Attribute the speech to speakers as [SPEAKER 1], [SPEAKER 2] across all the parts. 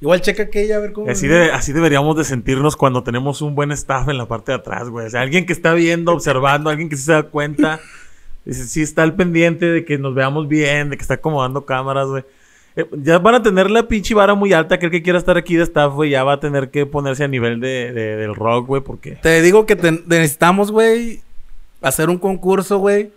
[SPEAKER 1] Igual checa aquella a ver cómo.
[SPEAKER 2] Así, de- así deberíamos de sentirnos cuando tenemos un buen staff en la parte de atrás, güey. O sea, alguien que está viendo, observando, alguien que sí se da cuenta. Dice, sí está al pendiente de que nos veamos bien, de que está acomodando cámaras, güey. Eh, ya van a tener la pinche vara muy alta. Aquel que quiera estar aquí de staff, güey, ya va a tener que ponerse a nivel de, de- del rock, güey, porque...
[SPEAKER 1] Te digo que te- te necesitamos, güey, hacer un concurso, güey.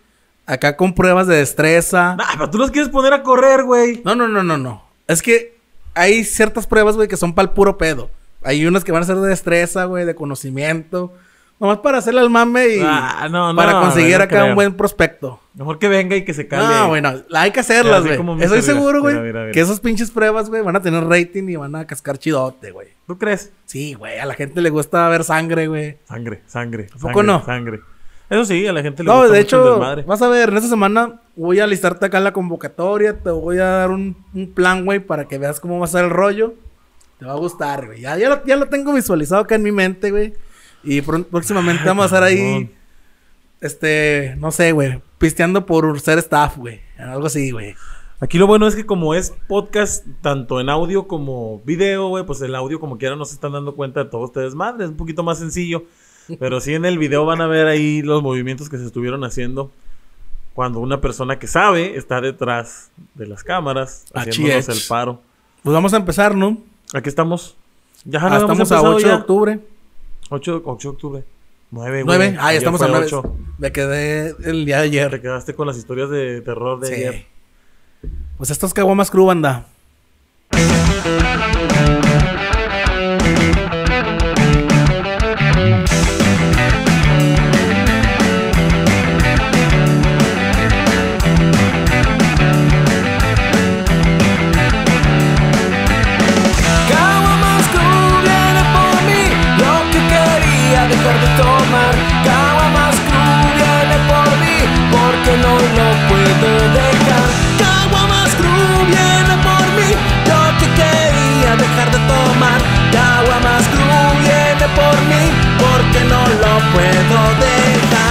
[SPEAKER 1] Acá con pruebas de destreza.
[SPEAKER 2] Nah, Ah, pero tú los quieres poner a correr, güey.
[SPEAKER 1] No, no, no, no, no. Es que hay ciertas pruebas, güey, que son para el puro pedo. Hay unas que van a ser de destreza, güey, de conocimiento. Nomás para hacerle al mame y
[SPEAKER 2] Ah, no, no,
[SPEAKER 1] para conseguir
[SPEAKER 2] no
[SPEAKER 1] acá
[SPEAKER 2] creo.
[SPEAKER 1] un buen prospecto.
[SPEAKER 2] Mejor que venga y que se cale.
[SPEAKER 1] No, Ah, bueno, hay que hacerlas,
[SPEAKER 2] así
[SPEAKER 1] güey.
[SPEAKER 2] como Mr.
[SPEAKER 1] Estoy
[SPEAKER 2] Mira,
[SPEAKER 1] seguro,
[SPEAKER 2] mira,
[SPEAKER 1] güey,
[SPEAKER 2] mira, mira.
[SPEAKER 1] que esas pinches pruebas, güey, van a tener rating y van a cascar chidote, güey.
[SPEAKER 2] ¿Tú crees?
[SPEAKER 1] Sí, güey, a la gente le gusta ver sangre, güey.
[SPEAKER 2] Sangre, sangre.
[SPEAKER 1] poco
[SPEAKER 2] sangre,
[SPEAKER 1] no?
[SPEAKER 2] Sangre. Eso sí, a la gente le
[SPEAKER 1] No,
[SPEAKER 2] gusta
[SPEAKER 1] de
[SPEAKER 2] mucho el
[SPEAKER 1] hecho,
[SPEAKER 2] desmadre.
[SPEAKER 1] vas a ver, en esta semana voy a alistarte acá en la convocatoria, te voy a dar un, un plan, güey, para que veas cómo va a ser el rollo. Te va a gustar, güey. Ya, ya, lo, ya lo tengo visualizado acá en mi mente, güey. Y pron- próximamente vamos a estar
[SPEAKER 2] cabrón.
[SPEAKER 1] ahí, este, no sé, güey, pisteando por ser staff, güey. Algo así, güey.
[SPEAKER 2] Aquí lo bueno es que como es podcast tanto en audio como video, güey, pues el audio como quiera no se están dando cuenta de todos ustedes madre, es un poquito más sencillo. Pero sí en el video van a ver ahí los movimientos que se estuvieron haciendo cuando una persona que sabe está detrás de las cámaras
[SPEAKER 1] Así
[SPEAKER 2] haciéndonos
[SPEAKER 1] es.
[SPEAKER 2] el paro.
[SPEAKER 1] Pues vamos a empezar, ¿no?
[SPEAKER 2] Aquí estamos. Ya Eh,
[SPEAKER 1] Ah, estamos a 8 de octubre.
[SPEAKER 2] 8, de octubre. 9,
[SPEAKER 1] 9. Ah, ya estamos a 9. Me quedé el día de
[SPEAKER 2] Te
[SPEAKER 1] ayer.
[SPEAKER 2] quedaste con las historias de terror de
[SPEAKER 1] Sí.
[SPEAKER 2] ayer.
[SPEAKER 1] Pues estos caguamas crew, banda.
[SPEAKER 3] Caguamas Crew viene por mí, lo que quería dejar de tomar. Caguamas Crew viene por mí, porque no lo puedo dejar. Caguamas Crew viene por mí, lo que quería dejar de tomar. Caguamas Crew viene por mí, porque no lo puedo dejar.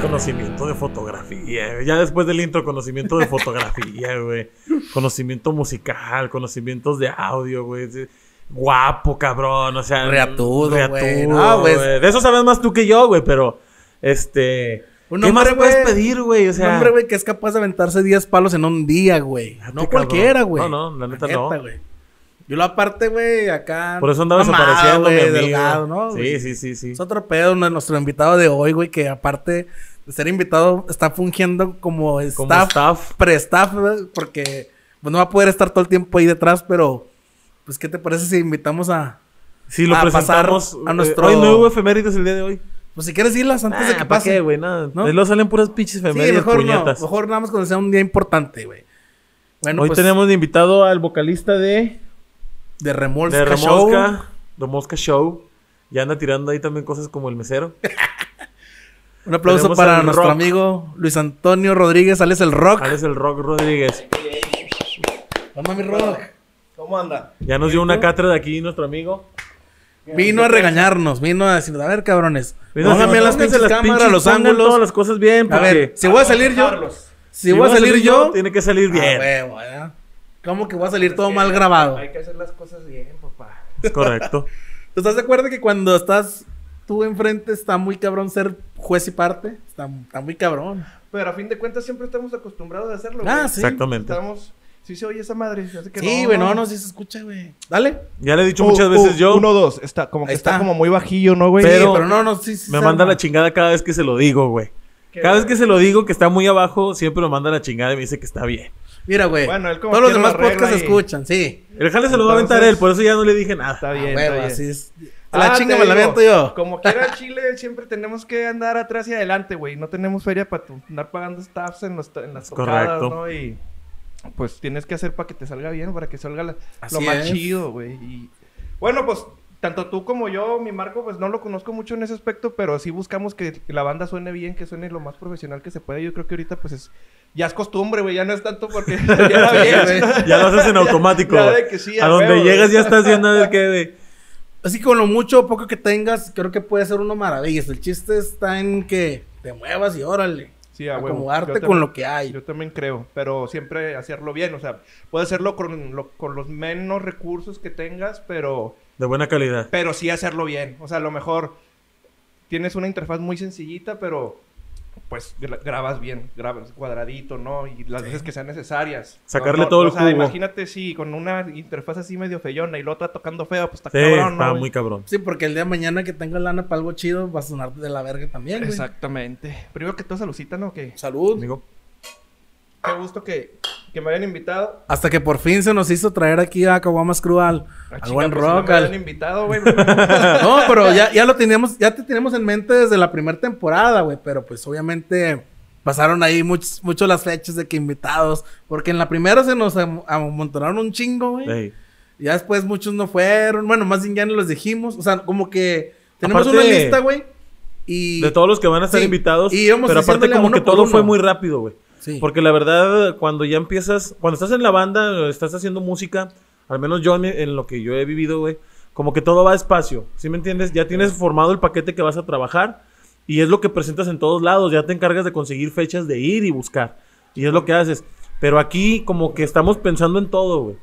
[SPEAKER 2] Conocimiento de fotografía. Ya después del intro, conocimiento de fotografía, güey. Conocimiento musical, conocimientos de audio, güey. Sí. Guapo, cabrón. O sea.
[SPEAKER 1] Reatudo, güey.
[SPEAKER 2] reatudo,
[SPEAKER 1] No, pues, güey.
[SPEAKER 2] güey. De eso sabes más tú que yo, güey, pero. Este.
[SPEAKER 1] Un
[SPEAKER 2] ¿Qué más
[SPEAKER 1] hombre,
[SPEAKER 2] puedes
[SPEAKER 1] güey.
[SPEAKER 2] pedir, güey? O
[SPEAKER 1] un
[SPEAKER 2] sea.
[SPEAKER 1] hombre, güey, que es capaz de aventarse 10 palos en un día, güey.
[SPEAKER 2] Fíjate,
[SPEAKER 1] No
[SPEAKER 2] cabrón.
[SPEAKER 1] cualquiera, güey.
[SPEAKER 2] No, no, la neta no.
[SPEAKER 1] güey. Yo lo aparte, güey, acá.
[SPEAKER 2] Por eso andaba
[SPEAKER 1] mamado,
[SPEAKER 2] desapareciendo,
[SPEAKER 1] güey,
[SPEAKER 2] mi amigo.
[SPEAKER 1] delgado, ¿no?
[SPEAKER 2] Sí,
[SPEAKER 1] güey?
[SPEAKER 2] sí, sí, sí.
[SPEAKER 1] Es otro pedo no, nuestro invitado de hoy, güey, que aparte de ser invitado está fungiendo como staff,
[SPEAKER 2] Como staff.
[SPEAKER 1] pre-staff, güey, porque pues, no va a poder estar todo el tiempo ahí detrás, pero pues ¿qué te parece si invitamos a
[SPEAKER 2] Sí, lo
[SPEAKER 1] a pasar
[SPEAKER 2] presentamos.
[SPEAKER 1] a
[SPEAKER 2] eh,
[SPEAKER 1] nuestro-
[SPEAKER 2] Hoy no hubo efemérides el día de hoy.
[SPEAKER 1] pues si quieres irlas antes de
[SPEAKER 2] Ah,
[SPEAKER 1] que
[SPEAKER 2] ¿pa' qué,
[SPEAKER 1] pase?
[SPEAKER 2] güey? No,
[SPEAKER 1] ¿No?
[SPEAKER 2] De luego salen puras pinches
[SPEAKER 1] sí,
[SPEAKER 2] efemérides,
[SPEAKER 1] mejor no,
[SPEAKER 2] puñetas.
[SPEAKER 1] mejor nada más cuando sea un día importante, güey. Bueno,
[SPEAKER 2] Hoy
[SPEAKER 1] pues
[SPEAKER 2] tenemos de invitado al vocalista de,
[SPEAKER 1] de Remolska,
[SPEAKER 2] de
[SPEAKER 1] Show.
[SPEAKER 2] Remolska, Remolska Show. Ya anda tirando ahí también cosas como el mesero.
[SPEAKER 1] Un aplauso
[SPEAKER 2] Tenemos
[SPEAKER 1] para
[SPEAKER 2] al
[SPEAKER 1] nuestro
[SPEAKER 2] Rock.
[SPEAKER 1] amigo Luis Antonio Rodríguez, Alex el Rock.
[SPEAKER 2] Alex el Rock Rodríguez.
[SPEAKER 1] Toma mi Rock.
[SPEAKER 4] ¿Cómo anda?
[SPEAKER 2] Ya nos dio una cátedra aquí nuestro amigo.
[SPEAKER 1] Vino a regañarnos, vino a decirnos, a ver cabrones,
[SPEAKER 2] Mira,
[SPEAKER 1] pónganme
[SPEAKER 2] si-
[SPEAKER 1] las
[SPEAKER 2] pónganse
[SPEAKER 1] pinches cámaras,
[SPEAKER 2] pinches-
[SPEAKER 1] los
[SPEAKER 2] pongan
[SPEAKER 1] ángulos.
[SPEAKER 2] Todas las cosas bien.
[SPEAKER 1] A
[SPEAKER 2] porque
[SPEAKER 1] ver, si voy a salir yo,
[SPEAKER 4] Carlos.
[SPEAKER 1] si voy a salir yo,
[SPEAKER 2] Tiene que salir
[SPEAKER 1] Ah,
[SPEAKER 2] bien.
[SPEAKER 1] huevo, ¿verdad? ¿Cómo que voy a salir todo mal grabado?
[SPEAKER 4] Hay que hacer las cosas bien, papá.
[SPEAKER 2] Es correcto.
[SPEAKER 1] ¿Tú estás de acuerdo que cuando estás tú enfrente está muy cabrón ser juez y parte? Está, está muy cabrón.
[SPEAKER 4] Pero a fin de cuentas siempre estamos acostumbrados a hacerlo.
[SPEAKER 1] Ah,
[SPEAKER 4] güey.
[SPEAKER 1] sí.
[SPEAKER 2] Exactamente.
[SPEAKER 4] Estamos. Sí se oye esa madre. así que
[SPEAKER 1] Sí, güey, no, no, sí se escucha, güey. Dale.
[SPEAKER 2] Ya le he dicho
[SPEAKER 4] Uh,
[SPEAKER 2] muchas
[SPEAKER 4] uh,
[SPEAKER 2] veces yo.
[SPEAKER 4] Uno, dos. Está como que
[SPEAKER 1] Ahí
[SPEAKER 4] está.
[SPEAKER 1] está.
[SPEAKER 4] como muy bajillo, ¿no, güey?
[SPEAKER 2] Pero-
[SPEAKER 1] sí, pero no, no, sí, sí.
[SPEAKER 2] Me
[SPEAKER 1] se
[SPEAKER 2] manda
[SPEAKER 1] arma.
[SPEAKER 2] la chingada cada vez que se lo digo, güey.
[SPEAKER 4] Qué
[SPEAKER 2] Cada vez
[SPEAKER 4] bueno.
[SPEAKER 2] que se lo digo que está muy abajo, siempre me manda la chingada y me dice que está bien.
[SPEAKER 1] Mira, güey.
[SPEAKER 4] Bueno, él como
[SPEAKER 1] todos los
[SPEAKER 4] quiera lo
[SPEAKER 1] demás podcasts
[SPEAKER 4] arregla y-
[SPEAKER 1] escuchan, sí.
[SPEAKER 2] El jale se lo va a aventar
[SPEAKER 4] Entonces-
[SPEAKER 2] él, por eso ya no le dije nada.
[SPEAKER 4] Está
[SPEAKER 1] Ah,
[SPEAKER 4] bien.
[SPEAKER 1] huevo,
[SPEAKER 4] está bien.
[SPEAKER 1] así es. A la
[SPEAKER 4] Ah,
[SPEAKER 1] chinga
[SPEAKER 4] te
[SPEAKER 1] me la
[SPEAKER 4] digo,
[SPEAKER 1] aviento yo.
[SPEAKER 4] Como quiera Chile, siempre tenemos que andar atrás y adelante, güey. No tenemos feria para tu- andar pagando staffs en, los, to- en las
[SPEAKER 2] Es
[SPEAKER 4] tocadas,
[SPEAKER 2] correcto.
[SPEAKER 4] ¿no? Y pues tienes que hacer para que te salga bien, para que salga la- lo
[SPEAKER 1] Así
[SPEAKER 4] más
[SPEAKER 1] es.
[SPEAKER 4] chido, güey. Y bueno, pues tanto tú como yo, mi Marco, pues no lo conozco mucho en ese aspecto, pero sí buscamos que la banda suene bien, que suene lo más profesional que se pueda. Yo creo que ahorita pues es ya es costumbre, güey, ya no es tanto porque ya era bien.
[SPEAKER 1] güey.
[SPEAKER 2] Ya lo haces en automático.
[SPEAKER 4] Ya
[SPEAKER 2] güey.
[SPEAKER 4] de que sí,
[SPEAKER 2] a
[SPEAKER 4] a
[SPEAKER 2] donde
[SPEAKER 4] huevo,
[SPEAKER 2] llegas
[SPEAKER 4] güey.
[SPEAKER 2] ya estás viendo a ver qué, güey.
[SPEAKER 1] Así que con lo mucho o poco que tengas, creo que puede ser uno maravillas. El chiste está en que te muevas y órale.
[SPEAKER 4] Sí, a huevo.
[SPEAKER 1] acomodarte
[SPEAKER 4] Yo
[SPEAKER 1] Ah, con
[SPEAKER 4] también-
[SPEAKER 1] lo que hay.
[SPEAKER 4] Yo también creo, pero siempre hacerlo bien, o sea, puedes hacerlo con, lo- con los menos recursos que tengas, pero,
[SPEAKER 2] De buena calidad.
[SPEAKER 4] pero sí hacerlo bien. O sea, a lo mejor tienes una interfaz muy sencillita, pero pues gra- grabas bien, grabas cuadradito, ¿no? Y las veces que sean necesarias.
[SPEAKER 2] Sacarle
[SPEAKER 4] No, no,
[SPEAKER 2] todo el
[SPEAKER 4] o sea,
[SPEAKER 2] jugo.
[SPEAKER 4] imagínate si con una interfaz así medio feyona y la otra tocando fea, pues está
[SPEAKER 2] Sí,
[SPEAKER 4] cabrón,
[SPEAKER 2] está
[SPEAKER 4] ¿no, güey?
[SPEAKER 2] muy cabrón.
[SPEAKER 1] Sí, porque el día de mañana que tenga lana para algo chido va a sonar de la verga también, güey.
[SPEAKER 4] Exactamente. Primero que todo, saludcita, ¿no? Que
[SPEAKER 1] Salud.
[SPEAKER 2] Amigo.
[SPEAKER 4] qué gusto que, que me hayan invitado.
[SPEAKER 1] Hasta que por fin se nos hizo traer aquí a Caguamas Crual.
[SPEAKER 4] Ah,
[SPEAKER 1] Al
[SPEAKER 4] chinga,
[SPEAKER 1] buen
[SPEAKER 4] pues, no
[SPEAKER 1] rock.
[SPEAKER 4] me
[SPEAKER 1] al-
[SPEAKER 4] habían invitado, güey. pues, no.
[SPEAKER 1] No, pero ya, ya lo teníamos, ya te teníamos en mente desde la primera temporada, güey. Pero pues obviamente pasaron ahí muchos, mucho las fechas de que invitados. Porque en la primera se nos am- amontonaron un chingo, güey.
[SPEAKER 2] Ey.
[SPEAKER 1] Ya después muchos no fueron. Bueno, más bien ya no los dijimos. O sea, como que tenemos
[SPEAKER 2] Aparte-
[SPEAKER 1] una lista, güey. Y.
[SPEAKER 2] De todos los que van a estar
[SPEAKER 1] Sí,
[SPEAKER 2] invitados.
[SPEAKER 1] y íbamos
[SPEAKER 2] pero aparte
[SPEAKER 1] haciéndole
[SPEAKER 2] como
[SPEAKER 1] uno
[SPEAKER 2] que
[SPEAKER 1] por
[SPEAKER 2] todo fue
[SPEAKER 1] uno.
[SPEAKER 2] muy rápido, güey.
[SPEAKER 1] Sí.
[SPEAKER 2] Porque la verdad, cuando ya empiezas, cuando estás en la banda, estás haciendo música, al menos yo en, en lo que yo he vivido, güey, como que todo va despacio, ¿sí me entiendes? Ya tienes formado el paquete que vas a trabajar y es lo que presentas en todos lados, ya te encargas de conseguir fechas de ir y buscar, y es lo que haces. Pero aquí como que estamos pensando en todo, güey.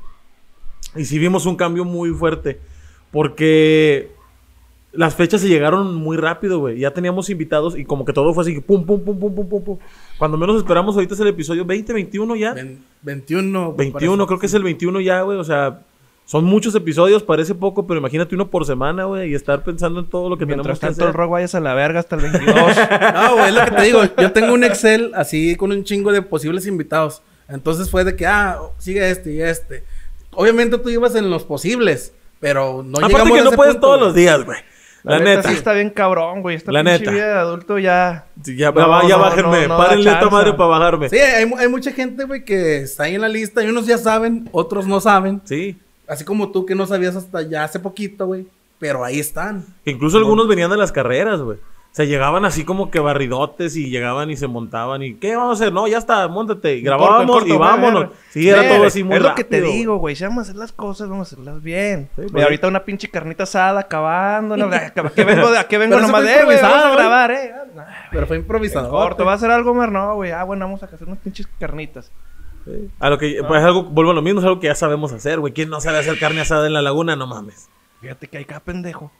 [SPEAKER 2] Y sí vimos un cambio muy fuerte, porque las fechas se llegaron muy rápido, güey. Ya teníamos invitados y como que todo fue así, pum, pum, pum, pum, pum, pum, pum. Cuando menos esperamos, ahorita es el episodio 20, 21 ya.
[SPEAKER 1] Ven- 21. me
[SPEAKER 2] 21,
[SPEAKER 1] parece.
[SPEAKER 2] creo que es el 21 ya, güey. O sea, son muchos episodios, parece poco, pero imagínate uno por semana, güey. Y estar pensando en todo lo que
[SPEAKER 4] Mientras
[SPEAKER 2] tenemos
[SPEAKER 4] tanto,
[SPEAKER 2] que
[SPEAKER 4] el
[SPEAKER 2] hacer.
[SPEAKER 4] rock vayas a la verga hasta el 22.
[SPEAKER 1] No, güey, es lo que te digo. Yo tengo un Excel así con un chingo de posibles invitados. Entonces fue de que, ah, sigue este y este. Obviamente tú ibas en los posibles, pero no
[SPEAKER 2] Aparte
[SPEAKER 1] llegamos
[SPEAKER 2] que
[SPEAKER 1] a
[SPEAKER 2] no
[SPEAKER 1] ese
[SPEAKER 2] puedes
[SPEAKER 1] punto,
[SPEAKER 2] todos
[SPEAKER 1] güey.
[SPEAKER 2] los días, güey. La, neta.
[SPEAKER 4] Sí está bien cabrón, güey. Esta
[SPEAKER 2] La
[SPEAKER 4] pinche
[SPEAKER 2] neta.
[SPEAKER 4] vida de adulto ya...
[SPEAKER 2] Sí, ya,
[SPEAKER 4] No,
[SPEAKER 2] ya
[SPEAKER 4] no,
[SPEAKER 2] bájenme.
[SPEAKER 4] no, no da
[SPEAKER 2] Párenle esta
[SPEAKER 4] chance.
[SPEAKER 2] madre para bajarme.
[SPEAKER 1] Sí, hay, mu- hay mucha gente, güey, que está ahí en la lista y unos ya saben, otros no saben.
[SPEAKER 2] sí.
[SPEAKER 1] Así como tú que no sabías hasta ya hace poquito, güey. Pero ahí están.
[SPEAKER 2] Que Incluso algunos venían de las carreras, güey. O sea, llegaban así como que barridotes y llegaban y se montaban y ¿qué vamos a hacer? No, ya está, montate. Y grabábamos
[SPEAKER 4] Corto, corto,
[SPEAKER 2] y
[SPEAKER 4] va,
[SPEAKER 2] vámonos.
[SPEAKER 4] verga.
[SPEAKER 2] Sí, era
[SPEAKER 4] Ve,
[SPEAKER 2] todo así muy
[SPEAKER 4] Es lo que te
[SPEAKER 2] rápido, güey.
[SPEAKER 4] digo, güey. Si vamos a hacer las cosas, vamos a hacerlas bien.
[SPEAKER 2] Sí,
[SPEAKER 4] Mira,
[SPEAKER 2] pues.
[SPEAKER 4] ahorita una pinche carnita asada acabando. ¿no? ¿A qué vengo, de- a qué vengo
[SPEAKER 1] Pero eso
[SPEAKER 4] nomás
[SPEAKER 1] fue
[SPEAKER 4] de, güey? Vamos
[SPEAKER 1] improvisado,
[SPEAKER 4] a
[SPEAKER 1] ¿eh?
[SPEAKER 4] grabar, eh. Ah, nah,
[SPEAKER 1] Pero fue
[SPEAKER 4] en
[SPEAKER 1] improvisador.
[SPEAKER 4] Corto,
[SPEAKER 1] güey.
[SPEAKER 4] ¿va a hacer algo, Mar? No, güey. Ah, bueno, vamos a hacer unas pinches carnitas.
[SPEAKER 2] Sí. A lo que,
[SPEAKER 1] Ah.
[SPEAKER 2] pues algo, vuelvo a lo mismo, es algo que ya sabemos hacer, güey. ¿Quién no sabe hacer carne asada en la laguna? No mames.
[SPEAKER 4] Fíjate que hay cada pendejo.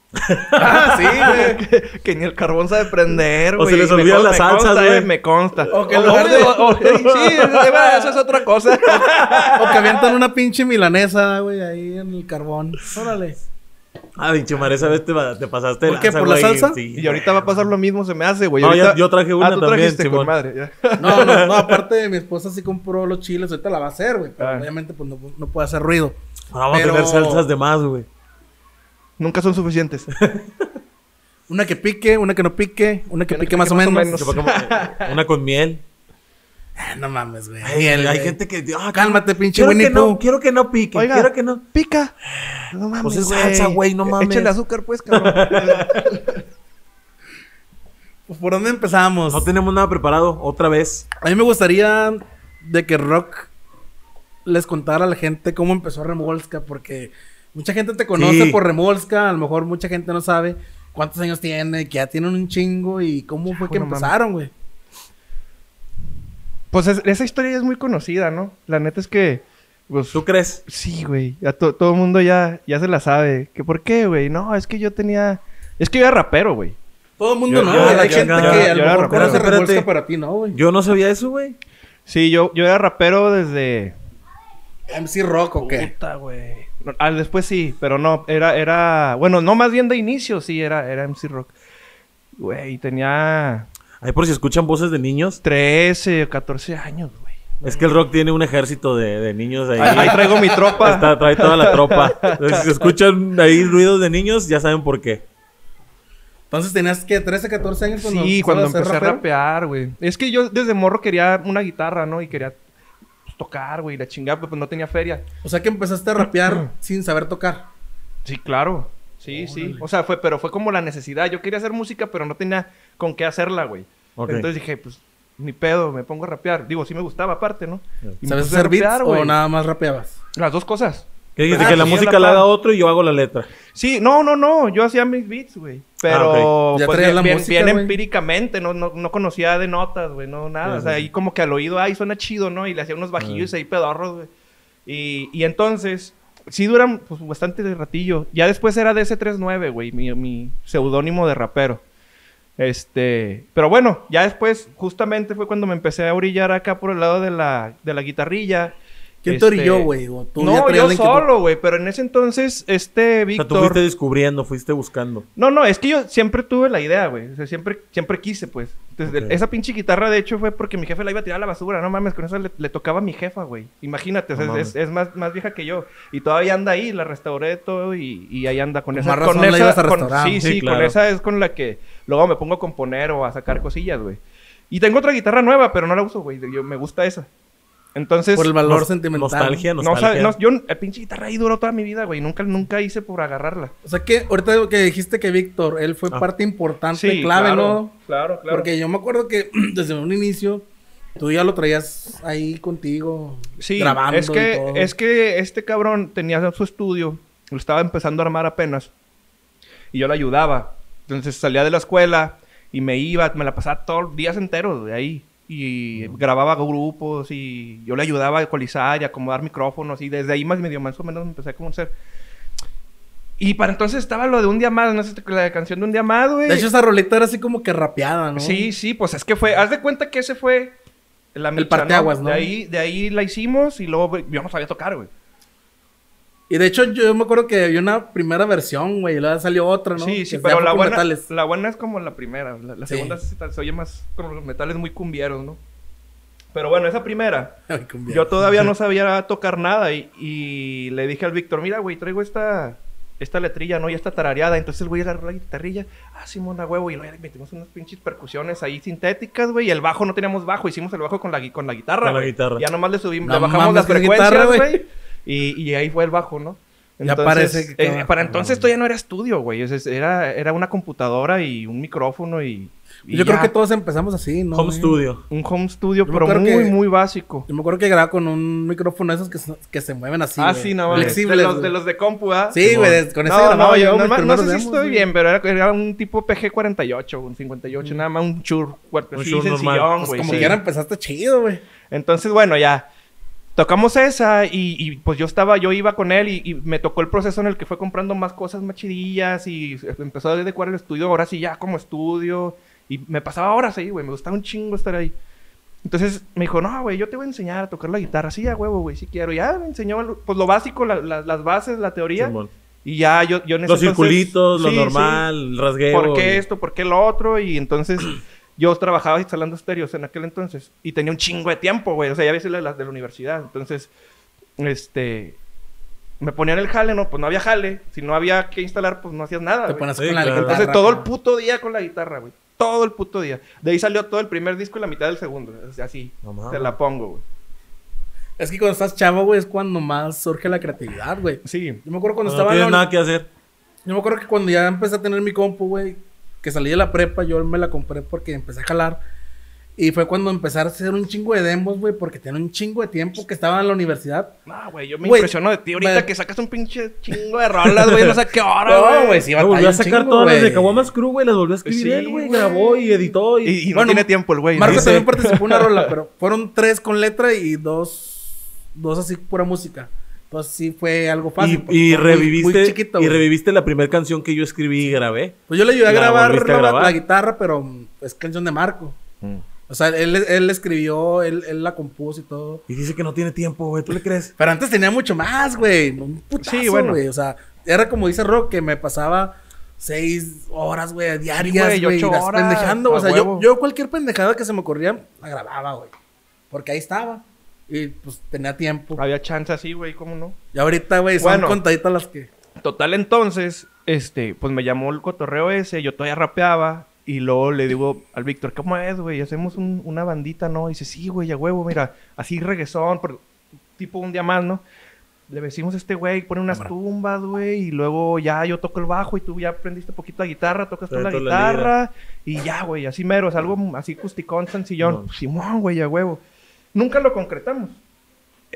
[SPEAKER 1] Ah, sí, güey.
[SPEAKER 4] que, que ni el carbón sabe prender,
[SPEAKER 2] O
[SPEAKER 4] güey.
[SPEAKER 2] se les
[SPEAKER 4] Me
[SPEAKER 2] olvidan
[SPEAKER 4] con-
[SPEAKER 2] las
[SPEAKER 4] me
[SPEAKER 2] salsas,
[SPEAKER 4] consta,
[SPEAKER 2] güey.
[SPEAKER 4] eh, Me consta.
[SPEAKER 1] O que en lugar de-
[SPEAKER 4] o- o- sí, eso es otra cosa.
[SPEAKER 1] O que avientan una pinche milanesa, güey, ahí en el carbón. Órale.
[SPEAKER 2] Ah, pinche madre, esa vez te, va- te pasaste. de
[SPEAKER 1] ¿Por qué?
[SPEAKER 2] lanza,
[SPEAKER 1] ¿Por la
[SPEAKER 2] güey.
[SPEAKER 1] salsa?
[SPEAKER 2] Sí.
[SPEAKER 4] Y ahorita va a pasar lo mismo, se me hace, güey.
[SPEAKER 2] No, ya-
[SPEAKER 4] Ahorita-
[SPEAKER 2] yo traje una
[SPEAKER 4] ah, tú
[SPEAKER 2] también,
[SPEAKER 4] trajiste,
[SPEAKER 2] Simón.
[SPEAKER 4] con madre. ya.
[SPEAKER 1] No, no, no, aparte mi esposa sí compró los chiles, ahorita la va a hacer, güey. Pero
[SPEAKER 4] Ah.
[SPEAKER 1] obviamente pues no, no puede hacer ruido.
[SPEAKER 2] Ahora Ah, vamos
[SPEAKER 1] Pero-
[SPEAKER 2] a tener salsas de más, güey.
[SPEAKER 4] Nunca son suficientes.
[SPEAKER 1] Una que pique, una que no pique, una que
[SPEAKER 4] Una que
[SPEAKER 1] pique más,
[SPEAKER 4] pique
[SPEAKER 1] o menos.
[SPEAKER 2] Que fue como, eh, Una con miel.
[SPEAKER 1] Ah, no mames, güey.
[SPEAKER 2] Ay, hay
[SPEAKER 1] güey.
[SPEAKER 2] gente que. ah,
[SPEAKER 1] Cálmate, pinche
[SPEAKER 2] quiero
[SPEAKER 1] Winnie
[SPEAKER 2] que no,
[SPEAKER 1] Pooh.
[SPEAKER 2] quiero que no pique.
[SPEAKER 4] Oiga.
[SPEAKER 2] Quiero que no.
[SPEAKER 4] Pica. No mames.
[SPEAKER 2] Pues es salsa, güey, no mames.
[SPEAKER 4] Échale azúcar, pues, cabrón.
[SPEAKER 1] Pues, ¿Por dónde empezamos?
[SPEAKER 2] No tenemos nada preparado, otra vez.
[SPEAKER 1] A mí me gustaría de que Rock les contara a la gente cómo empezó Remolska, porque mucha gente te conoce
[SPEAKER 2] Sí.
[SPEAKER 1] por Remolska, a lo mejor mucha gente no sabe cuántos años tiene, que ya tienen un chingo y cómo fue que
[SPEAKER 4] no mames.
[SPEAKER 1] empezaron, güey.
[SPEAKER 4] pues es- esa historia ya es muy conocida, ¿no? La neta es que. Pues,
[SPEAKER 2] ¿Tú crees?
[SPEAKER 4] Sí, güey. Ya to- todo el mundo ya, ya se la sabe. ¿Que ¿Por qué, güey? No, es que yo tenía. Es que yo era rapero, güey.
[SPEAKER 1] Todo el mundo
[SPEAKER 2] Yo-
[SPEAKER 1] no,
[SPEAKER 2] yo-
[SPEAKER 1] güey, hay
[SPEAKER 2] yo-
[SPEAKER 1] gente
[SPEAKER 2] yo-
[SPEAKER 1] que a
[SPEAKER 4] yo
[SPEAKER 1] lo
[SPEAKER 4] era
[SPEAKER 1] mejor
[SPEAKER 4] rapero.
[SPEAKER 1] conoce
[SPEAKER 2] Espérate.
[SPEAKER 1] Remolska, pero a ti no, güey.
[SPEAKER 2] Yo no sabía eso, güey.
[SPEAKER 4] Sí, yo, yo era rapero desde.
[SPEAKER 1] MC Rock o qué.
[SPEAKER 4] Puta, güey. No, ah, después sí, pero no, era, era. Bueno, no más bien de inicio, sí, era, era MC Rock. Güey, tenía
[SPEAKER 2] Ahí por si escuchan voces de niños.
[SPEAKER 4] 13 o 14 años, güey.
[SPEAKER 2] Es que el rock tiene un ejército de, de niños ahí.
[SPEAKER 4] Ahí, ahí traigo mi tropa.
[SPEAKER 2] Está, trae toda la tropa. Entonces, si escuchan ahí ruidos de niños, ya saben por qué.
[SPEAKER 1] Entonces tenías que 13, 14 años cuando
[SPEAKER 4] Sí,
[SPEAKER 1] empezaron
[SPEAKER 4] cuando
[SPEAKER 1] a ser
[SPEAKER 4] empecé a
[SPEAKER 1] rapero?
[SPEAKER 4] rapear, güey. Es que yo desde morro quería una guitarra, ¿no? Y quería pues, tocar, güey, la chingada, pero pues no tenía feria.
[SPEAKER 1] O sea que empezaste a rapear sin saber tocar.
[SPEAKER 4] Sí, claro. Sí, sí. O sea, fue, pero fue como la necesidad. Yo quería hacer música, pero no tenía con qué hacerla, güey.
[SPEAKER 2] Ok.
[SPEAKER 4] Entonces dije, pues, ni pedo, me pongo a rapear. Digo, sí me gustaba aparte, ¿no? Y me
[SPEAKER 1] ¿Sabes
[SPEAKER 4] puse a
[SPEAKER 1] hacer beats
[SPEAKER 4] rapear,
[SPEAKER 1] o
[SPEAKER 4] güey.
[SPEAKER 1] nada más rapeabas?
[SPEAKER 4] Las dos cosas.
[SPEAKER 2] Que dice
[SPEAKER 4] Ah,
[SPEAKER 2] que la
[SPEAKER 4] sí,
[SPEAKER 2] música
[SPEAKER 4] la
[SPEAKER 2] la
[SPEAKER 4] pa-
[SPEAKER 2] haga otro y yo hago la letra.
[SPEAKER 4] Sí, no, no, no. Yo hacía mis beats, güey. Pero
[SPEAKER 1] ok. Ya
[SPEAKER 4] pues,
[SPEAKER 1] traías
[SPEAKER 4] bien,
[SPEAKER 1] la
[SPEAKER 4] bien-
[SPEAKER 1] música,
[SPEAKER 4] bien
[SPEAKER 1] güey.
[SPEAKER 4] empíricamente, no, no, no conocía de notas, güey, no nada.
[SPEAKER 2] Ya,
[SPEAKER 4] o sea,
[SPEAKER 2] ya.
[SPEAKER 4] ahí como que al oído, ay, suena chido, ¿no? Y le hacía unos
[SPEAKER 1] Ah.
[SPEAKER 4] bajillos ahí pedorros, güey. Y, y entonces, sí duran pues, bastante de ratillo. Ya después era DC39, güey, mi, mi seudónimo de rapero. Este, pero bueno, ya después, justamente fue cuando me empecé a orillar acá por el lado de la, de la guitarrilla. Este,
[SPEAKER 1] ¿Quién te orilló, güey? ¿O tú ya
[SPEAKER 4] No,
[SPEAKER 1] traías
[SPEAKER 4] yo
[SPEAKER 1] la inquietud?
[SPEAKER 4] solo, güey, pero en ese entonces, este
[SPEAKER 2] O sea,
[SPEAKER 4] Víctor...
[SPEAKER 2] tú fuiste descubriendo, fuiste buscando.
[SPEAKER 4] No, no, es que yo siempre tuve la idea, güey. O sea, siempre, siempre quise, pues. Entonces,
[SPEAKER 2] Ok.
[SPEAKER 4] esa pinche guitarra, de hecho, fue porque mi jefe la iba a tirar a la basura. No mames, con eso le, le tocaba a mi jefa, güey. Imagínate, o sea,
[SPEAKER 2] No
[SPEAKER 4] es,
[SPEAKER 2] mames.
[SPEAKER 4] es más, más vieja que yo. Y todavía anda ahí, la restauré de todo y, y ahí anda con
[SPEAKER 1] Con
[SPEAKER 4] esa.
[SPEAKER 1] más razón
[SPEAKER 4] con
[SPEAKER 1] la
[SPEAKER 4] esa-
[SPEAKER 1] ibas a
[SPEAKER 4] con-
[SPEAKER 1] restaurar.
[SPEAKER 4] sí, sí,
[SPEAKER 2] Sí,
[SPEAKER 4] con
[SPEAKER 2] claro.
[SPEAKER 4] esa es con la que luego me pongo a componer o a sacar cosillas, güey. Y tengo otra guitarra nueva, pero no la uso, güey. Yo, me gusta esa. Entonces.
[SPEAKER 1] Por el valor
[SPEAKER 2] Nos-
[SPEAKER 1] sentimental.
[SPEAKER 2] Nostalgia,
[SPEAKER 4] no, sabe-
[SPEAKER 2] nostalgia.
[SPEAKER 4] no, yo, la pinche guitarra ahí duró toda mi vida, güey. Nunca, nunca hice por agarrarla.
[SPEAKER 1] O sea que ahorita que dijiste que Víctor, él fue
[SPEAKER 2] Ah.
[SPEAKER 1] parte importante, clave,
[SPEAKER 4] claro,
[SPEAKER 1] ¿no?
[SPEAKER 4] Claro, claro.
[SPEAKER 1] Porque yo me acuerdo que desde un inicio tú ya lo traías ahí contigo,
[SPEAKER 4] Sí,
[SPEAKER 1] grabando
[SPEAKER 4] es que,
[SPEAKER 1] y todo.
[SPEAKER 4] es que este cabrón tenía su estudio, lo estaba empezando a armar apenas, y yo lo ayudaba. Entonces salía de la escuela y me iba, me la pasaba todos los días enteros de ahí. Y grababa grupos y yo le ayudaba a ecualizar y acomodar micrófonos. Y desde ahí más medio más o menos me empecé a conocer. Y para entonces estaba lo de un día más, no sé, la canción de un día más, güey.
[SPEAKER 1] De hecho, esa roleta era así como que rapeada, ¿no?
[SPEAKER 4] Sí, sí, pues es que fue. Haz de cuenta que ese fue la micha,
[SPEAKER 1] parteaguas, ¿no?
[SPEAKER 4] De ahí, de ahí la hicimos y luego güey, yo no sabía tocar, güey.
[SPEAKER 1] Y de hecho, yo me acuerdo que había una primera versión, güey, y luego salió otra, ¿no?
[SPEAKER 4] Sí, sí,
[SPEAKER 1] Que
[SPEAKER 4] pero
[SPEAKER 1] ya fue
[SPEAKER 4] la
[SPEAKER 1] con
[SPEAKER 4] buena,
[SPEAKER 1] metales.
[SPEAKER 4] la buena es como la primera. La, la
[SPEAKER 1] Sí.
[SPEAKER 4] segunda se, se oye más con los metales muy cumbieros, ¿no? Pero bueno, esa primera.
[SPEAKER 1] Ay, cumbia.
[SPEAKER 4] Yo todavía no sabía tocar nada y, y le dije al Víctor, mira, güey, traigo esta, esta letrilla, ¿no? Ya está tarareada. Entonces el güey agarró la guitarrilla, ah, Simón, a huevo, y luego ya le metimos unas pinches percusiones ahí sintéticas, güey, y el bajo no teníamos bajo, hicimos el bajo con la, gui- con la guitarra.
[SPEAKER 2] Con la
[SPEAKER 4] güey.
[SPEAKER 2] guitarra.
[SPEAKER 4] Ya nomás le subimos,
[SPEAKER 1] No
[SPEAKER 4] le bajamos
[SPEAKER 1] mames,
[SPEAKER 4] las
[SPEAKER 1] que es
[SPEAKER 4] frecuencias,
[SPEAKER 1] guitarra, güey.
[SPEAKER 4] güey. Y, y ahí fue el bajo, ¿no?
[SPEAKER 1] Ya
[SPEAKER 4] Entonces,
[SPEAKER 1] parece que-
[SPEAKER 4] eh, para entonces esto ya no era estudio, güey. o sea, Era, era una computadora y un micrófono y. y
[SPEAKER 1] Yo creo
[SPEAKER 4] ya.
[SPEAKER 1] que todos empezamos así, ¿no?
[SPEAKER 2] Home
[SPEAKER 4] eh.
[SPEAKER 1] güey?
[SPEAKER 2] studio.
[SPEAKER 4] Un home studio,
[SPEAKER 1] Yo me
[SPEAKER 4] pero muy,
[SPEAKER 1] acuerdo que-
[SPEAKER 4] muy básico.
[SPEAKER 1] Yo me acuerdo que grababa con un micrófono de esos que, se- que se mueven así.
[SPEAKER 4] ah,
[SPEAKER 1] güey.
[SPEAKER 4] sí, no, mames.
[SPEAKER 1] Flexibles.
[SPEAKER 4] de, los,
[SPEAKER 1] güey.
[SPEAKER 4] de los de compu, ¿ah?
[SPEAKER 1] Sí, güey, des- con ese
[SPEAKER 4] No,
[SPEAKER 1] grababa
[SPEAKER 4] no,
[SPEAKER 1] yo.
[SPEAKER 4] yo
[SPEAKER 1] mis
[SPEAKER 4] no, no
[SPEAKER 1] primeros
[SPEAKER 4] sé si
[SPEAKER 1] demos,
[SPEAKER 4] estoy
[SPEAKER 1] güey.
[SPEAKER 4] bien, pero era, era un tipo PG-48, un 58, nada más un chur, cuerpo
[SPEAKER 2] Un
[SPEAKER 4] así,
[SPEAKER 2] chur normal.
[SPEAKER 4] sencillón,
[SPEAKER 1] Mm. Pues
[SPEAKER 4] güey.
[SPEAKER 1] como
[SPEAKER 4] sí.
[SPEAKER 1] que ahora empezaste chido, güey.
[SPEAKER 4] Entonces, bueno, ya. Tocamos esa y, y, pues yo estaba, yo iba con él y, y me tocó el proceso en el que fue comprando más cosas más chidillas y empezó a adecuar el estudio, ahora sí ya como estudio. Y me pasaba horas ahí, güey, me gustaba un chingo estar ahí. Entonces me dijo, no, güey, yo te voy a enseñar a tocar la guitarra. Sí, a huevo, güey, sí quiero. Y Ya me enseñó lo- pues lo básico, la- la- las bases, la teoría.
[SPEAKER 2] Simón.
[SPEAKER 4] Y ya yo, yo en ese
[SPEAKER 2] Los
[SPEAKER 4] entonces-
[SPEAKER 2] circulitos, lo
[SPEAKER 4] Sí, sí.
[SPEAKER 2] normal, el rasgueo.
[SPEAKER 4] ¿Por qué
[SPEAKER 2] y-
[SPEAKER 4] esto? ¿Por qué lo otro? Y entonces yo trabajaba instalando estéreos en aquel entonces. Y tenía un chingo de tiempo, güey. O sea, ya veces las de la universidad. Entonces, este... Me ponían el jale, no, pues no había jale. Si no había que instalar, pues no hacías nada.
[SPEAKER 1] Te
[SPEAKER 4] güey.
[SPEAKER 1] pones
[SPEAKER 2] Sí,
[SPEAKER 1] con la
[SPEAKER 2] claro.
[SPEAKER 1] guitarra.
[SPEAKER 4] Entonces todo el
[SPEAKER 1] güey.
[SPEAKER 4] puto día con la guitarra, güey. Todo el puto día. De ahí salió todo el primer disco y la mitad del segundo. O sea, Así.
[SPEAKER 2] No mames.
[SPEAKER 4] te la pongo, güey.
[SPEAKER 1] Es que cuando estás chavo, güey, es cuando más surge la creatividad, güey.
[SPEAKER 4] Sí.
[SPEAKER 1] Yo me acuerdo
[SPEAKER 2] No
[SPEAKER 1] cuando estaba... en
[SPEAKER 2] tienes
[SPEAKER 1] la-
[SPEAKER 2] nada que hacer.
[SPEAKER 1] Yo me acuerdo que cuando ya empecé a tener mi compu, güey, que salí de la prepa, yo me la compré porque empecé a jalar. Y fue cuando empecé a hacer un chingo de demos, güey, porque tenía un chingo de tiempo que estaba en la universidad.
[SPEAKER 4] No, güey, yo me
[SPEAKER 1] Güey,
[SPEAKER 4] impresiono de ti ahorita
[SPEAKER 1] me-
[SPEAKER 4] que sacas un pinche chingo de rolas, güey. No sé a qué hora, güey.
[SPEAKER 1] No, güey, sí,
[SPEAKER 2] No,
[SPEAKER 1] batallé
[SPEAKER 2] volvió a
[SPEAKER 1] un
[SPEAKER 2] sacar
[SPEAKER 1] chingo,
[SPEAKER 2] todas las de
[SPEAKER 1] güey.
[SPEAKER 2] Caguamas Crew, güey. Las volvió a escribir
[SPEAKER 4] Sí,
[SPEAKER 2] él, güey.
[SPEAKER 4] güey.
[SPEAKER 2] Grabó y editó. Y,
[SPEAKER 4] Y, y
[SPEAKER 1] Bueno,
[SPEAKER 4] no tiene tiempo el güey. ¿no?
[SPEAKER 1] Marco
[SPEAKER 2] dice-
[SPEAKER 1] también participó en una rola, pero fueron tres con letra y dos, dos así pura música. Entonces sí fue algo
[SPEAKER 2] y-
[SPEAKER 1] fácil. porque
[SPEAKER 2] y
[SPEAKER 1] fue muy-
[SPEAKER 2] reviviste,
[SPEAKER 1] Muy, chiquito,
[SPEAKER 2] y
[SPEAKER 1] güey.
[SPEAKER 2] reviviste la primera canción que yo escribí y grabé.
[SPEAKER 1] Pues yo le ayudé a
[SPEAKER 2] ¿La
[SPEAKER 1] grabar,
[SPEAKER 2] volviste a
[SPEAKER 1] la-
[SPEAKER 2] grabar? Mm.
[SPEAKER 1] la guitarra, pero mm, es canción de Marco. O sea, él, él escribió, él, él la compuso y todo.
[SPEAKER 2] Y dice que no tiene tiempo, güey. ¿Tú le crees?
[SPEAKER 1] Pero antes tenía mucho más, güey. Un putazo,
[SPEAKER 4] Sí, bueno.
[SPEAKER 1] güey. O sea, era como dice Rock, que me pasaba seis horas, güey, diarias,
[SPEAKER 4] Sí, güey,
[SPEAKER 1] güey.
[SPEAKER 4] ocho
[SPEAKER 1] las
[SPEAKER 4] horas,
[SPEAKER 1] pendejando.
[SPEAKER 4] a
[SPEAKER 1] O sea, yo,
[SPEAKER 4] huevo.
[SPEAKER 1] yo cualquier pendejada que se me ocurría, la grababa, güey. Porque ahí estaba. Y pues tenía tiempo.
[SPEAKER 4] Había chance así, güey, ¿cómo no?
[SPEAKER 1] Y ahorita, güey, son
[SPEAKER 4] Bueno.
[SPEAKER 1] contaditas las que.
[SPEAKER 4] Total, entonces, este, pues me llamó el cotorreo ese, yo todavía rapeaba. Y luego le digo al Víctor, ¿cómo es, güey? Hacemos un- una bandita, ¿no? Y dice, sí, güey, a huevo, mira, así reggaetón, por- tipo un día más, ¿no? Le decimos a este güey, pone unas tumbas, güey, y luego ya yo toco el bajo y tú ya aprendiste poquito la guitarra, tocas tú la
[SPEAKER 2] Trae toda la
[SPEAKER 4] guitarra, y ya, güey, así mero, es algo así acusticón, sencillón.
[SPEAKER 2] No.
[SPEAKER 4] Simón, güey, a huevo. Nunca lo concretamos.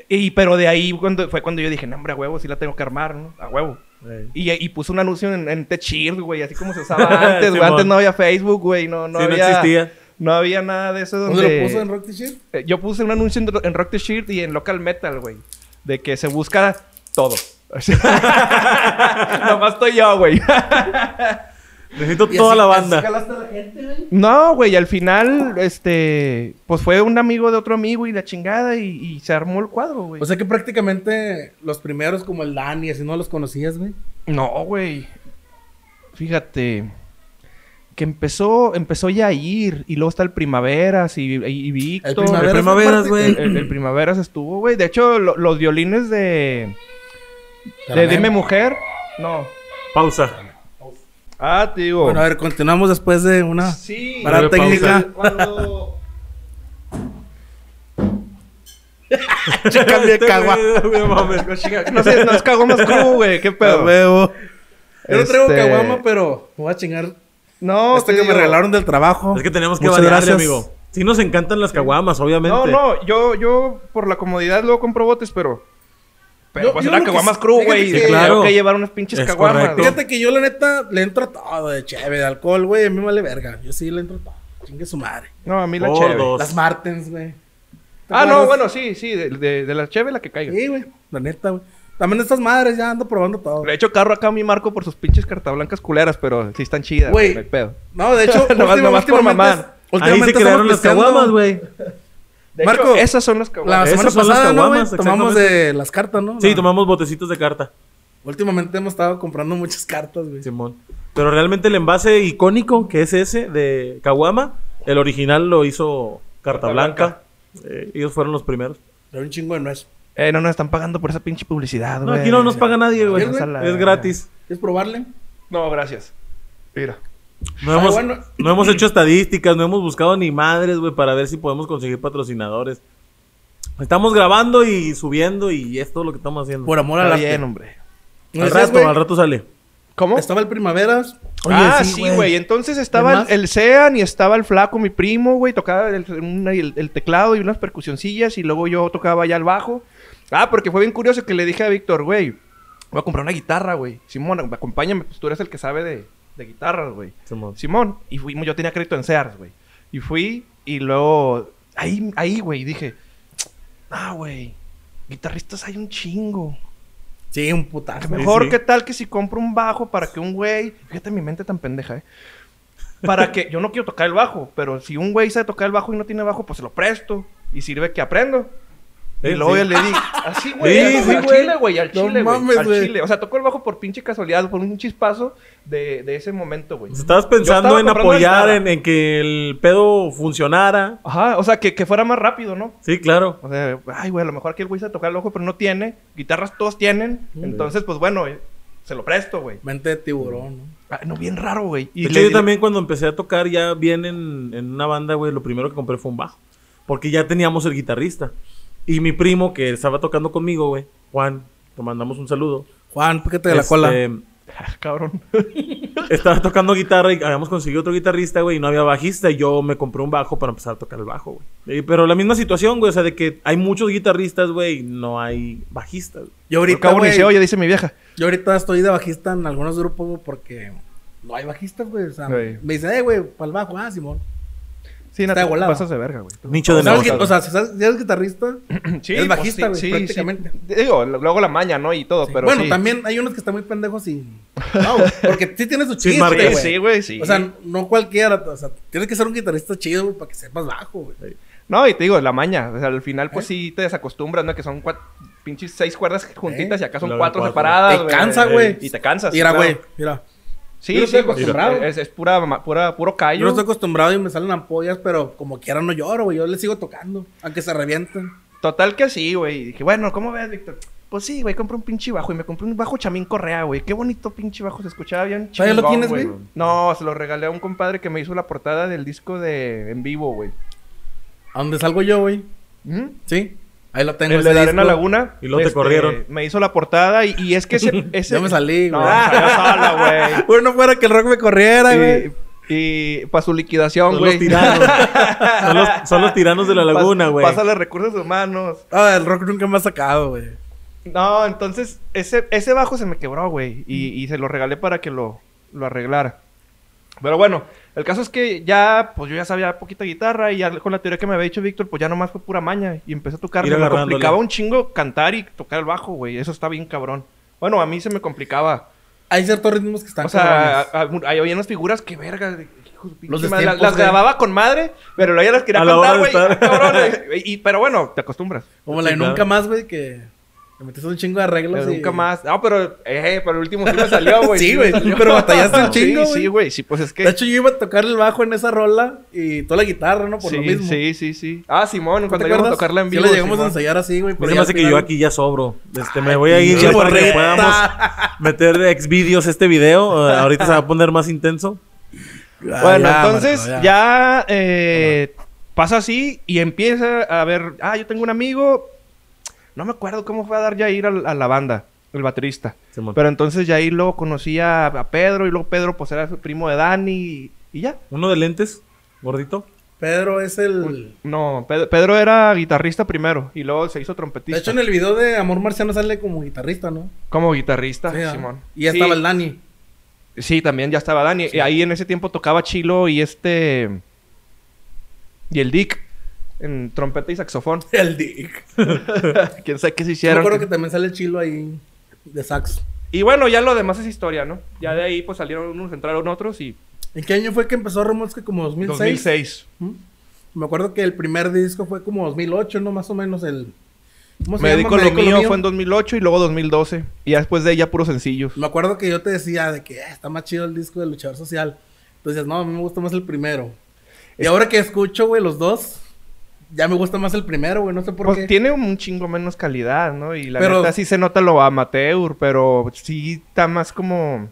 [SPEAKER 4] Y pero de ahí cuando, fue cuando yo dije, no, hombre, a huevo, sí la tengo que armar, ¿no? A huevo.
[SPEAKER 2] Ey.
[SPEAKER 4] Y, y puse un anuncio en, en Tech Shield, güey, así como se usaba antes, güey.
[SPEAKER 2] Simón.
[SPEAKER 4] Antes no había Facebook, güey, no, no
[SPEAKER 2] Sí, no
[SPEAKER 4] había.
[SPEAKER 2] existía.
[SPEAKER 4] No había nada de eso donde.
[SPEAKER 1] ¿Dónde lo puso en Rock T-Shirt?
[SPEAKER 4] Eh, Yo puse un anuncio en, en Rock the Shield y en Local Metal, güey. De que se busca todo. O sea, Nomás estoy yo, güey.
[SPEAKER 2] Necesito toda la banda.
[SPEAKER 1] jalaste a la gente, güey?
[SPEAKER 4] No, güey, al final, este. Pues fue un amigo de otro amigo y la chingada y, y se armó el cuadro, güey.
[SPEAKER 1] O sea que prácticamente los primeros, como el Dani, así no los conocías, güey.
[SPEAKER 4] No, güey. Fíjate. Que empezó, empezó ya a ir y luego está el Primaveras y, y, y Víctor.
[SPEAKER 2] El
[SPEAKER 1] Primaveras,
[SPEAKER 2] Primaveras, güey.
[SPEAKER 4] El, el Primaveras estuvo, güey. De hecho, lo- los violines de. De
[SPEAKER 1] Carmen.
[SPEAKER 4] Dime Mujer. No.
[SPEAKER 2] Pausa.
[SPEAKER 4] Ah, te digo.
[SPEAKER 1] Bueno, a ver, continuamos después de
[SPEAKER 2] Ah,
[SPEAKER 1] una.
[SPEAKER 4] sí.
[SPEAKER 1] Para
[SPEAKER 2] Breve
[SPEAKER 1] técnica.
[SPEAKER 4] Cuando.
[SPEAKER 1] Cambia
[SPEAKER 2] Este
[SPEAKER 1] cagua.
[SPEAKER 2] güey, güey, mames.
[SPEAKER 4] no sé, no es Caguamas Crew, güey. Qué
[SPEAKER 1] A
[SPEAKER 4] pedo.
[SPEAKER 1] huevo. Yo no traigo
[SPEAKER 4] Este-
[SPEAKER 1] caguama, pero me voy a chingar.
[SPEAKER 4] No,
[SPEAKER 1] Esta
[SPEAKER 4] te
[SPEAKER 1] que me
[SPEAKER 4] digo.
[SPEAKER 1] regalaron del trabajo.
[SPEAKER 2] Es que tenemos que
[SPEAKER 1] Muchas
[SPEAKER 2] variarle,
[SPEAKER 1] gracias.
[SPEAKER 2] amigo. Sí nos encantan las caguamas, obviamente.
[SPEAKER 4] No, no, yo, yo por la comodidad luego compro botes, pero. Pero
[SPEAKER 1] Yo-
[SPEAKER 4] pues
[SPEAKER 1] yo
[SPEAKER 4] era
[SPEAKER 1] lo que
[SPEAKER 4] caguamas
[SPEAKER 1] sí-
[SPEAKER 4] crew,
[SPEAKER 1] fíjate
[SPEAKER 4] güey.
[SPEAKER 1] que-
[SPEAKER 4] y
[SPEAKER 2] Sí, claro.
[SPEAKER 4] Tengo que llevar unas pinches
[SPEAKER 2] Es
[SPEAKER 4] caguamas.
[SPEAKER 2] correcto.
[SPEAKER 4] güey.
[SPEAKER 1] Fíjate que yo, la neta, le entro a todo de cheve, de alcohol, güey. A mí me vale verga. Yo sí le entro a todo. Chingue su madre.
[SPEAKER 4] No, a mí la
[SPEAKER 2] Por
[SPEAKER 4] cheve.
[SPEAKER 2] dos.
[SPEAKER 1] Las Martens, güey. ¿Te
[SPEAKER 4] Ah, no,
[SPEAKER 1] acuerdas?
[SPEAKER 4] bueno, sí, sí, de, de- de la cheve la que caiga.
[SPEAKER 1] Sí, güey. La neta, güey. También estas madres ya ando probando todo.
[SPEAKER 4] Le echo carro acá a mi Marco por sus pinches cartablancas culeras, pero sí están chidas.
[SPEAKER 1] Güey.
[SPEAKER 4] no hay pedo.
[SPEAKER 1] No, de hecho, última-
[SPEAKER 4] Nomás- nomás por
[SPEAKER 1] últimamente-
[SPEAKER 4] mamar.
[SPEAKER 2] Ahí se
[SPEAKER 1] últimamente estamos
[SPEAKER 2] crearon las
[SPEAKER 1] pescando.
[SPEAKER 2] caguamas, güey.
[SPEAKER 4] De
[SPEAKER 1] Marco,
[SPEAKER 4] hecho, esas son las
[SPEAKER 1] La
[SPEAKER 4] caguamas.
[SPEAKER 2] Esas
[SPEAKER 1] semana
[SPEAKER 2] son las
[SPEAKER 1] pasada, ¿no, güey?
[SPEAKER 2] caguamas,
[SPEAKER 1] Tomamos
[SPEAKER 2] exactamente.
[SPEAKER 1] de las cartas, ¿no?
[SPEAKER 2] Sí,
[SPEAKER 1] La-
[SPEAKER 2] tomamos botecitos de carta,
[SPEAKER 1] Últimamente hemos estado comprando muchas cartas, güey.
[SPEAKER 2] Simón. Pero realmente el envase icónico, que es ese de caguama, el original lo hizo Carta Blanca. Eh, ellos fueron los primeros.
[SPEAKER 1] Era un chingo de nuez.
[SPEAKER 4] Eh, no nos están pagando por esa pinche publicidad,
[SPEAKER 2] No,
[SPEAKER 4] güey.
[SPEAKER 2] aquí no nos paga nadie, güey.
[SPEAKER 1] ¿Quién, güey?
[SPEAKER 4] a la
[SPEAKER 2] Es
[SPEAKER 4] verga.
[SPEAKER 2] gratis.
[SPEAKER 1] ¿Quieres probarle?
[SPEAKER 4] No, gracias. Mira.
[SPEAKER 2] No
[SPEAKER 4] Ah,
[SPEAKER 2] hemos,
[SPEAKER 1] bueno.
[SPEAKER 2] no hemos hecho estadísticas, no hemos buscado ni madres, güey, para ver si podemos conseguir patrocinadores. Estamos grabando y subiendo y es todo lo que estamos haciendo.
[SPEAKER 1] Por amor al
[SPEAKER 4] Está
[SPEAKER 1] arte.
[SPEAKER 4] bien, hombre.
[SPEAKER 1] ¿No
[SPEAKER 2] al
[SPEAKER 1] decías,
[SPEAKER 2] rato,
[SPEAKER 1] güey?
[SPEAKER 2] al rato sale.
[SPEAKER 4] ¿Cómo?
[SPEAKER 1] Estaba el Primaveras.
[SPEAKER 4] ah, sí, güey. Entonces estaba
[SPEAKER 1] más?
[SPEAKER 4] el, el Sean y estaba el flaco, mi primo, güey. Tocaba el, una- el- el teclado y unas percusioncillas y luego yo tocaba ya el bajo. Ah, porque fue bien curioso que le dije a Víctor, güey, voy a comprar una guitarra, güey. Simón, acompáñame, pues tú eres el que sabe de, de guitarras, güey.
[SPEAKER 2] Simón.
[SPEAKER 4] Simón. Y fuimos, yo tenía crédito en Sears, güey. Y fui y luego, ahí, ahí, güey, dije, ah, güey, guitarristas hay un chingo.
[SPEAKER 1] Sí, un putazo.
[SPEAKER 4] Mejor
[SPEAKER 2] sí.
[SPEAKER 4] que tal que si compro un bajo para que un güey. Fíjate mi mente tan pendeja, eh. Para que. Yo no quiero tocar el bajo, pero si un güey sabe tocar el bajo y no tiene bajo, pues se lo presto. Y sirve que aprendo. Y
[SPEAKER 2] Sí,
[SPEAKER 4] luego
[SPEAKER 2] sí.
[SPEAKER 4] yo le di. Así, güey.
[SPEAKER 2] Sí,
[SPEAKER 4] al-
[SPEAKER 2] sí,
[SPEAKER 4] al
[SPEAKER 1] güey.
[SPEAKER 4] chile, güey. Al
[SPEAKER 1] No
[SPEAKER 4] chile, güey.
[SPEAKER 1] mames,
[SPEAKER 4] al
[SPEAKER 1] güey.
[SPEAKER 4] chile. O sea, tocó el bajo por pinche casualidad, por un chispazo de, de ese momento, güey.
[SPEAKER 2] Estabas
[SPEAKER 4] Yo
[SPEAKER 2] pensando
[SPEAKER 4] estaba
[SPEAKER 2] en
[SPEAKER 4] comprando
[SPEAKER 2] apoyar,
[SPEAKER 4] guitarra.
[SPEAKER 2] en, en que el pedo funcionara.
[SPEAKER 4] Ajá, o sea, que, que fuera más rápido, ¿no?
[SPEAKER 2] Sí, claro.
[SPEAKER 4] O sea, ay, güey, a lo mejor aquí el güey sabe tocar el bajo, pero no tiene. Guitarras todos tienen. Entonces, pues bueno, se lo presto, güey.
[SPEAKER 1] Mente de tiburón, ¿no?
[SPEAKER 4] Ah, no, bien raro, güey.
[SPEAKER 2] Y de hecho,
[SPEAKER 4] le-
[SPEAKER 2] yo también cuando empecé a tocar ya bien en, en una banda, güey, lo primero que compré fue un bajo. Porque ya teníamos el guitarrista. Y mi primo que estaba tocando conmigo, güey, Juan, te mandamos un saludo.
[SPEAKER 1] Juan, piquete de la
[SPEAKER 2] Este,
[SPEAKER 1] cola.
[SPEAKER 4] Cabrón.
[SPEAKER 2] Estaba tocando guitarra y habíamos conseguido otro guitarrista, güey, y no había bajista. Y yo me compré un bajo para empezar a tocar el bajo, güey. Eh, Pero la misma situación, güey, o sea, de que hay muchos guitarristas, güey, y no hay bajistas. güey.
[SPEAKER 1] Yo
[SPEAKER 4] Porque
[SPEAKER 1] ahorita,
[SPEAKER 4] aún ni
[SPEAKER 1] güey,
[SPEAKER 4] se oye, dice mi vieja.
[SPEAKER 1] yo ahorita estoy de bajista en algunos grupos, güey, porque no hay bajistas, güey. O sea,
[SPEAKER 4] Güey.
[SPEAKER 1] me dicen, eh, güey, para el bajo. Ah, Simón.
[SPEAKER 4] Sí,
[SPEAKER 1] Está
[SPEAKER 4] nada,
[SPEAKER 1] de volada.
[SPEAKER 4] pasas de verga, güey.
[SPEAKER 2] Nicho de
[SPEAKER 1] ¿Sabes
[SPEAKER 2] negocio.
[SPEAKER 1] que- o sea, si sabes- si eres guitarrista,
[SPEAKER 4] Sí,
[SPEAKER 1] eres
[SPEAKER 4] pues,
[SPEAKER 1] bajista, güey,
[SPEAKER 4] sí, sí,
[SPEAKER 1] prácticamente.
[SPEAKER 4] sí. Digo, lo- luego la maña, ¿no? Y todo, pero
[SPEAKER 1] bueno,
[SPEAKER 4] sí.
[SPEAKER 1] también hay unos que están muy pendejos y. No, güey, porque sí tiene su
[SPEAKER 2] Sí,
[SPEAKER 1] chiste,
[SPEAKER 2] marca.
[SPEAKER 1] güey.
[SPEAKER 4] Sí, güey, sí.
[SPEAKER 1] O sea, no cualquiera. O sea, tienes que ser un guitarrista chido, güey, para que sepas bajo, güey.
[SPEAKER 4] No, y te digo, la maña. O sea, al final,
[SPEAKER 1] ¿Eh?
[SPEAKER 4] pues sí te desacostumbras, ¿no? Que son cuatro, pinches seis cuerdas juntitas
[SPEAKER 1] Eh,
[SPEAKER 4] y acá son
[SPEAKER 2] luego
[SPEAKER 4] cuatro,
[SPEAKER 2] cuatro.
[SPEAKER 4] separadas.
[SPEAKER 1] Te
[SPEAKER 4] Ah, güey.
[SPEAKER 1] cansa, güey.
[SPEAKER 4] Y te cansas.
[SPEAKER 1] Mira,
[SPEAKER 4] claro.
[SPEAKER 1] güey, mira. Yo
[SPEAKER 4] Sí,
[SPEAKER 1] no
[SPEAKER 4] sí,
[SPEAKER 1] estoy
[SPEAKER 4] pues,
[SPEAKER 1] acostumbrado.
[SPEAKER 4] es, es pura, ma- pura, puro
[SPEAKER 1] Yo
[SPEAKER 4] callo.
[SPEAKER 1] no estoy acostumbrado y me salen ampollas, pero como quiera no lloro, güey. Yo le sigo tocando, aunque se revienten.
[SPEAKER 4] Total que sí, güey. Y dije, bueno, ¿cómo ves, Víctor? Pues sí, güey, compré un pinche bajo y me compré un bajo chamín correa, güey. Qué bonito pinche bajo, se escuchaba bien
[SPEAKER 1] ¿Todavía
[SPEAKER 4] chingón,
[SPEAKER 1] lo tienes,
[SPEAKER 4] güey.
[SPEAKER 1] güey?
[SPEAKER 4] No, se lo regalé a un compadre que me hizo la portada del disco de En Vivo, güey.
[SPEAKER 1] ¿A dónde salgo yo, güey?
[SPEAKER 4] ¿Mm?
[SPEAKER 1] Sí. Ahí lo tengo.
[SPEAKER 4] El
[SPEAKER 1] ese
[SPEAKER 4] de la
[SPEAKER 1] disco.
[SPEAKER 4] Arena Laguna. este,
[SPEAKER 2] Y luego te corrieron.
[SPEAKER 4] Me hizo la portada y, y es que ese... ese
[SPEAKER 1] Yo me salí,
[SPEAKER 4] No,
[SPEAKER 1] güey.
[SPEAKER 4] salió sola, güey.
[SPEAKER 1] Bueno, fuera que el rock me corriera,
[SPEAKER 4] Sí,
[SPEAKER 1] güey.
[SPEAKER 4] Y para su liquidación,
[SPEAKER 2] Son los
[SPEAKER 4] güey.
[SPEAKER 2] tiranos. Son los, son los tiranos de la laguna,
[SPEAKER 4] Pas-
[SPEAKER 2] güey.
[SPEAKER 4] Pasa los recursos humanos.
[SPEAKER 1] Ah, el rock nunca me ha sacado, güey.
[SPEAKER 4] No, entonces ese, ese bajo se me quebró, güey. Y, y se lo regalé para que lo, lo arreglara. Pero bueno, el caso es que ya, pues yo ya sabía poquita guitarra y ya con la teoría que me había dicho Víctor, pues ya nomás fue pura maña. Y empecé a tocar.
[SPEAKER 2] Ir
[SPEAKER 4] Se Me
[SPEAKER 2] agarrándole.
[SPEAKER 4] complicaba un chingo cantar y tocar el bajo, güey. Eso está bien cabrón. Bueno, a mí se me complicaba.
[SPEAKER 1] Hay ciertos ritmos que están
[SPEAKER 4] o sea,
[SPEAKER 1] cabrones.
[SPEAKER 4] a- a- había unas figuras que verga. de- hijo de pinche
[SPEAKER 1] Los de
[SPEAKER 4] madre, la-
[SPEAKER 1] tiempos,
[SPEAKER 4] las
[SPEAKER 1] güey.
[SPEAKER 4] grababa con madre, pero luego ya las quería
[SPEAKER 2] A la
[SPEAKER 4] cantar,
[SPEAKER 2] hora de
[SPEAKER 4] güey.
[SPEAKER 2] estar.
[SPEAKER 4] cabrón, güey. Y- Pero bueno, te acostumbras.
[SPEAKER 1] Como la de
[SPEAKER 2] Sí, claro.
[SPEAKER 1] Nunca Más, güey, que le metiste un chingo de arreglos
[SPEAKER 4] Pero
[SPEAKER 1] y...
[SPEAKER 4] nunca más. No, pero, eh, pero el último sí me salió, güey.
[SPEAKER 1] Sí,
[SPEAKER 4] me
[SPEAKER 1] güey,
[SPEAKER 4] salió.
[SPEAKER 1] pero batallaste un chingo,
[SPEAKER 4] Sí,
[SPEAKER 1] güey.
[SPEAKER 4] sí, güey. Sí, pues es que.
[SPEAKER 1] De hecho, yo iba a tocar el bajo en esa rola y toda la guitarra, ¿no? Por lo
[SPEAKER 4] sí,
[SPEAKER 1] mismo.
[SPEAKER 4] sí, sí, sí. Ah, Simón,
[SPEAKER 1] ¿No
[SPEAKER 4] cuando íbamos a
[SPEAKER 1] acuerdas?
[SPEAKER 4] tocarla en
[SPEAKER 1] Sí
[SPEAKER 4] vivo.
[SPEAKER 1] la llegamos a
[SPEAKER 4] Simón.
[SPEAKER 1] ensayar así, güey.
[SPEAKER 2] A mí
[SPEAKER 1] pero
[SPEAKER 2] Se
[SPEAKER 1] ya
[SPEAKER 2] me hace
[SPEAKER 1] al
[SPEAKER 2] que
[SPEAKER 1] final-
[SPEAKER 2] yo aquí ya sobro. Este, me voy a ir
[SPEAKER 1] pinche
[SPEAKER 2] ya para que
[SPEAKER 1] borreta.
[SPEAKER 2] podamos meter ex vídeos este video. Uh, Ahorita se va a poner más intenso.
[SPEAKER 1] Ah,
[SPEAKER 4] Bueno,
[SPEAKER 1] ya,
[SPEAKER 4] entonces
[SPEAKER 1] Marco,
[SPEAKER 4] ya, eh, pasa así y empieza a ver. Ah, yo tengo un amigo. No me acuerdo cómo fue a dar Jair a, a la banda, el baterista.
[SPEAKER 2] Simón.
[SPEAKER 4] Pero entonces Jair luego conocía a Pedro y luego Pedro pues era su primo de Dani y, y ya.
[SPEAKER 2] Uno de lentes, gordito.
[SPEAKER 1] Pedro es el...
[SPEAKER 4] No, Pedro, Pedro era guitarrista primero y luego se hizo trompetista.
[SPEAKER 1] De hecho, en el video de Amor Marciano sale como guitarrista, ¿no?
[SPEAKER 4] Como guitarrista,
[SPEAKER 1] Sí, ah.
[SPEAKER 4] Simón.
[SPEAKER 1] Y ya estaba
[SPEAKER 4] Sí,
[SPEAKER 1] el Dani.
[SPEAKER 4] Sí, también ya estaba Dani. Y Ahí en ese tiempo tocaba Chilo y este. Y el Dick. En trompeta y saxofón.
[SPEAKER 1] El Dick.
[SPEAKER 4] Quién sabe qué se
[SPEAKER 1] Yo me
[SPEAKER 4] hicieron.
[SPEAKER 1] acuerdo que también sale el chilo ahí de sax.
[SPEAKER 4] Y bueno, ya lo demás es historia, ¿no? Ya de ahí pues salieron unos, entraron otros y.
[SPEAKER 1] ¿En qué año fue que empezó Remolque? Como 2006.
[SPEAKER 4] 2006.
[SPEAKER 1] ¿Mm? Me acuerdo que el primer disco fue como 2008, ¿no? Más o menos el... ¿Cómo
[SPEAKER 4] Me dedico a lo
[SPEAKER 1] Dedico
[SPEAKER 4] mío fue en 2008 y luego 2012. Y ya después de ahí ya puros sencillos.
[SPEAKER 1] Me acuerdo que yo te decía de que "Ah, está más chido el disco de Luchador Social. Entonces, no, a mí me gusta más el primero. Y ahora que escucho, güey, los dos, ya me gusta más el primero, güey. No sé por
[SPEAKER 4] Pues
[SPEAKER 1] qué.
[SPEAKER 4] tiene un chingo menos calidad, ¿no? Y la
[SPEAKER 1] Pero-
[SPEAKER 4] verdad sí se nota lo amateur, pero sí está más como.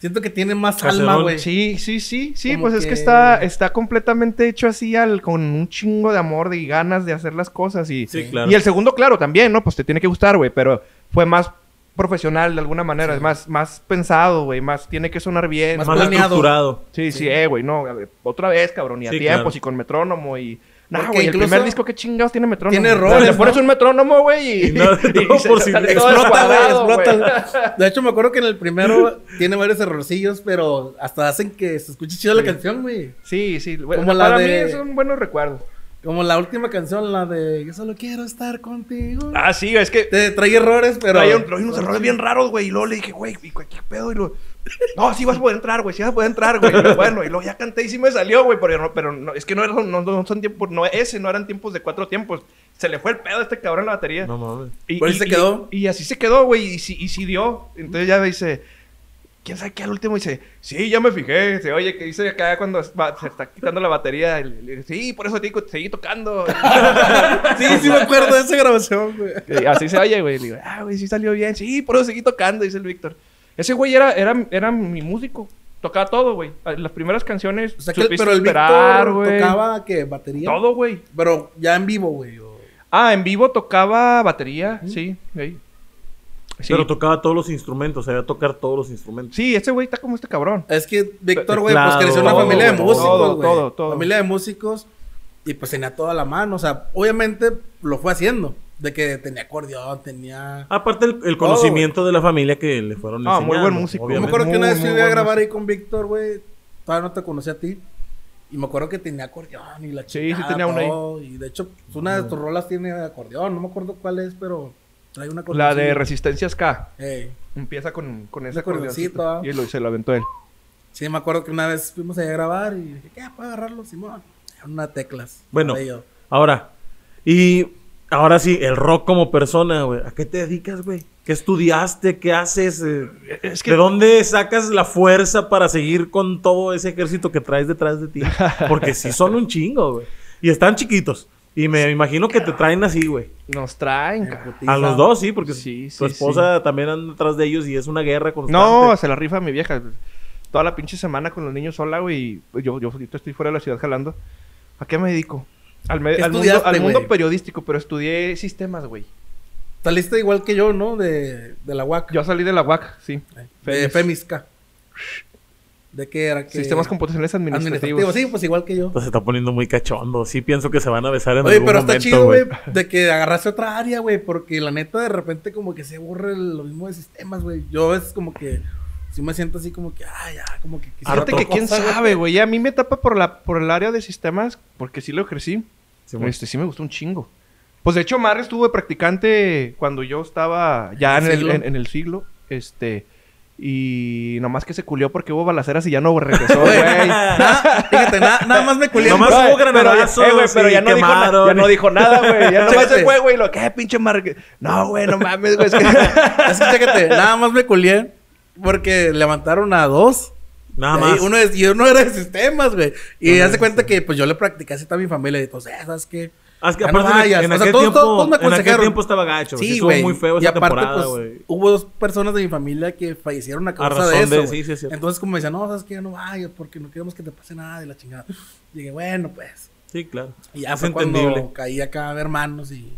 [SPEAKER 1] Siento que tiene más
[SPEAKER 2] Cacerón,
[SPEAKER 1] alma, güey.
[SPEAKER 4] Sí, sí, sí, sí,
[SPEAKER 1] Como
[SPEAKER 4] pues es que
[SPEAKER 1] que-
[SPEAKER 4] está, está completamente hecho así al, con un chingo de amor y ganas de hacer las cosas. Y,
[SPEAKER 2] Sí,
[SPEAKER 1] Sí.
[SPEAKER 2] claro.
[SPEAKER 4] y el segundo, claro, también, ¿no? Pues te tiene que gustar, güey, pero fue más profesional de alguna manera, es más, más pensado, güey, más tiene que sonar bien.
[SPEAKER 1] Más
[SPEAKER 2] más
[SPEAKER 1] planeado.
[SPEAKER 2] estructurado.
[SPEAKER 4] Sí, sí, eh, güey, no, a ver, otra vez, cabrón, y a
[SPEAKER 2] Sí,
[SPEAKER 4] tiempos
[SPEAKER 2] claro.
[SPEAKER 4] y con metrónomo y... Nah,
[SPEAKER 1] Porque
[SPEAKER 4] güey, el
[SPEAKER 1] incluso
[SPEAKER 4] primer disco, ¿qué chingados tiene metrónomo?
[SPEAKER 1] tiene
[SPEAKER 4] O sea,
[SPEAKER 1] errores,
[SPEAKER 4] Le pones
[SPEAKER 1] ¿no?
[SPEAKER 4] un metrónomo, güey, y...
[SPEAKER 2] Y no- no, por si-
[SPEAKER 4] sale todo
[SPEAKER 1] Explota, güey,
[SPEAKER 4] descuadrado,
[SPEAKER 1] explota. De hecho, me acuerdo que en el primero tiene varios errorcillos, pero hasta hacen que se escuche chido la canción, güey.
[SPEAKER 4] Sí, sí, güey,
[SPEAKER 1] Como la
[SPEAKER 4] para
[SPEAKER 1] de-
[SPEAKER 4] mí es un buen recuerdo.
[SPEAKER 1] Como la última canción, la de Yo solo quiero estar contigo.
[SPEAKER 4] Ah, sí, es que...
[SPEAKER 1] Te trae errores, pero.
[SPEAKER 4] Traía un- traía unos errores bien raros, güey. Y luego le dije, güey, ¿y cu- qué pedo? Y luego, no, sí vas a poder entrar, güey, sí vas a poder entrar, güey. Y luego, bueno, y luego ya canté y sí me salió, güey, pero, no, pero no, es que no, era- no, no son tiempos, no, ese no eran tiempos de cuatro tiempos. Se le fue el pedo a este cabrón en la batería.
[SPEAKER 2] No mames.
[SPEAKER 4] Y,
[SPEAKER 1] Pero ahí se quedó.
[SPEAKER 4] Y, así se quedó, güey, y sí, y sí dio. Entonces ya me dice, ¿quién sabe qué al último? Dice, sí, ya me fijé. Dice, oye, ¿qué hice acá cuando va- se está quitando la batería? Y le- le- sí, por eso te digo, seguí tocando.
[SPEAKER 1] Sí, sí, me acuerdo de esa grabación, güey.
[SPEAKER 4] Y así se oye, güey. Le digo, ah, güey, sí salió bien. Sí, por eso seguí tocando, dice el Víctor. Ese güey era, era, era mi músico. Tocaba todo, güey. Las primeras canciones.
[SPEAKER 1] O sea, que,
[SPEAKER 4] supiste
[SPEAKER 1] pero el
[SPEAKER 4] esperar,
[SPEAKER 1] Víctor
[SPEAKER 4] güey.
[SPEAKER 1] tocaba que batería.
[SPEAKER 4] Todo, güey.
[SPEAKER 1] Pero ya en vivo, güey. o-
[SPEAKER 4] Ah, en vivo tocaba batería. Sí, güey. Sí.
[SPEAKER 2] Pero tocaba todos los instrumentos, sabía tocar todos los instrumentos.
[SPEAKER 4] sí, ese güey está como este cabrón.
[SPEAKER 1] Es que Víctor, güey, pues
[SPEAKER 2] Teclado,
[SPEAKER 1] creció en una
[SPEAKER 2] todo,
[SPEAKER 1] familia de
[SPEAKER 2] güey,
[SPEAKER 1] músicos,
[SPEAKER 4] todo,
[SPEAKER 1] güey.
[SPEAKER 4] todo, todo.
[SPEAKER 1] Familia de músicos. Y pues tenía toda la mano. O sea, obviamente lo fue haciendo. De que tenía acordeón, tenía.
[SPEAKER 2] Aparte el, el conocimiento de la familia que le fueron
[SPEAKER 4] Ah,
[SPEAKER 2] enseñando.
[SPEAKER 4] muy buen músico.
[SPEAKER 1] Yo me
[SPEAKER 2] obviamente.
[SPEAKER 1] acuerdo que una
[SPEAKER 4] Muy,
[SPEAKER 1] vez
[SPEAKER 4] muy
[SPEAKER 1] fui a
[SPEAKER 4] buen
[SPEAKER 1] grabar ahí con Víctor, güey. Todavía no te conocí a ti. Y me acuerdo que tenía acordeón y la
[SPEAKER 4] Sí,
[SPEAKER 1] chingada,
[SPEAKER 4] sí tenía uno ahí.
[SPEAKER 1] todo. Y de hecho, pues, una de tus rolas tiene acordeón. No me acuerdo cuál es, pero trae una acordeón.
[SPEAKER 4] La de Resistencias K.
[SPEAKER 1] Ey.
[SPEAKER 4] Empieza con, con ese
[SPEAKER 1] Un acordeoncito,
[SPEAKER 4] acordeoncito.
[SPEAKER 1] ah.
[SPEAKER 4] Y lo, se lo aventó él.
[SPEAKER 1] Sí, me acuerdo que una vez fuimos allá a grabar y dije, ¿qué? ¿Puedo agarrarlo, Simón? Una teclas.
[SPEAKER 2] Bueno,
[SPEAKER 1] Ahí yo.
[SPEAKER 2] ahora. Y ahora sí, el rock como persona, güey. ¿A qué te dedicas, güey? ¿Qué estudiaste? ¿Qué haces? eh?
[SPEAKER 4] Es
[SPEAKER 2] ¿De dónde sacas la fuerza para seguir con todo ese ejército que traes detrás de ti? Porque sí son un chingo, güey. Y están chiquitos. Y me imagino que te traen así, güey.
[SPEAKER 4] nos traen,
[SPEAKER 1] Me
[SPEAKER 4] cabrón.
[SPEAKER 1] putiza.
[SPEAKER 2] A los dos, sí, porque
[SPEAKER 4] Sí, sí,
[SPEAKER 2] tu esposa también anda detrás de ellos y es una guerra constante.
[SPEAKER 4] No, se la rifa mi vieja. Toda la pinche semana con los niños sola, güey. y Yo, yo solito estoy fuera de la ciudad jalando. ¿A qué me dedico? Al, me-
[SPEAKER 1] ¿Qué
[SPEAKER 4] al mundo,
[SPEAKER 1] estudiaste,
[SPEAKER 4] al mundo
[SPEAKER 1] güey?
[SPEAKER 4] periodístico, pero estudié sistemas, güey.
[SPEAKER 1] Saliste igual que yo, ¿no? De, de la UAC.
[SPEAKER 4] Yo salí de la UAC, sí.
[SPEAKER 1] de
[SPEAKER 4] Femis.
[SPEAKER 1] Femisca. ¿De qué era? Que-
[SPEAKER 4] Sistemas computacionales administrativos.
[SPEAKER 1] administrativos. Sí, pues igual que yo.
[SPEAKER 2] Entonces se está poniendo muy cachondo. Sí pienso que se van a besar en
[SPEAKER 1] Oye,
[SPEAKER 2] algún
[SPEAKER 1] pero está
[SPEAKER 2] momento,
[SPEAKER 1] chido,
[SPEAKER 2] güey.
[SPEAKER 1] güey, de que agarrase otra área, güey, porque la neta de repente como que se aburre lo mismo de sistemas, güey. Yo es como que sí me siento así como que, ah, ya, como que quisiera
[SPEAKER 4] Fíjate
[SPEAKER 1] otra
[SPEAKER 4] que quién
[SPEAKER 1] cosa, güey.
[SPEAKER 4] sabe, güey. Ya A mí me tapa por, la, por el área de sistemas porque sí lo crecí.
[SPEAKER 2] Sí, güey.
[SPEAKER 4] este, sí me gustó un chingo. Pues de hecho, Mar estuvo de practicante cuando yo estaba ya en
[SPEAKER 1] ¿En
[SPEAKER 4] el,
[SPEAKER 1] el
[SPEAKER 4] siglo.
[SPEAKER 1] siglo?
[SPEAKER 4] En, en el siglo. Este. Y nomás que se culió porque hubo balaceras y ya no regresó, güey.
[SPEAKER 1] Nada, fíjate, nada, nada más me culié.
[SPEAKER 2] Nomás-
[SPEAKER 1] Ay,
[SPEAKER 2] hubo
[SPEAKER 4] pero ya-
[SPEAKER 2] granadazos
[SPEAKER 4] eh, güey, pero
[SPEAKER 2] y
[SPEAKER 4] ya no, dijo na-
[SPEAKER 2] quemaron.
[SPEAKER 4] ya no dijo nada, güey. Ya nomás se
[SPEAKER 1] Chécate.
[SPEAKER 4] fue, güey. y Lo que, "Eh, pinche Mar. que- No, güey, no mames, güey. Es que...
[SPEAKER 1] Es que chécate, nada más me culié porque levantaron a dos.
[SPEAKER 2] Nada
[SPEAKER 1] Y ahí
[SPEAKER 2] Ah, más.
[SPEAKER 1] Uno es, y uno era de sistemas, güey. Y hace cuenta que pues yo le practicé así a toda mi familia. Y pues, eh, ¿sabes qué?
[SPEAKER 2] Ah, es que
[SPEAKER 1] Ya no
[SPEAKER 2] aparte en-
[SPEAKER 1] vayas.
[SPEAKER 2] en
[SPEAKER 1] O sea,
[SPEAKER 2] aquel
[SPEAKER 1] todos-
[SPEAKER 2] tiempo-
[SPEAKER 1] todos- todos me
[SPEAKER 2] en aquel
[SPEAKER 1] aconsejaron.
[SPEAKER 2] tiempo estaba gacho, sí, estuvo muy feo
[SPEAKER 1] y
[SPEAKER 2] esa
[SPEAKER 1] aparte,
[SPEAKER 2] temporada,
[SPEAKER 1] pues,
[SPEAKER 2] güey.
[SPEAKER 1] hubo dos personas de mi familia que fallecieron a causa
[SPEAKER 2] razón
[SPEAKER 1] de eso.
[SPEAKER 2] de-
[SPEAKER 1] güey.
[SPEAKER 2] sí, sí, es cierto.
[SPEAKER 1] Entonces, como me decían, no, ¿sabes qué? No vayas porque no queremos que te pase nada de la chingada. Y dije, bueno, pues.
[SPEAKER 2] Sí, claro.
[SPEAKER 1] Y ya
[SPEAKER 2] Es
[SPEAKER 1] fue
[SPEAKER 2] entendible.
[SPEAKER 1] cuando caí acá a ver manos y...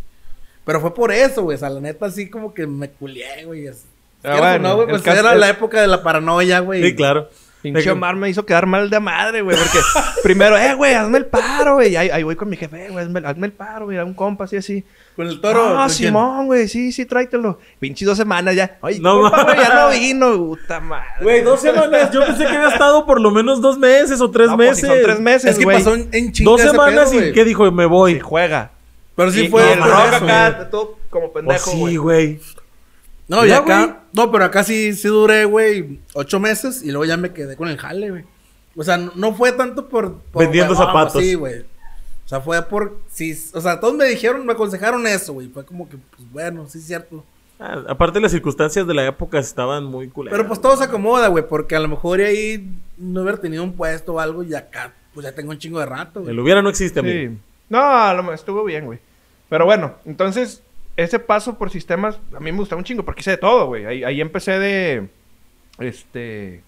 [SPEAKER 1] Pero fue por eso, güey. O sea, la neta, así como que me culié, güey. Es-
[SPEAKER 4] Ah,
[SPEAKER 1] Quieras o
[SPEAKER 4] bueno,
[SPEAKER 1] no, güey,
[SPEAKER 4] el
[SPEAKER 1] pues
[SPEAKER 4] caso
[SPEAKER 1] era
[SPEAKER 4] es-
[SPEAKER 1] la época de la paranoia, güey.
[SPEAKER 2] Sí, claro. De
[SPEAKER 4] Pinche
[SPEAKER 2] que-
[SPEAKER 4] Omar me hizo quedar mal de madre, güey. Porque primero, eh, güey, hazme el paro, güey. Y Ahí, ahí voy con mi jefe, "Eh, güey, hazme, el- hazme el paro, güey. A un compa así, así.
[SPEAKER 1] Con el toro. ¿con
[SPEAKER 4] Ah,
[SPEAKER 1] quién?
[SPEAKER 4] Simón, güey. Sí, sí, tráetelo. Pinches dos semanas ya. Ay,
[SPEAKER 2] No,
[SPEAKER 4] compa,
[SPEAKER 2] ma-
[SPEAKER 4] güey, ya no vino, puta madre.
[SPEAKER 2] Güey, dos semanas. Yo pensé que había estado por lo menos dos meses o tres
[SPEAKER 4] No, pues,
[SPEAKER 2] meses.
[SPEAKER 4] si son tres meses,
[SPEAKER 1] Es que
[SPEAKER 4] güey.
[SPEAKER 1] pasó en, en chinga
[SPEAKER 2] Dos
[SPEAKER 1] ese
[SPEAKER 2] semanas
[SPEAKER 1] pedo,
[SPEAKER 2] y
[SPEAKER 1] güey.
[SPEAKER 2] ¿qué dijo? Me voy.
[SPEAKER 4] Y juega.
[SPEAKER 1] Pero sí
[SPEAKER 4] Y-
[SPEAKER 1] fue
[SPEAKER 4] y el
[SPEAKER 1] por
[SPEAKER 4] rock
[SPEAKER 1] eso,
[SPEAKER 4] acá,
[SPEAKER 1] güey. Oh,
[SPEAKER 4] todo como
[SPEAKER 2] Pues
[SPEAKER 4] pendejo,
[SPEAKER 2] sí,
[SPEAKER 4] güey.
[SPEAKER 2] güey.
[SPEAKER 1] No, y
[SPEAKER 2] Ya,
[SPEAKER 1] acá...
[SPEAKER 2] güey.
[SPEAKER 1] No, pero acá sí, sí duré, güey, ocho meses. Y luego ya me quedé con el jale, güey. O sea, no, no fue tanto por... por
[SPEAKER 2] Vendiendo
[SPEAKER 1] huevón,
[SPEAKER 2] zapatos.
[SPEAKER 1] Sí, güey. O sea, fue por... Sí, o sea, todos me dijeron, me aconsejaron eso, güey. Fue como que, pues, bueno, sí es cierto.
[SPEAKER 2] Ah, aparte, las circunstancias de la época estaban muy culeras.
[SPEAKER 1] Pero pues todo se acomoda, güey, porque a lo mejor y ahí no haber tenido un puesto o algo y acá, pues ya tengo un chingo de rato, güey.
[SPEAKER 2] El hubiera no existe, amigo.
[SPEAKER 4] Sí. No, lo, estuvo bien, güey. Pero bueno, entonces, ese paso por sistemas a mí me gustaba un chingo porque hice de todo, güey. Ahí, ahí empecé de. Este.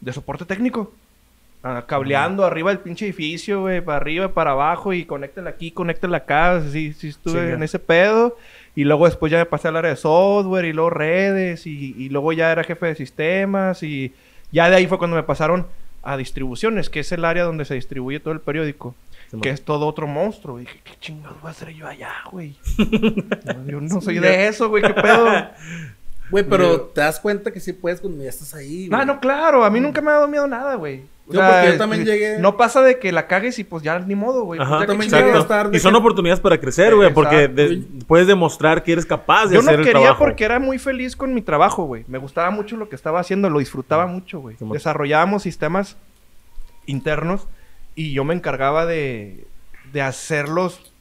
[SPEAKER 4] De soporte técnico. Ah, cableando arriba del pinche edificio, güey, para arriba, para abajo, y conéctala aquí, conéctala acá. Sí, sí estuve
[SPEAKER 2] Chinga.
[SPEAKER 4] en ese pedo. Y luego después ya me pasé al área de software y luego redes, y, y luego ya era jefe de sistemas, y ya de ahí fue cuando me pasaron a distribuciones, que es el área donde se distribuye todo el periódico
[SPEAKER 2] Simón.
[SPEAKER 4] que es todo otro monstruo. Y dije, ¿qué chingados voy a hacer yo allá, güey? No, yo no soy de eso, güey, qué pedo.
[SPEAKER 1] Güey, pero te das cuenta que sí puedes cuando ya estás ahí,
[SPEAKER 2] Ah,
[SPEAKER 1] güey.
[SPEAKER 4] No, no, claro, a mí nunca me ha dado miedo nada, güey. O
[SPEAKER 1] Yo, porque yo también llegué-
[SPEAKER 4] No pasa de que la cagues y pues ya ni modo, güey.
[SPEAKER 2] Ajá,
[SPEAKER 4] Pues, ya qué
[SPEAKER 1] también
[SPEAKER 4] chingados.
[SPEAKER 1] llegué
[SPEAKER 2] exacto.
[SPEAKER 1] a estar de
[SPEAKER 2] Y son
[SPEAKER 1] que-
[SPEAKER 2] oportunidades para crecer, güey, porque
[SPEAKER 4] Exacto.
[SPEAKER 2] de- puedes demostrar que eres capaz de
[SPEAKER 4] Yo no
[SPEAKER 2] hacer el
[SPEAKER 4] quería
[SPEAKER 2] trabajo.
[SPEAKER 4] porque era muy feliz con mi trabajo, güey. Me gustaba mucho lo que estaba haciendo, lo disfrutaba mucho, güey.
[SPEAKER 2] Simón.
[SPEAKER 4] Desarrollábamos sistemas internos y yo me encargaba de, de hacerlos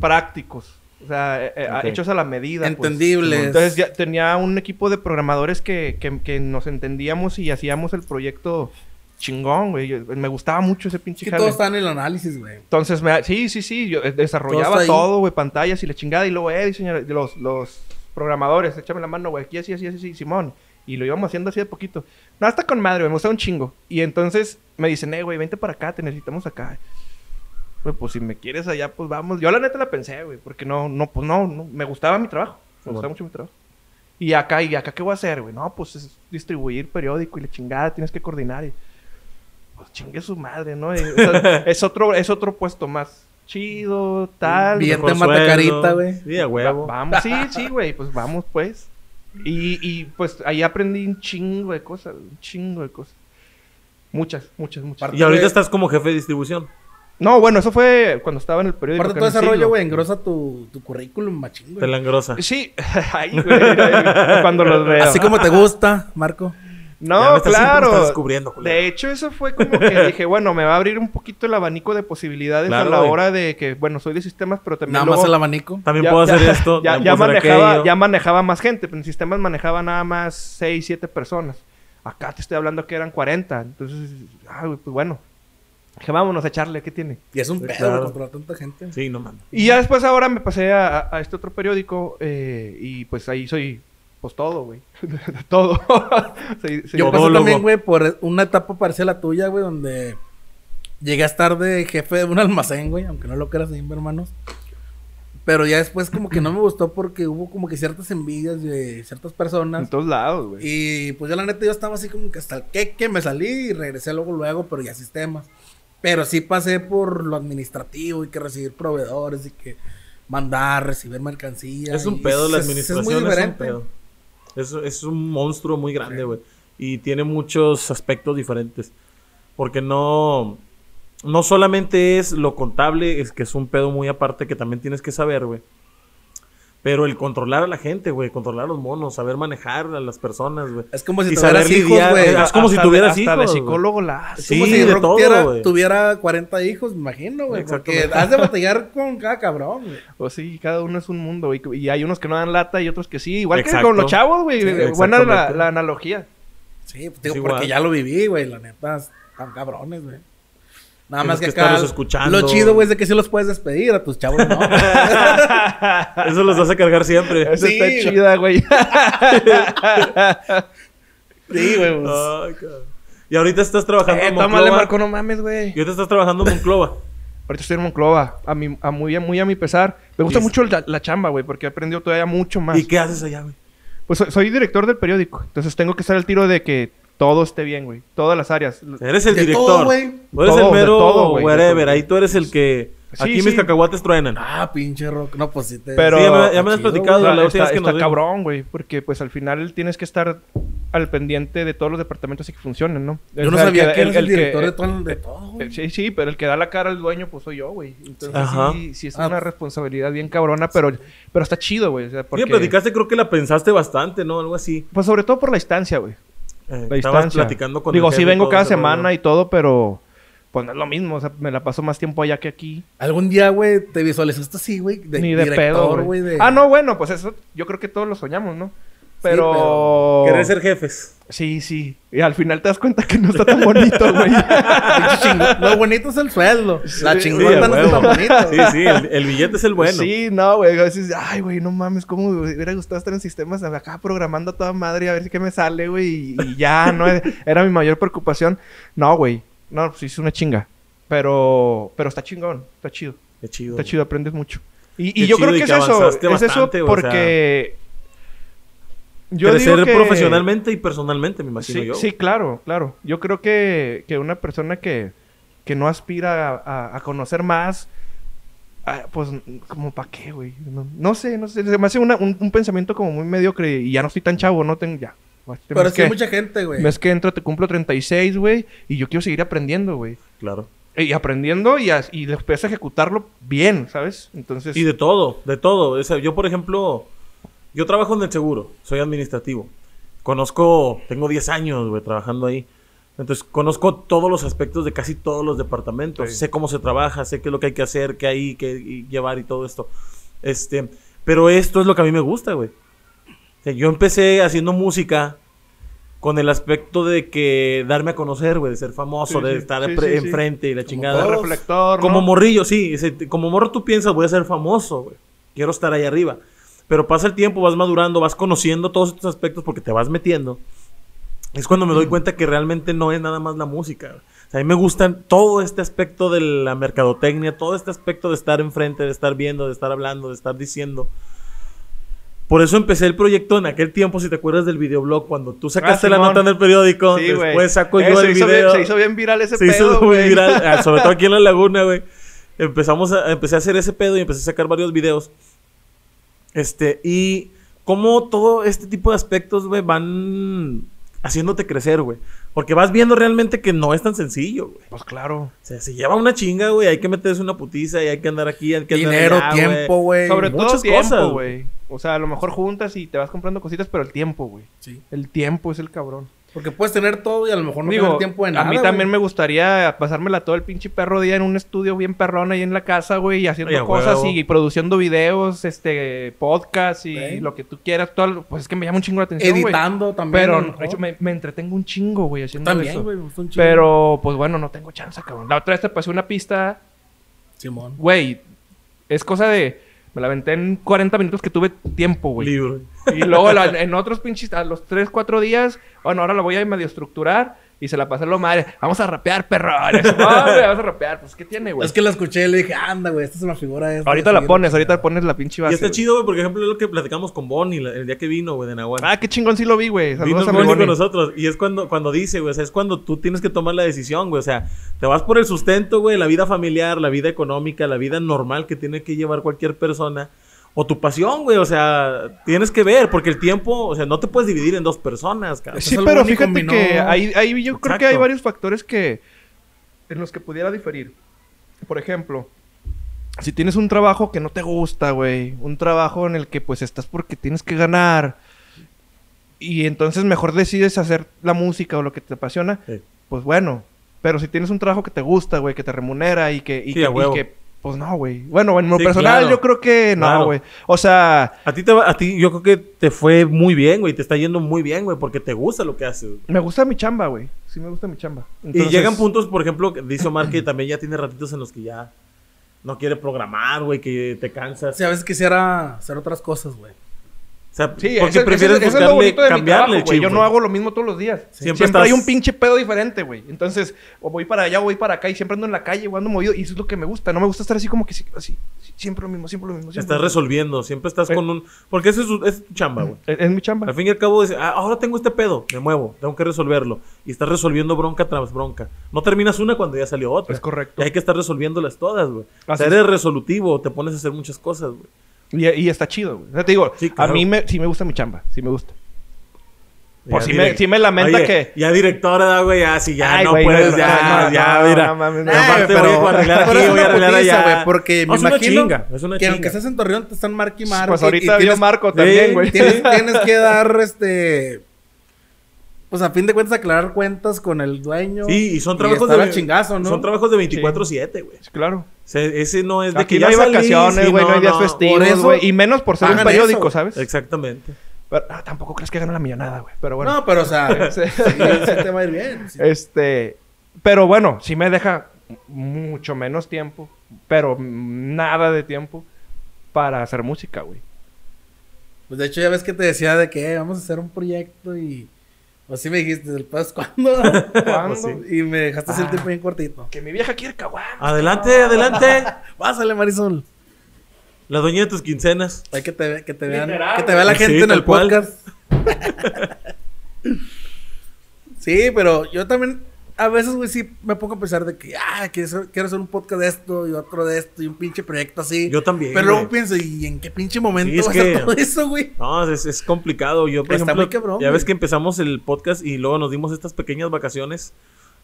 [SPEAKER 4] prácticos. O sea, eh, eh,
[SPEAKER 2] Ok.
[SPEAKER 4] hechos a la medida. pues.
[SPEAKER 1] Entendibles.
[SPEAKER 4] Entonces ya tenía un equipo de programadores que, que- que nos entendíamos y hacíamos el proyecto chingón, güey. Yo- Me gustaba mucho ese
[SPEAKER 1] Es
[SPEAKER 4] pinche
[SPEAKER 1] que
[SPEAKER 4] jale.
[SPEAKER 1] todo está en el análisis, güey.
[SPEAKER 4] Entonces, me, sí, sí, sí, yo eh, desarrollaba
[SPEAKER 1] Todo está ahí.
[SPEAKER 4] todo, güey, pantallas y la chingada, y luego, eh, diseñador- los, los programadores, échame la mano, güey, aquí así, así, así, Simón. Y lo íbamos haciendo así de poquito. No, hasta con madre, güey, me gustaba un chingo. Y entonces me dicen, eh, güey, vente para acá, te necesitamos acá. Güey, pues si me quieres allá, pues vamos. Yo la neta la pensé, güey, porque no, no, pues no, no, me gustaba mi trabajo, me
[SPEAKER 2] Simón.
[SPEAKER 4] gustaba mucho mi trabajo. Y acá, y acá, ¿qué voy a hacer, güey? No, pues es distribuir periódico y la chingada, tienes que coordinar. Y, pues chingue su madre, ¿no? Y, o sea, es, otro, es otro puesto más chido, tal.
[SPEAKER 1] Bien,
[SPEAKER 2] Mejor
[SPEAKER 1] te mata
[SPEAKER 2] sueldo.
[SPEAKER 1] carita, güey.
[SPEAKER 2] Sí, a
[SPEAKER 4] Va-
[SPEAKER 2] huevo.
[SPEAKER 4] vamos, sí, sí, güey, pues vamos, pues. Y, y pues ahí aprendí un chingo de cosas, un chingo de cosas. Muchas, muchas, muchas.
[SPEAKER 1] Aparte-
[SPEAKER 2] Y ahorita
[SPEAKER 1] Güey.
[SPEAKER 2] estás como jefe de distribución.
[SPEAKER 4] No, bueno, eso fue cuando estaba en el periódico.
[SPEAKER 1] Aparte
[SPEAKER 4] que
[SPEAKER 1] todo
[SPEAKER 4] en el
[SPEAKER 1] ese rollo,
[SPEAKER 4] siglo.
[SPEAKER 1] güey, engrosa tu, tu currículum, machín,
[SPEAKER 2] Te
[SPEAKER 1] güey.
[SPEAKER 2] la engrosa.
[SPEAKER 4] Sí, ahí, güey, ahí, cuando los veo.
[SPEAKER 1] Así como te gusta, Marco.
[SPEAKER 2] Ya
[SPEAKER 4] No,
[SPEAKER 2] me estás- me
[SPEAKER 4] claro.
[SPEAKER 2] estás descubriendo, culero.
[SPEAKER 4] de hecho, eso fue como que dije, bueno, me va a abrir un poquito el abanico de posibilidades
[SPEAKER 2] Claro,
[SPEAKER 4] a la
[SPEAKER 2] güey.
[SPEAKER 4] hora de que, bueno, soy de sistemas, pero también
[SPEAKER 1] Nada
[SPEAKER 4] luego-
[SPEAKER 1] más el abanico.
[SPEAKER 2] También
[SPEAKER 4] Ya-
[SPEAKER 2] puedo
[SPEAKER 4] ya-
[SPEAKER 2] hacer esto.
[SPEAKER 4] Ya,
[SPEAKER 2] también
[SPEAKER 4] ya
[SPEAKER 2] puedo hacer
[SPEAKER 4] manejaba,
[SPEAKER 2] aquello.
[SPEAKER 4] ya manejaba más gente, pero en sistemas manejaba nada más 6, 7 personas. Acá te estoy hablando que eran 40. Entonces, ah, güey, pues bueno. Dije, vámonos a echarle, ¿qué tiene?
[SPEAKER 1] Y es un
[SPEAKER 2] Sí,
[SPEAKER 1] pedo,
[SPEAKER 2] claro.
[SPEAKER 1] güey, controlar tanta gente.
[SPEAKER 2] Sí, no mames.
[SPEAKER 4] Y ya después ahora me pasé a, a- a este otro periódico eh, y pues ahí soy, pues todo, güey. todo. Soy- soy-
[SPEAKER 1] Yo pasé
[SPEAKER 2] Todólogo.
[SPEAKER 1] también, güey, por una etapa parecida a la tuya, güey, donde llegué a estar de jefe de un almacén, güey, aunque no lo creas, ahí, hermanos. Pero ya después como que no me gustó porque hubo como que ciertas envidias de ciertas personas.
[SPEAKER 4] En todos lados, güey.
[SPEAKER 1] Y pues yo la neta yo estaba así como que hasta el queque me salí y regresé luego luego, pero ya sistemas. Pero sí pasé por lo administrativo y que recibir proveedores y que mandar, recibir mercancías.
[SPEAKER 2] Es un pedo la administración. Es, un pedo. Es, es un monstruo muy grande, güey. Y tiene muchos aspectos diferentes. Porque no. No solamente es lo contable, es que es un pedo muy aparte que también tienes que saber, güey. Pero el controlar a la gente, güey, controlar a los monos, saber manejar a las personas, güey.
[SPEAKER 1] Es como si
[SPEAKER 2] Y
[SPEAKER 1] tuvieras
[SPEAKER 2] saber
[SPEAKER 1] hijos,
[SPEAKER 2] lidiar,
[SPEAKER 1] güey.
[SPEAKER 2] eh,
[SPEAKER 1] Es
[SPEAKER 2] Es como si
[SPEAKER 4] Hasta de-
[SPEAKER 2] tuvieras hijos.
[SPEAKER 4] Hasta de
[SPEAKER 2] güey.
[SPEAKER 4] psicólogo la hace.
[SPEAKER 1] Es como
[SPEAKER 2] Sí,
[SPEAKER 1] si
[SPEAKER 2] de
[SPEAKER 1] Rock
[SPEAKER 2] todo,
[SPEAKER 1] tuviera,
[SPEAKER 2] güey.
[SPEAKER 1] tuviera 40 hijos, me imagino, güey. Porque
[SPEAKER 2] Exactamente.
[SPEAKER 1] has de batallar con cada cabrón, güey.
[SPEAKER 4] O Pues sí, cada uno es un mundo, güey. Y hay unos que no dan lata y otros que sí. Igual
[SPEAKER 2] Exacto.
[SPEAKER 4] que con los chavos, güey. eh,
[SPEAKER 2] Sí,
[SPEAKER 4] Buena la,
[SPEAKER 2] exactamente.
[SPEAKER 4] la analogía.
[SPEAKER 1] Sí, pues, digo,
[SPEAKER 2] Es
[SPEAKER 1] porque
[SPEAKER 2] igual.
[SPEAKER 1] ya lo viví, güey. La neta, están cabrones, güey. Nada
[SPEAKER 2] Tienes
[SPEAKER 1] más que, acá.
[SPEAKER 2] que estarlos escuchando.
[SPEAKER 1] Lo chido, güey, es de que sí los puedes despedir a tus chavos, ¿no?
[SPEAKER 2] Eso los vas a cargar siempre.
[SPEAKER 4] Esa
[SPEAKER 1] Sí,
[SPEAKER 4] está
[SPEAKER 1] güey.
[SPEAKER 4] chida, güey.
[SPEAKER 1] sí, güey. pues,
[SPEAKER 2] Ay, cabrón. y ahorita estás trabajando
[SPEAKER 4] Eh,
[SPEAKER 2] en
[SPEAKER 4] tómale,
[SPEAKER 2] Oh, Monclova.
[SPEAKER 4] Marco, no mames, güey.
[SPEAKER 2] Y ahorita estás trabajando en Monclova.
[SPEAKER 4] Ahorita estoy en Monclova. A mi, a muy, a muy a mi pesar. Me gusta
[SPEAKER 2] Y-
[SPEAKER 4] mucho la, la chamba, güey, porque he aprendido todavía mucho más.
[SPEAKER 2] ¿Y qué haces allá, güey?
[SPEAKER 4] Pues soy, soy director del periódico. Entonces tengo que estar al tiro de que todo esté bien, güey. Todas las áreas.
[SPEAKER 2] Eres el
[SPEAKER 1] De
[SPEAKER 2] director.
[SPEAKER 1] todo, güey.
[SPEAKER 2] Tú eres
[SPEAKER 4] Todo,
[SPEAKER 2] el
[SPEAKER 4] de
[SPEAKER 2] mero
[SPEAKER 4] todo, güey, de
[SPEAKER 2] wherever.
[SPEAKER 4] todo.
[SPEAKER 2] Ahí tú eres el que.
[SPEAKER 4] Sí,
[SPEAKER 2] Aquí
[SPEAKER 4] sí.
[SPEAKER 2] mis cacahuates truenan.
[SPEAKER 1] Ah, pinche rock. No, pues sí te.
[SPEAKER 4] Pero-
[SPEAKER 2] Sí, ya me, ya me has
[SPEAKER 1] Chido,
[SPEAKER 2] platicado
[SPEAKER 4] Está-
[SPEAKER 2] la última
[SPEAKER 4] está,
[SPEAKER 2] vez que
[SPEAKER 4] está
[SPEAKER 2] nos vimos.
[SPEAKER 4] cabrón, güey, porque pues al final tienes que estar al pendiente de todos los departamentos y que funcionen, ¿no?
[SPEAKER 1] Yo no sabía que eres el director
[SPEAKER 4] eh,
[SPEAKER 1] de todo, de todo, güey.
[SPEAKER 4] Sí, sí, pero el que da la cara al dueño, pues soy yo, güey. Entonces,
[SPEAKER 2] Ajá.
[SPEAKER 4] sí, sí es
[SPEAKER 1] Ah.
[SPEAKER 4] una responsabilidad bien cabrona, pero, pero está chido, güey. O sea,
[SPEAKER 2] Oye,
[SPEAKER 4] porque-
[SPEAKER 2] platicaste, creo que la pensaste bastante, ¿no? Algo así.
[SPEAKER 4] Pues sobre todo por la distancia, güey.
[SPEAKER 2] Eh,
[SPEAKER 4] La
[SPEAKER 2] estabas
[SPEAKER 4] distancia.
[SPEAKER 2] platicando con
[SPEAKER 4] Digo,
[SPEAKER 2] el
[SPEAKER 4] sí
[SPEAKER 2] jefe y
[SPEAKER 4] vengo
[SPEAKER 2] todo
[SPEAKER 4] cada
[SPEAKER 2] ese rollo.
[SPEAKER 4] semana y todo, pero pues no es lo mismo. O sea, me la paso más tiempo allá que aquí.
[SPEAKER 1] Algún día, güey, te visualizaste así, güey. De
[SPEAKER 4] Ni de
[SPEAKER 1] director,
[SPEAKER 4] pedo,
[SPEAKER 1] güey.
[SPEAKER 4] güey.
[SPEAKER 1] de-
[SPEAKER 4] Ah, no, bueno, pues eso yo creo que todos lo soñamos, ¿no? Pero...
[SPEAKER 1] pero
[SPEAKER 2] Querés ser jefes.
[SPEAKER 4] Sí, sí. Y al final te das cuenta que no está tan bonito, güey.
[SPEAKER 1] Pinche chingo- Lo bonito es el sueldo. La
[SPEAKER 4] Sí,
[SPEAKER 2] sí, a
[SPEAKER 1] chingona no es lo
[SPEAKER 2] huevo.
[SPEAKER 1] bonito.
[SPEAKER 2] Sí, sí, el, el billete es el bueno.
[SPEAKER 4] Sí, no, güey. A veces, ay, güey, no mames, cómo me hubiera gustado estar en sistemas acá programando a toda madre a ver si qué me sale, güey. Y, y ya, no, era mi mayor preocupación. No, güey. No, pues es una chinga. Pero, pero está chingón, está chido.
[SPEAKER 2] Qué chido.
[SPEAKER 4] Está chido, aprendes mucho. Y,
[SPEAKER 2] Qué
[SPEAKER 4] y yo
[SPEAKER 2] chido,
[SPEAKER 4] creo
[SPEAKER 2] y
[SPEAKER 4] que es
[SPEAKER 2] que
[SPEAKER 4] eso.
[SPEAKER 2] avanzaste
[SPEAKER 4] Es eso
[SPEAKER 2] bastante, güey, o sea,
[SPEAKER 4] porque.
[SPEAKER 2] Yo
[SPEAKER 4] digo
[SPEAKER 2] Crecer
[SPEAKER 4] que-
[SPEAKER 2] profesionalmente y personalmente, me imagino
[SPEAKER 4] Sí,
[SPEAKER 2] yo.
[SPEAKER 4] sí, claro, claro. Yo creo que, que una persona que, que no aspira a, a- a conocer más, ah, pues, como para qué, güey. No, no sé, no sé. Se me hace una- un, un pensamiento como muy mediocre y ya no estoy tan chavo, no tengo ya. Pues,
[SPEAKER 1] Pero
[SPEAKER 4] es
[SPEAKER 1] sí
[SPEAKER 4] que,
[SPEAKER 1] hay mucha gente, güey.
[SPEAKER 4] mes que entro, te cumplo 36, güey, y yo quiero seguir aprendiendo, güey.
[SPEAKER 2] Claro.
[SPEAKER 4] Y aprendiendo y, as- y después ejecutarlo bien, ¿sabes? Entonces.
[SPEAKER 2] Y de todo, de todo. O sea, yo, por ejemplo, yo trabajo en el seguro, soy administrativo. Conozco, tengo 10 años, güey, trabajando ahí. Entonces, conozco todos los aspectos de casi todos los departamentos.
[SPEAKER 4] Sí.
[SPEAKER 2] Sé cómo se trabaja, sé qué es lo que hay que hacer, qué hay que y llevar y todo esto. Este, pero esto es lo que a mí me gusta, güey. O sea, yo empecé haciendo música con el aspecto de que darme a conocer, güey, de ser famoso,
[SPEAKER 4] Sí,
[SPEAKER 2] de
[SPEAKER 4] sí,
[SPEAKER 2] estar
[SPEAKER 4] sí,
[SPEAKER 2] pre-
[SPEAKER 4] sí, sí.
[SPEAKER 2] enfrente y la chingada.
[SPEAKER 1] todos.
[SPEAKER 4] reflector.
[SPEAKER 2] Como
[SPEAKER 4] ¿no?
[SPEAKER 2] morrillo, sí. ese- Como morro tú piensas, voy a ser famoso, güey. Quiero estar ahí arriba. Pero pasa el tiempo, vas madurando, vas conociendo todos estos aspectos porque te vas metiendo. Es cuando me
[SPEAKER 4] Mm.
[SPEAKER 2] doy cuenta que realmente no es nada más la música. güey. O sea, a mí me gustan todo este aspecto de la mercadotecnia, todo este aspecto de estar enfrente, de estar viendo, de estar hablando, de estar diciendo. Por eso empecé el proyecto en aquel tiempo, si te acuerdas del videoblog, cuando tú sacaste la
[SPEAKER 4] Ah, Simón.
[SPEAKER 2] nota en el periódico,
[SPEAKER 4] Sí, güey.
[SPEAKER 2] después saco
[SPEAKER 4] Eh,
[SPEAKER 2] yo
[SPEAKER 4] se
[SPEAKER 2] el
[SPEAKER 4] hizo bien-
[SPEAKER 2] video
[SPEAKER 4] se hizo bien viral ese
[SPEAKER 2] se hizo
[SPEAKER 4] pedo,
[SPEAKER 2] muy
[SPEAKER 4] güey.
[SPEAKER 2] viral, ah, sobre todo aquí en la laguna, güey. Empezamos a, empecé a hacer ese pedo y empecé a sacar varios videos. Este, y cómo todo este tipo de aspectos, güey, van haciéndote crecer, güey. Porque vas viendo realmente que no es tan sencillo, güey.
[SPEAKER 4] Pues claro.
[SPEAKER 2] O sea, se lleva una chinga, güey. Hay que meterse una putiza y hay que andar aquí, hay que andar
[SPEAKER 1] Dinero,
[SPEAKER 2] allá, güey.
[SPEAKER 1] tiempo, güey.
[SPEAKER 4] Sobre todo
[SPEAKER 2] muchas cosas,
[SPEAKER 4] tiempo, güey. O sea, a lo mejor juntas y te vas comprando cositas, pero el tiempo, güey.
[SPEAKER 1] Sí.
[SPEAKER 4] El tiempo es el cabrón.
[SPEAKER 1] Porque puedes tener todo y a lo mejor no tener tiempo de nada.
[SPEAKER 4] a mí
[SPEAKER 1] güey.
[SPEAKER 4] también me gustaría pasármela todo el pinche perro día en un estudio bien perrón ahí en la casa, güey, y haciendo
[SPEAKER 2] Oye, a
[SPEAKER 4] cosas
[SPEAKER 2] huevo.
[SPEAKER 4] y, produciendo videos, este, podcast y
[SPEAKER 1] Ey.
[SPEAKER 4] lo que tú quieras. Todo, lo- pues es que me llama un chingo la atención, güey.
[SPEAKER 1] Editando también. a
[SPEAKER 4] Pero,
[SPEAKER 1] lo mejor.
[SPEAKER 4] de hecho, me, me entretengo un chingo, güey, haciendo
[SPEAKER 1] También,
[SPEAKER 4] eso.
[SPEAKER 1] güey. me gusta un chingo.
[SPEAKER 4] Pero, pues bueno, no tengo chance, cabrón. La otra vez te pasé una pista
[SPEAKER 1] Simón.
[SPEAKER 4] Güey, es cosa de. Me la aventé en 40 minutos que tuve tiempo, güey.
[SPEAKER 2] Libro.
[SPEAKER 4] Y luego la- en otros pinches, a los 3, 4 días, bueno, ahora la voy a medio estructurar. y se la pasó a lo madre. Vamos a rapear, perro. Y eso, "No, güey, vamos a rapear. Pues, ¿qué tiene, güey?
[SPEAKER 1] Es que la escuché y le dije, anda, güey, esta es una figura. esta
[SPEAKER 4] Ahorita
[SPEAKER 1] es
[SPEAKER 4] la
[SPEAKER 1] así,
[SPEAKER 4] pones,
[SPEAKER 1] güey".
[SPEAKER 4] ahorita pones la pinche
[SPEAKER 2] Y
[SPEAKER 4] base.
[SPEAKER 2] está
[SPEAKER 4] güey.
[SPEAKER 2] chido, güey, por ejemplo, es lo que platicamos con Bonnie la- el día que vino, güey, de Nahual.
[SPEAKER 4] Ah, qué chingón sí lo vi, güey.
[SPEAKER 2] Vino
[SPEAKER 4] Saludos a mi
[SPEAKER 2] Bonnie con
[SPEAKER 4] Bonnie.
[SPEAKER 2] nosotros. Y es cuando, cuando dice, güey, o sea, es cuando tú tienes que tomar la decisión, güey. O sea, te vas por el sustento, güey, la vida familiar, la vida económica, la vida normal que tiene que llevar cualquier persona. O tu pasión, güey. O sea, tienes que ver, porque el tiempo, o sea, no te puedes dividir en dos personas, cabrón.
[SPEAKER 1] Pues
[SPEAKER 4] Sí,
[SPEAKER 1] es algo
[SPEAKER 4] pero
[SPEAKER 1] único,
[SPEAKER 4] fíjate
[SPEAKER 1] mi no.
[SPEAKER 4] que ahí, ahí yo creo que hay
[SPEAKER 2] Exacto.
[SPEAKER 4] varios factores que en los que pudiera diferir. Por ejemplo, si tienes un trabajo que no te gusta, güey, un trabajo en el que pues estás porque tienes que ganar y entonces mejor decides hacer la música o lo que te apasiona,
[SPEAKER 2] Sí.
[SPEAKER 4] pues bueno, pero si tienes un trabajo que te gusta, güey, que te remunera y que y
[SPEAKER 2] Sí,
[SPEAKER 4] que,
[SPEAKER 2] a
[SPEAKER 4] y
[SPEAKER 2] huevo.
[SPEAKER 4] que, pues no, güey. Bueno, en lo
[SPEAKER 2] Sí,
[SPEAKER 4] personal
[SPEAKER 2] claro.
[SPEAKER 4] yo creo que no,
[SPEAKER 2] Claro.
[SPEAKER 4] güey. O sea,
[SPEAKER 2] A ti, te, va- a ti yo creo que te fue muy bien, güey. Te está yendo muy bien, güey, porque te gusta lo que haces. güey.
[SPEAKER 4] me gusta mi chamba, güey. Sí me gusta mi chamba.
[SPEAKER 2] Y llegan
[SPEAKER 4] Entonces-
[SPEAKER 2] puntos, por ejemplo, que dice Omar que también ya tiene ratitos en los que ya no quiere programar, güey, que te cansas.
[SPEAKER 1] Sí, a veces quisiera hacer otras cosas, güey.
[SPEAKER 2] O sea,
[SPEAKER 4] Sí,
[SPEAKER 2] porque
[SPEAKER 4] ese- ese-
[SPEAKER 2] prefieres
[SPEAKER 4] ese es lo
[SPEAKER 2] buscarle-
[SPEAKER 4] bonito de mi
[SPEAKER 2] cambiarle,
[SPEAKER 4] trabajo, güey. Yo
[SPEAKER 2] chip,
[SPEAKER 4] no
[SPEAKER 2] güey.
[SPEAKER 4] hago lo mismo todos los días. Siempre,
[SPEAKER 2] Siempre estás-
[SPEAKER 4] hay un pinche pedo diferente, güey. Entonces, o voy para allá, o voy para acá, y siempre ando en la calle, o ando movido, y eso es lo que me gusta. No me gusta estar así como que si- así, si- siempre lo mismo, siempre lo mismo. siempre
[SPEAKER 2] Estás
[SPEAKER 4] lo mismo.
[SPEAKER 2] resolviendo, siempre estás
[SPEAKER 4] Eh.
[SPEAKER 2] con un... Porque eso es, su- es tu chamba, güey.
[SPEAKER 4] Es, es mi chamba.
[SPEAKER 2] Al fin y al cabo, dices, "Ah, ahora tengo este pedo, me muevo, tengo que resolverlo. Y estás resolviendo bronca tras bronca. No terminas una cuando ya salió otra.
[SPEAKER 4] Es correcto.
[SPEAKER 2] Y hay que estar resolviéndolas todas, güey. O
[SPEAKER 4] Así
[SPEAKER 2] sea,
[SPEAKER 4] es.
[SPEAKER 2] eres resolutivo, te pones a hacer muchas cosas, güey.
[SPEAKER 4] Y, y está chido, güey. O sea, te digo,
[SPEAKER 2] Sí, claro.
[SPEAKER 4] a mí me, sí me gusta mi chamba, sí me gusta. Pues
[SPEAKER 2] Ya
[SPEAKER 4] sí me-
[SPEAKER 2] direct-
[SPEAKER 4] sí me lamenta que-
[SPEAKER 2] Ya directora, da, güey, ya, sí, ya
[SPEAKER 4] Ay,
[SPEAKER 2] no
[SPEAKER 4] güey,
[SPEAKER 2] puedes,
[SPEAKER 4] no,
[SPEAKER 2] ya,
[SPEAKER 4] no,
[SPEAKER 2] ya,
[SPEAKER 4] no,
[SPEAKER 2] mira.
[SPEAKER 4] no mames, no.
[SPEAKER 2] Y aparte
[SPEAKER 1] Ay,
[SPEAKER 2] voy a arreglar
[SPEAKER 1] pero
[SPEAKER 2] aquí,
[SPEAKER 1] es
[SPEAKER 2] voy a
[SPEAKER 1] una
[SPEAKER 2] arreglar
[SPEAKER 1] putiza,
[SPEAKER 2] allá.
[SPEAKER 1] güey, porque
[SPEAKER 2] No,
[SPEAKER 1] me
[SPEAKER 2] es una
[SPEAKER 1] imagino
[SPEAKER 2] chinga, es una
[SPEAKER 1] que aunque
[SPEAKER 2] chinga.
[SPEAKER 1] estés en Torreón te están marque y marque.
[SPEAKER 4] Pues
[SPEAKER 1] y- y
[SPEAKER 4] ahorita yo
[SPEAKER 1] tienes-
[SPEAKER 4] marco
[SPEAKER 2] Sí,
[SPEAKER 4] también, güey.
[SPEAKER 1] Tienes, tienes que dar, este... Pues a fin de cuentas aclarar cuentas con el dueño.
[SPEAKER 2] Sí, y son trabajos
[SPEAKER 1] estar
[SPEAKER 2] de...
[SPEAKER 1] al chingazo, ¿no?
[SPEAKER 2] Son trabajos de 24-7, güey.
[SPEAKER 4] Sí, Claro.
[SPEAKER 2] O sea, ese no es de
[SPEAKER 4] Aquí
[SPEAKER 2] que
[SPEAKER 4] no
[SPEAKER 2] ya
[SPEAKER 4] hay
[SPEAKER 2] salí,
[SPEAKER 4] vacaciones,
[SPEAKER 2] sí,
[SPEAKER 4] güey, no, hay días
[SPEAKER 1] Por
[SPEAKER 4] festivos,
[SPEAKER 1] eso
[SPEAKER 4] güey. Y menos por ser un
[SPEAKER 1] pagan eso,
[SPEAKER 4] periódico,
[SPEAKER 1] güey.
[SPEAKER 4] ¿sabes?
[SPEAKER 2] Exactamente.
[SPEAKER 4] Pero, ah, tampoco crees que gano la millonada, güey. Pero bueno.
[SPEAKER 1] No, pero o sea, sí, sí te va a ir bien.
[SPEAKER 2] Eh.
[SPEAKER 1] sí.
[SPEAKER 4] Este, pero bueno, sí me deja mucho menos tiempo, pero nada de tiempo para hacer música, güey.
[SPEAKER 1] Pues de hecho ya ves que te decía de que eh, vamos a hacer un proyecto y... Pues sí me dijiste, ¿el pues cuándo?
[SPEAKER 4] ¿Cuándo?
[SPEAKER 1] Y me dejaste hacer el
[SPEAKER 4] Ah.
[SPEAKER 1] tiempo bien cortito.
[SPEAKER 4] Que mi vieja quiere caguar.
[SPEAKER 2] Adelante, adelante.
[SPEAKER 1] Pásale, Marisol.
[SPEAKER 2] La dueña de tus quincenas.
[SPEAKER 1] Hay que te, ve- que te vean,
[SPEAKER 4] Literal,
[SPEAKER 1] que te vea la
[SPEAKER 2] güey.
[SPEAKER 1] gente
[SPEAKER 2] Sí,
[SPEAKER 1] en el
[SPEAKER 2] tal cual.
[SPEAKER 1] podcast. sí, pero yo también a veces, güey, sí me pongo a pensar de que, ah, quiero hacer, quiero hacer un podcast de esto y otro de esto y un pinche proyecto así.
[SPEAKER 2] Yo también,
[SPEAKER 1] Pero luego
[SPEAKER 2] güey.
[SPEAKER 1] pienso, ¿y en qué pinche momento
[SPEAKER 2] Sí, es
[SPEAKER 1] va a ser
[SPEAKER 2] que-
[SPEAKER 1] todo eso, güey?
[SPEAKER 2] No, es, es complicado. Yo, por
[SPEAKER 1] Está
[SPEAKER 2] ejemplo,
[SPEAKER 1] muy cabrón,
[SPEAKER 2] ya
[SPEAKER 1] güey.
[SPEAKER 2] ves que empezamos el podcast y luego nos dimos estas pequeñas vacaciones.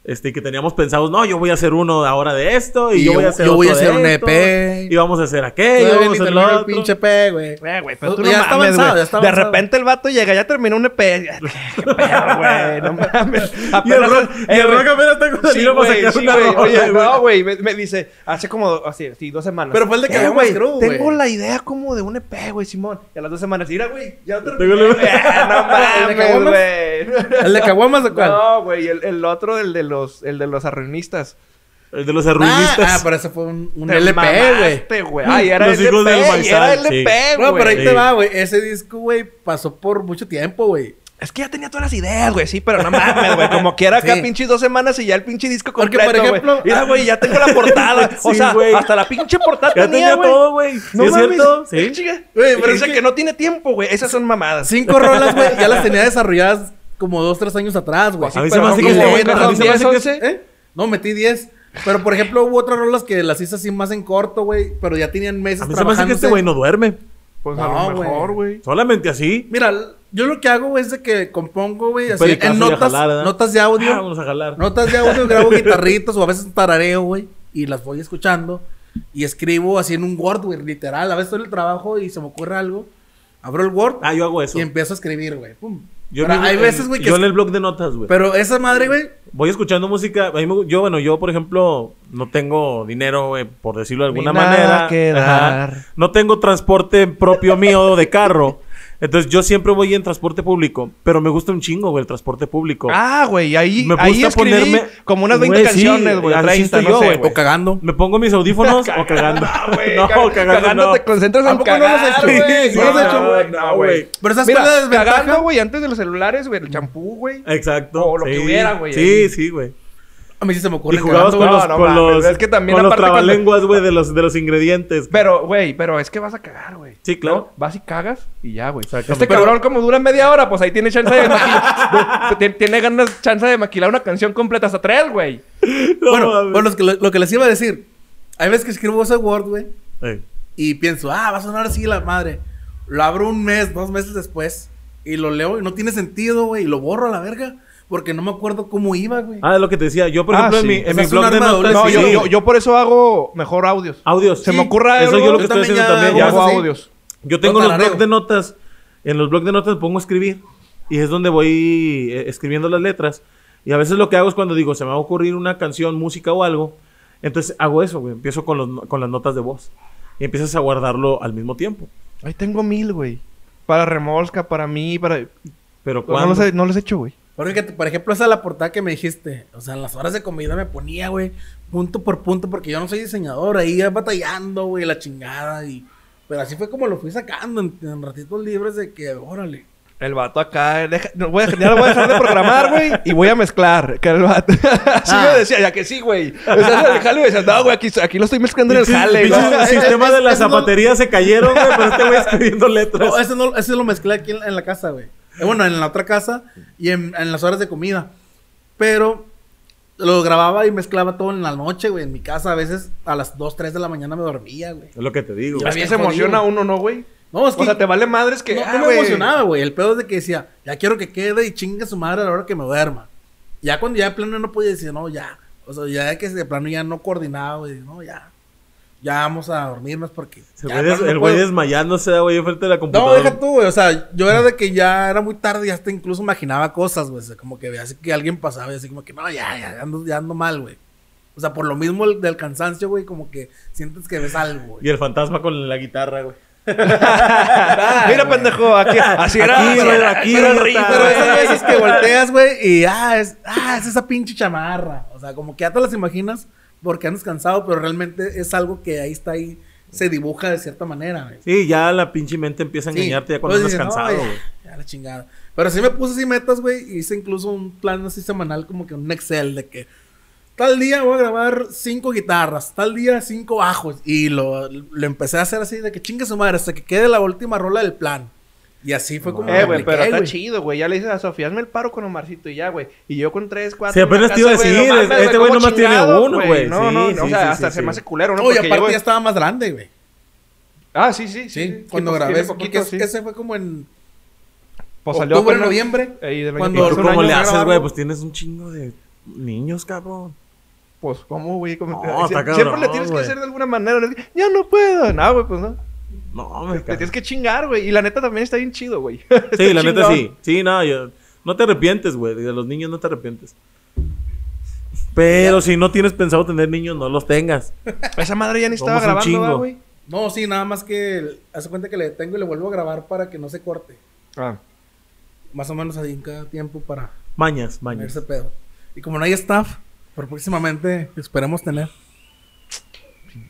[SPEAKER 2] Este, que teníamos pensados, no, yo voy a hacer uno ahora de esto, y,
[SPEAKER 1] Y
[SPEAKER 2] yo
[SPEAKER 1] yo-
[SPEAKER 2] voy a hacer
[SPEAKER 1] yo voy
[SPEAKER 2] otro
[SPEAKER 1] a hacer
[SPEAKER 2] de
[SPEAKER 1] un
[SPEAKER 2] esto,
[SPEAKER 1] EP.
[SPEAKER 2] y vamos a hacer aquello,
[SPEAKER 1] Todavía
[SPEAKER 2] vamos
[SPEAKER 1] ni
[SPEAKER 2] a hacer
[SPEAKER 1] termino
[SPEAKER 2] lo
[SPEAKER 1] el
[SPEAKER 2] otro.
[SPEAKER 1] pinche P, güey.
[SPEAKER 4] Eh, güey, pero tú
[SPEAKER 1] Ya
[SPEAKER 4] no
[SPEAKER 1] está
[SPEAKER 4] mames,
[SPEAKER 1] avanzado,
[SPEAKER 4] güey.
[SPEAKER 1] ya está
[SPEAKER 4] De
[SPEAKER 1] avanzado.
[SPEAKER 4] repente el vato llega, ya terminó un EP. ya- Qué pedo, güey, no mames.
[SPEAKER 2] Y el
[SPEAKER 4] Apenas-
[SPEAKER 2] rock, y
[SPEAKER 4] eh,
[SPEAKER 2] el
[SPEAKER 4] güey.
[SPEAKER 2] rock apenas está con
[SPEAKER 4] Sí,
[SPEAKER 2] y vamos a
[SPEAKER 4] güey,
[SPEAKER 2] sacar
[SPEAKER 4] sí,
[SPEAKER 2] una
[SPEAKER 4] güey.
[SPEAKER 2] rola,
[SPEAKER 4] Oye,
[SPEAKER 2] güey.
[SPEAKER 4] no, güey. Me, me dice, hace como, así, sí, dos semanas.
[SPEAKER 1] Pero fue el de que
[SPEAKER 4] Eh,
[SPEAKER 1] habíamos
[SPEAKER 4] güey,
[SPEAKER 1] crew, güey.
[SPEAKER 4] Tengo la idea como de un EP, güey, Simón. Y a las dos semanas, mira, güey, ya terminé.
[SPEAKER 2] Tengo la-
[SPEAKER 4] güey. Ah,
[SPEAKER 1] ¿El de
[SPEAKER 4] No
[SPEAKER 1] Caguamas?
[SPEAKER 4] mames, güey.
[SPEAKER 1] ¿El de Caguamas o cuál? Ah,
[SPEAKER 4] No, güey, el, el otro, el de los, el de los arruinistas.
[SPEAKER 2] El de los
[SPEAKER 1] Ah,
[SPEAKER 2] arruinistas.
[SPEAKER 1] ah, pero ese fue un, un
[SPEAKER 4] Te
[SPEAKER 1] LP,
[SPEAKER 4] mamaste,
[SPEAKER 1] güey.
[SPEAKER 4] güey. Ay, era
[SPEAKER 2] Los
[SPEAKER 4] el
[SPEAKER 2] hijos del
[SPEAKER 4] LP, era
[SPEAKER 2] Maizal,
[SPEAKER 4] el LP,
[SPEAKER 2] sí.
[SPEAKER 4] güey.
[SPEAKER 1] No, pero ahí
[SPEAKER 2] Sí.
[SPEAKER 1] te va, güey. Ese disco, güey, pasó por mucho tiempo, güey.
[SPEAKER 4] Es que ya tenía todas las ideas, güey, sí, pero no mames, güey. Como quiera acá,
[SPEAKER 1] Sí.
[SPEAKER 4] pinches dos semanas y ya el pinche disco
[SPEAKER 1] Porque,
[SPEAKER 4] completo,
[SPEAKER 1] por
[SPEAKER 4] güey.
[SPEAKER 1] ejemplo-
[SPEAKER 4] Mira, güey, ya tengo la portada. o
[SPEAKER 2] Sí,
[SPEAKER 4] sea,
[SPEAKER 2] güey.
[SPEAKER 4] hasta la pinche portada
[SPEAKER 2] ya
[SPEAKER 4] tenía,
[SPEAKER 2] tenía
[SPEAKER 4] güey.
[SPEAKER 2] todo, güey. ¿Sí
[SPEAKER 4] No
[SPEAKER 2] ¿Es
[SPEAKER 4] mames.
[SPEAKER 2] cierto?
[SPEAKER 4] Sí.
[SPEAKER 2] Sí.
[SPEAKER 1] Güey,
[SPEAKER 4] pero
[SPEAKER 1] pero
[SPEAKER 4] dice
[SPEAKER 1] es
[SPEAKER 4] que...
[SPEAKER 1] que-
[SPEAKER 4] no tiene tiempo, güey. Esas son mamadas.
[SPEAKER 1] Cinco rolas, güey, ya las tenía desarrolladas como dos, tres años atrás, güey.
[SPEAKER 2] A mí
[SPEAKER 4] pero
[SPEAKER 2] se me hace
[SPEAKER 4] como
[SPEAKER 2] que
[SPEAKER 1] le
[SPEAKER 2] le
[SPEAKER 1] metas
[SPEAKER 2] a mí se me hace que-
[SPEAKER 4] 10, 11.
[SPEAKER 1] ¿Eh? No, metí 10. Pero, por ejemplo, hubo otras rolas que las hice así más en corto, güey. Pero ya tenían meses
[SPEAKER 2] a mí se me hace que
[SPEAKER 1] trabajándose.
[SPEAKER 2] este güey no duerme.
[SPEAKER 4] Pues
[SPEAKER 1] No,
[SPEAKER 4] güey.
[SPEAKER 2] Solamente así.
[SPEAKER 1] Mira, yo lo que hago, güey, es de que compongo, güey, así
[SPEAKER 2] Pericazo
[SPEAKER 1] en
[SPEAKER 2] y a
[SPEAKER 1] notas,
[SPEAKER 2] jalar, ¿verdad?
[SPEAKER 1] notas de
[SPEAKER 2] Ah,
[SPEAKER 1] audio.
[SPEAKER 2] vamos a jalar.
[SPEAKER 1] Notas de audio, grabo guitarritas o a veces tarareo, güey. Y las voy escuchando. Y escribo así en un Word, güey, literal. A veces estoy en el trabajo y se me ocurre algo. Abro el Word
[SPEAKER 2] Ah, yo hago eso.
[SPEAKER 1] y empiezo a escribir, güey. Pum.
[SPEAKER 2] Yo
[SPEAKER 1] Pero
[SPEAKER 2] en mi-
[SPEAKER 1] hay
[SPEAKER 2] en-
[SPEAKER 1] veces, güey, que...
[SPEAKER 2] Yo
[SPEAKER 1] es-
[SPEAKER 2] en el blog de notas, güey.
[SPEAKER 1] Pero esa madre, güey...
[SPEAKER 2] Voy escuchando música. A mí me gu- yo, bueno, yo, por ejemplo, no tengo dinero, güey, por decirlo de
[SPEAKER 4] Ni
[SPEAKER 2] alguna
[SPEAKER 4] nada
[SPEAKER 2] manera.
[SPEAKER 4] que
[SPEAKER 2] Ajá.
[SPEAKER 4] dar.
[SPEAKER 2] No tengo transporte propio mío de carro. Entonces yo siempre voy en transporte público, pero me gusta un chingo, güey, el transporte público.
[SPEAKER 4] Ah, güey, ahí,
[SPEAKER 2] Me
[SPEAKER 4] ahí
[SPEAKER 2] gusta
[SPEAKER 4] escribí
[SPEAKER 2] ponerme-
[SPEAKER 4] como unas 20
[SPEAKER 2] Güey, sí,
[SPEAKER 4] canciones, güey,
[SPEAKER 2] así
[SPEAKER 4] 30,
[SPEAKER 2] estoy
[SPEAKER 4] no
[SPEAKER 2] yo,
[SPEAKER 4] sé,
[SPEAKER 2] güey.
[SPEAKER 4] güey.
[SPEAKER 1] O cagando.
[SPEAKER 2] Me pongo mis audífonos o cagando.
[SPEAKER 4] güey,
[SPEAKER 2] no,
[SPEAKER 4] cag-
[SPEAKER 2] cagando, no.
[SPEAKER 4] te concentras
[SPEAKER 1] ¿A
[SPEAKER 4] en
[SPEAKER 1] poco no los
[SPEAKER 4] cagar,
[SPEAKER 1] has
[SPEAKER 4] güey.
[SPEAKER 1] hecho? Sí,
[SPEAKER 4] No,
[SPEAKER 1] los has hecho,
[SPEAKER 4] no,
[SPEAKER 1] güey.
[SPEAKER 4] No, güey.
[SPEAKER 1] Pero ¿sabes
[SPEAKER 4] Mira,
[SPEAKER 1] cuál es la desventaja?
[SPEAKER 4] cagando, güey, antes de los celulares, güey, el champú, güey.
[SPEAKER 2] Exacto.
[SPEAKER 4] O lo que
[SPEAKER 2] sí.
[SPEAKER 4] hubiera, güey, ahí.
[SPEAKER 2] Sí, sí, güey.
[SPEAKER 1] A mí sí se me
[SPEAKER 2] Y
[SPEAKER 1] ocurre
[SPEAKER 2] jugabas
[SPEAKER 1] cagando,
[SPEAKER 2] con
[SPEAKER 1] güey.
[SPEAKER 2] los,
[SPEAKER 4] no
[SPEAKER 2] con
[SPEAKER 4] mames,
[SPEAKER 2] los,
[SPEAKER 4] es que también
[SPEAKER 2] con los
[SPEAKER 4] aparte cuando-
[SPEAKER 2] trabalenguas, güey, de los, de los ingredientes.
[SPEAKER 4] Pero, güey, pero es que vas a cagar, güey.
[SPEAKER 2] Sí, claro.
[SPEAKER 4] ¿No? Vas y cagas y ya, güey.
[SPEAKER 2] Exactamente.
[SPEAKER 4] Este
[SPEAKER 2] Pero-
[SPEAKER 4] cabrón, como dura media hora, pues ahí tiene chance de maquilar. tiene, tiene ganas, chance de maquilar una canción completa hasta tres, güey.
[SPEAKER 2] No
[SPEAKER 1] Bueno,
[SPEAKER 2] mames.
[SPEAKER 1] bueno, los que- lo, que les iba a decir. Hay veces que escribo ese Word, güey.
[SPEAKER 2] Eh,
[SPEAKER 1] Y pienso, ah, va a sonar así la madre. Lo abro un mes, dos meses después. Y lo leo y no tiene sentido, güey. Y lo borro a la verga. Porque no me acuerdo cómo iba, güey.
[SPEAKER 2] Ah, es lo que te decía. Yo, por
[SPEAKER 4] Ah,
[SPEAKER 2] ejemplo,
[SPEAKER 4] sí.
[SPEAKER 2] en mi,
[SPEAKER 1] O
[SPEAKER 2] en
[SPEAKER 1] sea,
[SPEAKER 2] mi
[SPEAKER 1] es un
[SPEAKER 2] blog de
[SPEAKER 1] arma de doble
[SPEAKER 2] notas...
[SPEAKER 4] No,
[SPEAKER 1] Sí,
[SPEAKER 4] yo,
[SPEAKER 1] sí.
[SPEAKER 4] yo, yo por eso hago mejor audios.
[SPEAKER 2] Audios.
[SPEAKER 4] Se me ocurra
[SPEAKER 2] Eso
[SPEAKER 4] algo,
[SPEAKER 2] yo lo que
[SPEAKER 1] yo
[SPEAKER 2] estoy
[SPEAKER 1] también
[SPEAKER 2] haciendo
[SPEAKER 1] ya
[SPEAKER 2] también.
[SPEAKER 4] Y
[SPEAKER 1] yo
[SPEAKER 4] hago
[SPEAKER 1] así.
[SPEAKER 4] audios.
[SPEAKER 2] Yo tengo
[SPEAKER 1] Lo
[SPEAKER 2] los blogs
[SPEAKER 1] tarareo.
[SPEAKER 2] de notas. En los blogs de notas pongo escribir. Y es donde voy eh, escribiendo las letras. Y a veces lo que hago es cuando digo, se me va a ocurrir una canción, música o algo. Entonces hago eso, güey. Empiezo con, los no- con las notas de voz. Y empiezas a guardarlo al mismo tiempo.
[SPEAKER 4] Ahí tengo mil, güey. Para remolca, para mí, para...
[SPEAKER 2] Pero
[SPEAKER 4] No
[SPEAKER 2] cuando...
[SPEAKER 4] los, he, no los he hecho, güey.
[SPEAKER 1] Porque, que te- por ejemplo, esa es la portada que me dijiste. O sea, en las horas de comida me ponía, güey, punto por punto, porque yo no soy diseñador. Ahí batallando, güey, la chingada. Y... Pero así fue como lo fui sacando en, en ratitos libres de que, órale.
[SPEAKER 4] El vato acá, deja- no, voy a, ya lo voy a dejar de programar, güey, y voy a mezclar. Que el vato. Así
[SPEAKER 1] Ah.
[SPEAKER 4] me decía, ya que sí, güey. O sea, en el jale me decía, no, güey, aquí, aquí lo estoy mezclando en el
[SPEAKER 2] Pinches-
[SPEAKER 4] jale,
[SPEAKER 2] pinches
[SPEAKER 4] güey.
[SPEAKER 1] no, es-
[SPEAKER 2] sistemas
[SPEAKER 1] es-
[SPEAKER 2] de la
[SPEAKER 1] es no-
[SPEAKER 2] zapatería se cayeron, güey, pero este güey escribiendo
[SPEAKER 1] No,
[SPEAKER 2] letras.
[SPEAKER 1] ese, no, ese lo mezclé aquí en, en la casa, güey. Eh, bueno, en la otra casa y en, en las horas de comida. Pero lo grababa y mezclaba todo en la noche, güey. En mi casa a veces a las 2, 3 de la mañana me dormía, güey.
[SPEAKER 2] Es lo que te digo.
[SPEAKER 1] Ya
[SPEAKER 2] güey.
[SPEAKER 1] ves.
[SPEAKER 4] Así se emociona uno, ¿no, güey?
[SPEAKER 1] No, es que
[SPEAKER 4] O sea, te vale madres que.
[SPEAKER 1] no,
[SPEAKER 4] ah,
[SPEAKER 1] no me
[SPEAKER 4] güey.
[SPEAKER 1] emocionaba, güey. El pedo es de que decía, ya quiero que quede y chingue su madre a la hora que me duerma. Ya cuando ya de plano no podía decir, no, ya. O sea, ya que de plano ya no coordinaba, güey. No, ya. Ya vamos a dormirnos porque.
[SPEAKER 2] Se
[SPEAKER 1] ya
[SPEAKER 2] güey
[SPEAKER 1] de
[SPEAKER 2] des-
[SPEAKER 1] plano no
[SPEAKER 2] el güey
[SPEAKER 1] puedo.
[SPEAKER 2] desmayándose, güey, enfrente de la
[SPEAKER 1] No,
[SPEAKER 2] computadora.
[SPEAKER 1] deja tú, güey. O sea, yo era de que ya era muy tarde y hasta incluso imaginaba cosas, güey. O sea, como que veía así que alguien pasaba y así como que, no, ya, ya ando, ya ando mal, güey. O sea, por lo mismo el- del cansancio, güey, como que sientes que ves algo,
[SPEAKER 2] Y
[SPEAKER 1] güey.
[SPEAKER 2] el fantasma con la guitarra, güey.
[SPEAKER 4] Ah, Mira, pendejo, aquí. Así era.
[SPEAKER 2] Aquí,
[SPEAKER 4] pero-
[SPEAKER 2] güey, aquí,
[SPEAKER 4] pero eh, el
[SPEAKER 2] güey,
[SPEAKER 4] ritmo,
[SPEAKER 2] está-
[SPEAKER 1] Pero
[SPEAKER 4] güey.
[SPEAKER 1] esas veces que volteas, güey, y ah es, ah, es esa pinche chamarra. O sea, como que ya te las imaginas porque andas cansado, pero realmente es algo que ahí está ahí, se dibuja de cierta manera, güey.
[SPEAKER 2] Sí, ya la pinche mente empieza a
[SPEAKER 1] Sí.
[SPEAKER 2] engañarte ya cuando
[SPEAKER 1] Entonces
[SPEAKER 2] estás
[SPEAKER 1] dices, no,
[SPEAKER 2] cansado,
[SPEAKER 1] ya,
[SPEAKER 2] güey.
[SPEAKER 1] Ya, la chingada. Pero sí me puse así metas, güey. y Hice incluso un plan así semanal, como que un Excel de que tal día voy a grabar cinco guitarras, tal día cinco bajos. Y lo, lo empecé a hacer así de que chingue su madre hasta que quede la última rola del plan. Y así fue como.
[SPEAKER 4] Eh,
[SPEAKER 1] lo
[SPEAKER 4] güey,
[SPEAKER 1] apliqué,
[SPEAKER 4] pero está
[SPEAKER 1] güey.
[SPEAKER 4] chido, güey. Ya le dices a Sofía, hazme el paro con Omarcito y ya, güey. Y yo con tres, cuatro.
[SPEAKER 2] Sí,
[SPEAKER 4] en la
[SPEAKER 2] apenas te iba a
[SPEAKER 4] casa, güey,
[SPEAKER 2] decir,
[SPEAKER 4] no mames,
[SPEAKER 2] este güey
[SPEAKER 4] cómo
[SPEAKER 2] nomás tiene
[SPEAKER 4] chingados,
[SPEAKER 2] uno, güey.
[SPEAKER 4] No,
[SPEAKER 2] Sí,
[SPEAKER 4] no,
[SPEAKER 2] sí,
[SPEAKER 4] o sea,
[SPEAKER 2] sí,
[SPEAKER 4] hasta
[SPEAKER 2] sí,
[SPEAKER 4] se
[SPEAKER 2] sí.
[SPEAKER 4] me hace culero,
[SPEAKER 1] No,
[SPEAKER 4] ¿no?
[SPEAKER 1] y
[SPEAKER 4] Porque yo,
[SPEAKER 1] aparte
[SPEAKER 4] güey-
[SPEAKER 1] ya estaba más grande, güey.
[SPEAKER 4] Ah, sí, sí, sí.
[SPEAKER 1] Sí,
[SPEAKER 4] sí,
[SPEAKER 1] cuando
[SPEAKER 4] pues,
[SPEAKER 1] grabé.
[SPEAKER 4] tiene
[SPEAKER 1] porque
[SPEAKER 4] poquito,
[SPEAKER 1] es-
[SPEAKER 4] sí.
[SPEAKER 1] ese fue como en
[SPEAKER 4] Pues salió
[SPEAKER 1] octubre,
[SPEAKER 4] apenas- eh,
[SPEAKER 1] noviembre.
[SPEAKER 4] Ahí del año
[SPEAKER 1] cuando
[SPEAKER 2] ¿Y tú
[SPEAKER 4] pasado.
[SPEAKER 1] Hace un
[SPEAKER 2] cómo
[SPEAKER 1] año
[SPEAKER 2] le
[SPEAKER 1] no
[SPEAKER 2] haces,
[SPEAKER 1] grababa.
[SPEAKER 2] güey? Pues tienes un chingo de niños, cabrón.
[SPEAKER 4] Pues, ¿cómo, güey? ¿Cómo-
[SPEAKER 2] No,
[SPEAKER 4] Sie-
[SPEAKER 2] está cabrón,
[SPEAKER 4] Siempre le tienes que
[SPEAKER 2] güey.
[SPEAKER 4] hacer de alguna manera. le dices, Ya no puedo. No, güey, pues no.
[SPEAKER 2] No, me
[SPEAKER 4] Te
[SPEAKER 2] cago.
[SPEAKER 4] tienes que chingar, güey. Y la neta también está bien chido, güey.
[SPEAKER 2] Sí, la neta sí. Sí, no, yo- no te arrepientes, güey. De los niños no te arrepientes. Pero si no tienes pensado tener niños, no los tengas.
[SPEAKER 4] Esa madre ya ni estaba
[SPEAKER 2] Somos un
[SPEAKER 4] grabando,
[SPEAKER 2] chingo.
[SPEAKER 4] ¿va, güey.
[SPEAKER 1] No, sí, nada más que hace cuenta que le detengo y le vuelvo a grabar para que no se corte.
[SPEAKER 4] Ah.
[SPEAKER 1] Más o menos ahí en cada tiempo para
[SPEAKER 2] Mañas,
[SPEAKER 1] Tener
[SPEAKER 2] mañas.
[SPEAKER 1] ese pedo. Y como no hay staff, por próximamente esperemos tener.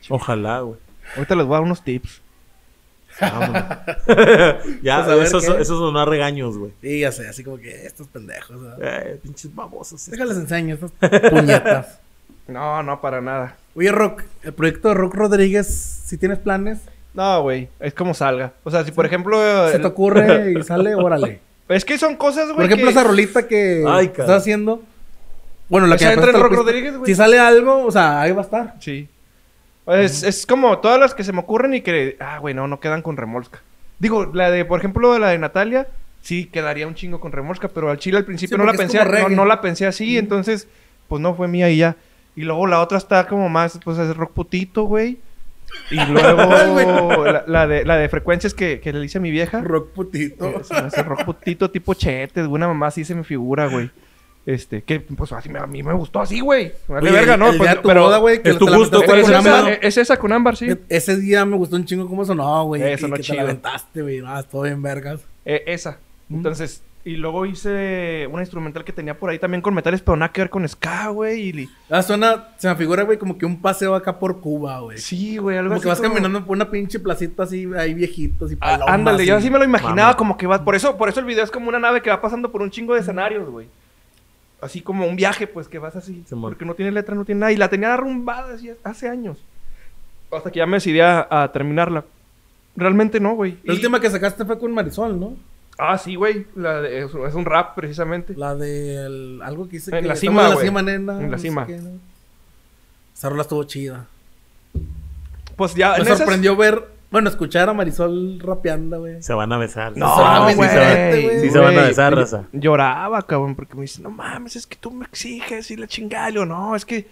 [SPEAKER 2] Ojalá, güey.
[SPEAKER 4] Ahorita les voy a dar unos tips.
[SPEAKER 2] Vámonos.
[SPEAKER 1] Pues
[SPEAKER 2] ya,
[SPEAKER 1] a ver
[SPEAKER 2] esos,
[SPEAKER 1] qué.
[SPEAKER 2] esos son a regaños, güey.
[SPEAKER 1] Y ya sé, así como que estos pendejos. ¿verdad?
[SPEAKER 2] Eh, pinches babosos.
[SPEAKER 1] Déjales enseño estas puñetas.
[SPEAKER 4] No, no, para nada.
[SPEAKER 1] Oye, Rock, el proyecto de Rock Rodríguez, si tienes planes,
[SPEAKER 4] No, güey. Es como salga. O sea, si por ejemplo.
[SPEAKER 1] se
[SPEAKER 4] el-
[SPEAKER 1] te ocurre y sale, órale.
[SPEAKER 4] Es que son cosas, güey.
[SPEAKER 1] Por ejemplo,
[SPEAKER 4] que-
[SPEAKER 1] esa rolita que
[SPEAKER 2] Ay,
[SPEAKER 1] estás
[SPEAKER 2] caray.
[SPEAKER 1] haciendo. Bueno, la que
[SPEAKER 4] Esa
[SPEAKER 1] me
[SPEAKER 4] entra en
[SPEAKER 1] prestaste la
[SPEAKER 4] Rock
[SPEAKER 1] pista.
[SPEAKER 4] Rodríguez, güey.
[SPEAKER 1] Si sale algo, o sea, ahí va a estar.
[SPEAKER 4] Sí. Es, es como todas las que se me ocurren y que, ah, güey, no, no quedan con remolca. Digo, la de, por ejemplo, la de Natalia, sí quedaría un chingo con remolca, pero al chile al principio
[SPEAKER 1] Sí,
[SPEAKER 4] no la
[SPEAKER 1] porque es
[SPEAKER 4] pensé,
[SPEAKER 1] como
[SPEAKER 4] no,
[SPEAKER 1] reggae.
[SPEAKER 4] no la pensé así, entonces, pues no fue mía y ya. Y luego la otra está como más, pues es rock putito, güey. Y luego la, la de, la de frecuencias que, que le hice a mi vieja.
[SPEAKER 1] Rock putito.
[SPEAKER 4] Eh, se me hace rock putito tipo chete, de una mamá así se me figura, güey. Este, que pues así me- a mí me gustó así, güey. Vale
[SPEAKER 1] Oye,
[SPEAKER 4] verga,
[SPEAKER 1] el-
[SPEAKER 4] ¿no?
[SPEAKER 1] el
[SPEAKER 4] Pues,
[SPEAKER 1] día de tu
[SPEAKER 4] pero-
[SPEAKER 1] boda, güey, que
[SPEAKER 2] es tu
[SPEAKER 1] te la
[SPEAKER 2] gusto,
[SPEAKER 1] aventaste
[SPEAKER 2] ¿cuál
[SPEAKER 1] con
[SPEAKER 4] es,
[SPEAKER 1] una
[SPEAKER 4] esa,
[SPEAKER 1] mano.
[SPEAKER 4] eh, es esa con ámbar, sí.
[SPEAKER 1] E- Ese día me gustó un chingo cómo sonó, güey.
[SPEAKER 4] Eso
[SPEAKER 1] y
[SPEAKER 4] no
[SPEAKER 1] que te
[SPEAKER 4] chido.
[SPEAKER 1] la aventaste, güey. Ah, todo bien, vergas.
[SPEAKER 4] Eh, esa. Entonces, y luego hice una instrumental que tenía por ahí también con metales, pero nada que ver con ska, güey. Y, li-
[SPEAKER 1] Ah, suena, se me figura, güey, como que un paseo acá por Cuba, güey.
[SPEAKER 4] sí, güey, algo
[SPEAKER 1] como
[SPEAKER 4] así
[SPEAKER 1] que vas
[SPEAKER 4] como-
[SPEAKER 1] caminando por una pinche placita así, ahí viejitos y
[SPEAKER 4] Ah,
[SPEAKER 1] palomas.
[SPEAKER 4] ándale, yo
[SPEAKER 1] y-
[SPEAKER 4] así me lo imaginaba
[SPEAKER 2] Mames.
[SPEAKER 4] como que va. Por eso, por eso el video es como una nave que va pasando por un chingo de escenarios, güey. Así como un viaje, pues que vas así.
[SPEAKER 2] Simón.
[SPEAKER 4] porque no tiene letra, no tiene nada. Y la tenía arrumbada así hace años. Hasta que ya me decidí a, a terminarla. Realmente no, güey.
[SPEAKER 1] La
[SPEAKER 4] Y-
[SPEAKER 1] última que sacaste fue con Marisol, ¿no?
[SPEAKER 4] Ah, sí, güey. La de- Es, es un rap, precisamente.
[SPEAKER 1] La de el- algo que hice
[SPEAKER 4] En
[SPEAKER 1] que
[SPEAKER 4] la
[SPEAKER 1] estamos
[SPEAKER 4] cima,
[SPEAKER 1] en la
[SPEAKER 4] güey.
[SPEAKER 1] cima, nena.
[SPEAKER 4] En la
[SPEAKER 1] no sé
[SPEAKER 4] cima.
[SPEAKER 1] qué, ¿no? Esa rola estuvo chida.
[SPEAKER 4] Pues ya.
[SPEAKER 1] Me
[SPEAKER 4] en esas-
[SPEAKER 1] sorprendió ver, bueno, escuchar a Marisol rapeando, güey.
[SPEAKER 2] Se van a besar.
[SPEAKER 4] No,
[SPEAKER 2] Se van a- sí
[SPEAKER 4] Ah, güey.
[SPEAKER 2] se van-
[SPEAKER 1] güey.
[SPEAKER 2] sí se van a
[SPEAKER 4] Güey,
[SPEAKER 2] besar,
[SPEAKER 4] yo-
[SPEAKER 2] raza.
[SPEAKER 4] Lloraba, cabrón, porque me dice, no mames, es que tú me exiges y la chingada. Le digo, no, es que.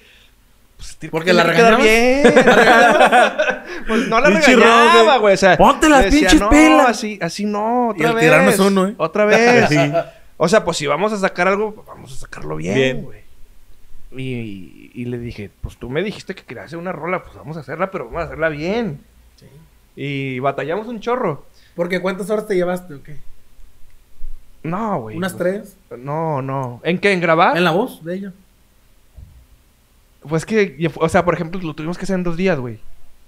[SPEAKER 4] pues, tiene-
[SPEAKER 1] Porque
[SPEAKER 4] tiene
[SPEAKER 1] la
[SPEAKER 4] que quedar bien. pues no la
[SPEAKER 2] Pinche
[SPEAKER 4] regañaba,
[SPEAKER 2] Rob,
[SPEAKER 4] güey. O sea,
[SPEAKER 2] ponte
[SPEAKER 4] le
[SPEAKER 2] las pinches
[SPEAKER 4] no,
[SPEAKER 2] pelas".
[SPEAKER 4] Así, así no, otra
[SPEAKER 1] Y al
[SPEAKER 4] vez.
[SPEAKER 1] tirarme es uno, ¿eh?
[SPEAKER 4] Otra vez.
[SPEAKER 2] Sí.
[SPEAKER 4] O sea, pues si vamos a sacar algo, pues, vamos a sacarlo bien,
[SPEAKER 2] Bien.
[SPEAKER 4] güey. Y, y le dije, pues tú me dijiste que querías hacer una rola, pues vamos a hacerla, pero vamos a hacerla bien. Y batallamos un chorro.
[SPEAKER 1] Porque ¿cuántas horas te llevaste o qué?
[SPEAKER 4] No, güey. pues, ah.
[SPEAKER 1] ¿Unas tres?
[SPEAKER 4] No, no. ¿En qué? ¿En grabar?
[SPEAKER 1] En la voz de ella.
[SPEAKER 4] Pues que, o sea, por ejemplo, lo tuvimos que hacer en dos días, güey.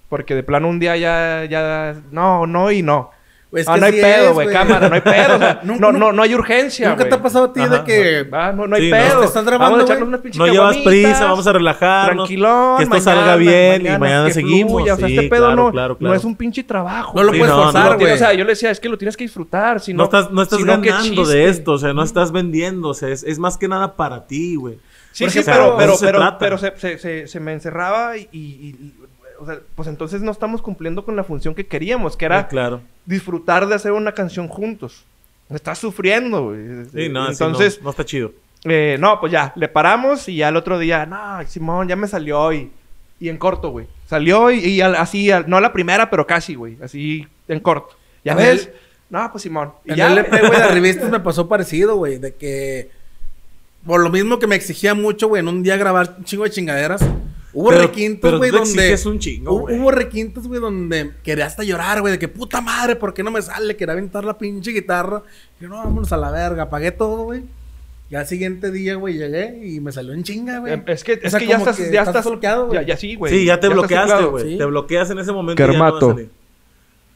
[SPEAKER 4] Porque de plano un día ya, ya, no, no y no.
[SPEAKER 1] Güey, es
[SPEAKER 4] ah,
[SPEAKER 1] Pues que
[SPEAKER 4] no hay
[SPEAKER 1] sí
[SPEAKER 4] pedo,
[SPEAKER 1] es,
[SPEAKER 4] güey, cámara, no hay pedo. o sea,
[SPEAKER 1] Nunca-
[SPEAKER 4] no, no, no hay urgencia,
[SPEAKER 1] ¿Nunca te
[SPEAKER 4] güey.
[SPEAKER 1] ha pasado a ti
[SPEAKER 2] Ajá,
[SPEAKER 1] de que
[SPEAKER 4] Ah, no, no hay
[SPEAKER 2] Sí, ¿no?
[SPEAKER 4] pedo.
[SPEAKER 1] Te estás grabando,
[SPEAKER 4] vamos a
[SPEAKER 1] güey.
[SPEAKER 4] echarnos unas pinches
[SPEAKER 2] No llevas
[SPEAKER 4] caguamitas,
[SPEAKER 2] prisa, vamos a relajarnos.
[SPEAKER 4] Tranquilón,
[SPEAKER 2] que esto salga bien y mañana
[SPEAKER 4] que
[SPEAKER 2] seguimos,
[SPEAKER 4] fluya, o sea,
[SPEAKER 2] sí,
[SPEAKER 4] este pedo
[SPEAKER 2] claro,
[SPEAKER 4] no,
[SPEAKER 2] claro,
[SPEAKER 4] no
[SPEAKER 2] claro.
[SPEAKER 4] es un pinche trabajo.
[SPEAKER 1] no lo
[SPEAKER 2] Sí,
[SPEAKER 1] puedes
[SPEAKER 2] no, no lo
[SPEAKER 1] forzar,
[SPEAKER 4] güey.
[SPEAKER 1] güey?
[SPEAKER 4] O sea, yo le decía, es que lo tienes que disfrutar, si
[SPEAKER 2] No,
[SPEAKER 4] no...
[SPEAKER 2] estás, no estás
[SPEAKER 4] si qué
[SPEAKER 2] ganando de
[SPEAKER 4] chiste.
[SPEAKER 2] esto, o sea, no estás vendiendo, o sea, es, es más que nada para ti, güey.
[SPEAKER 4] Sí,
[SPEAKER 2] Por
[SPEAKER 4] sí,
[SPEAKER 2] ejemplo, de
[SPEAKER 4] pero, pero,
[SPEAKER 2] eso se
[SPEAKER 4] pero,
[SPEAKER 2] trata.
[SPEAKER 4] pero se, se, se, se me encerraba y, y- y- o sea, pues entonces no estamos cumpliendo con la función que queríamos, que era
[SPEAKER 2] Sí, claro.
[SPEAKER 4] disfrutar de hacer una canción juntos. Estás sufriendo, güey.
[SPEAKER 2] Sí, no, sí,
[SPEAKER 4] Entonces,
[SPEAKER 2] no, no está chido.
[SPEAKER 4] eh, no, pues ya, le paramos y ya el otro día, no, Simón, ya me salió hoy. Y en corto, güey. Salió y, y al- así, al- no a la primera, pero casi, güey. Así, en corto. ¿Ya
[SPEAKER 1] En
[SPEAKER 4] ves?
[SPEAKER 1] el-
[SPEAKER 4] No, pues Simón. Y
[SPEAKER 1] En
[SPEAKER 4] ya,
[SPEAKER 1] el
[SPEAKER 4] güey.
[SPEAKER 1] EP, güey, de revistas me pasó parecido, güey. De que. Por lo mismo que me exigía mucho, güey, en un día grabar un chingo de chingaderas. Hubo
[SPEAKER 2] Pero-
[SPEAKER 1] requintos,
[SPEAKER 2] pero
[SPEAKER 1] güey,
[SPEAKER 2] tú te
[SPEAKER 1] donde.
[SPEAKER 2] exiges un chingo,
[SPEAKER 1] hu-
[SPEAKER 2] güey.
[SPEAKER 1] hubo requintos, güey, donde quería hasta llorar, güey, de que puta madre, ¿por qué no me sale? Quería aventar la pinche guitarra. Y yo, no, vámonos a la verga. Apagué todo, güey. Y al siguiente día, güey, llegué y me salió en chinga, güey.
[SPEAKER 4] Em, Es que,
[SPEAKER 1] O
[SPEAKER 4] es
[SPEAKER 1] sea,
[SPEAKER 4] que ya
[SPEAKER 1] como
[SPEAKER 4] estás, ya estás,
[SPEAKER 1] bloqueado, güey.
[SPEAKER 4] Ya, ya sí, güey.
[SPEAKER 2] sí, ya te
[SPEAKER 4] estás
[SPEAKER 2] bloqueaste,
[SPEAKER 4] ciclado.
[SPEAKER 2] güey.
[SPEAKER 1] sí.
[SPEAKER 2] Te bloqueas en ese momento.
[SPEAKER 4] Kermato.
[SPEAKER 2] Y ya no va a salir.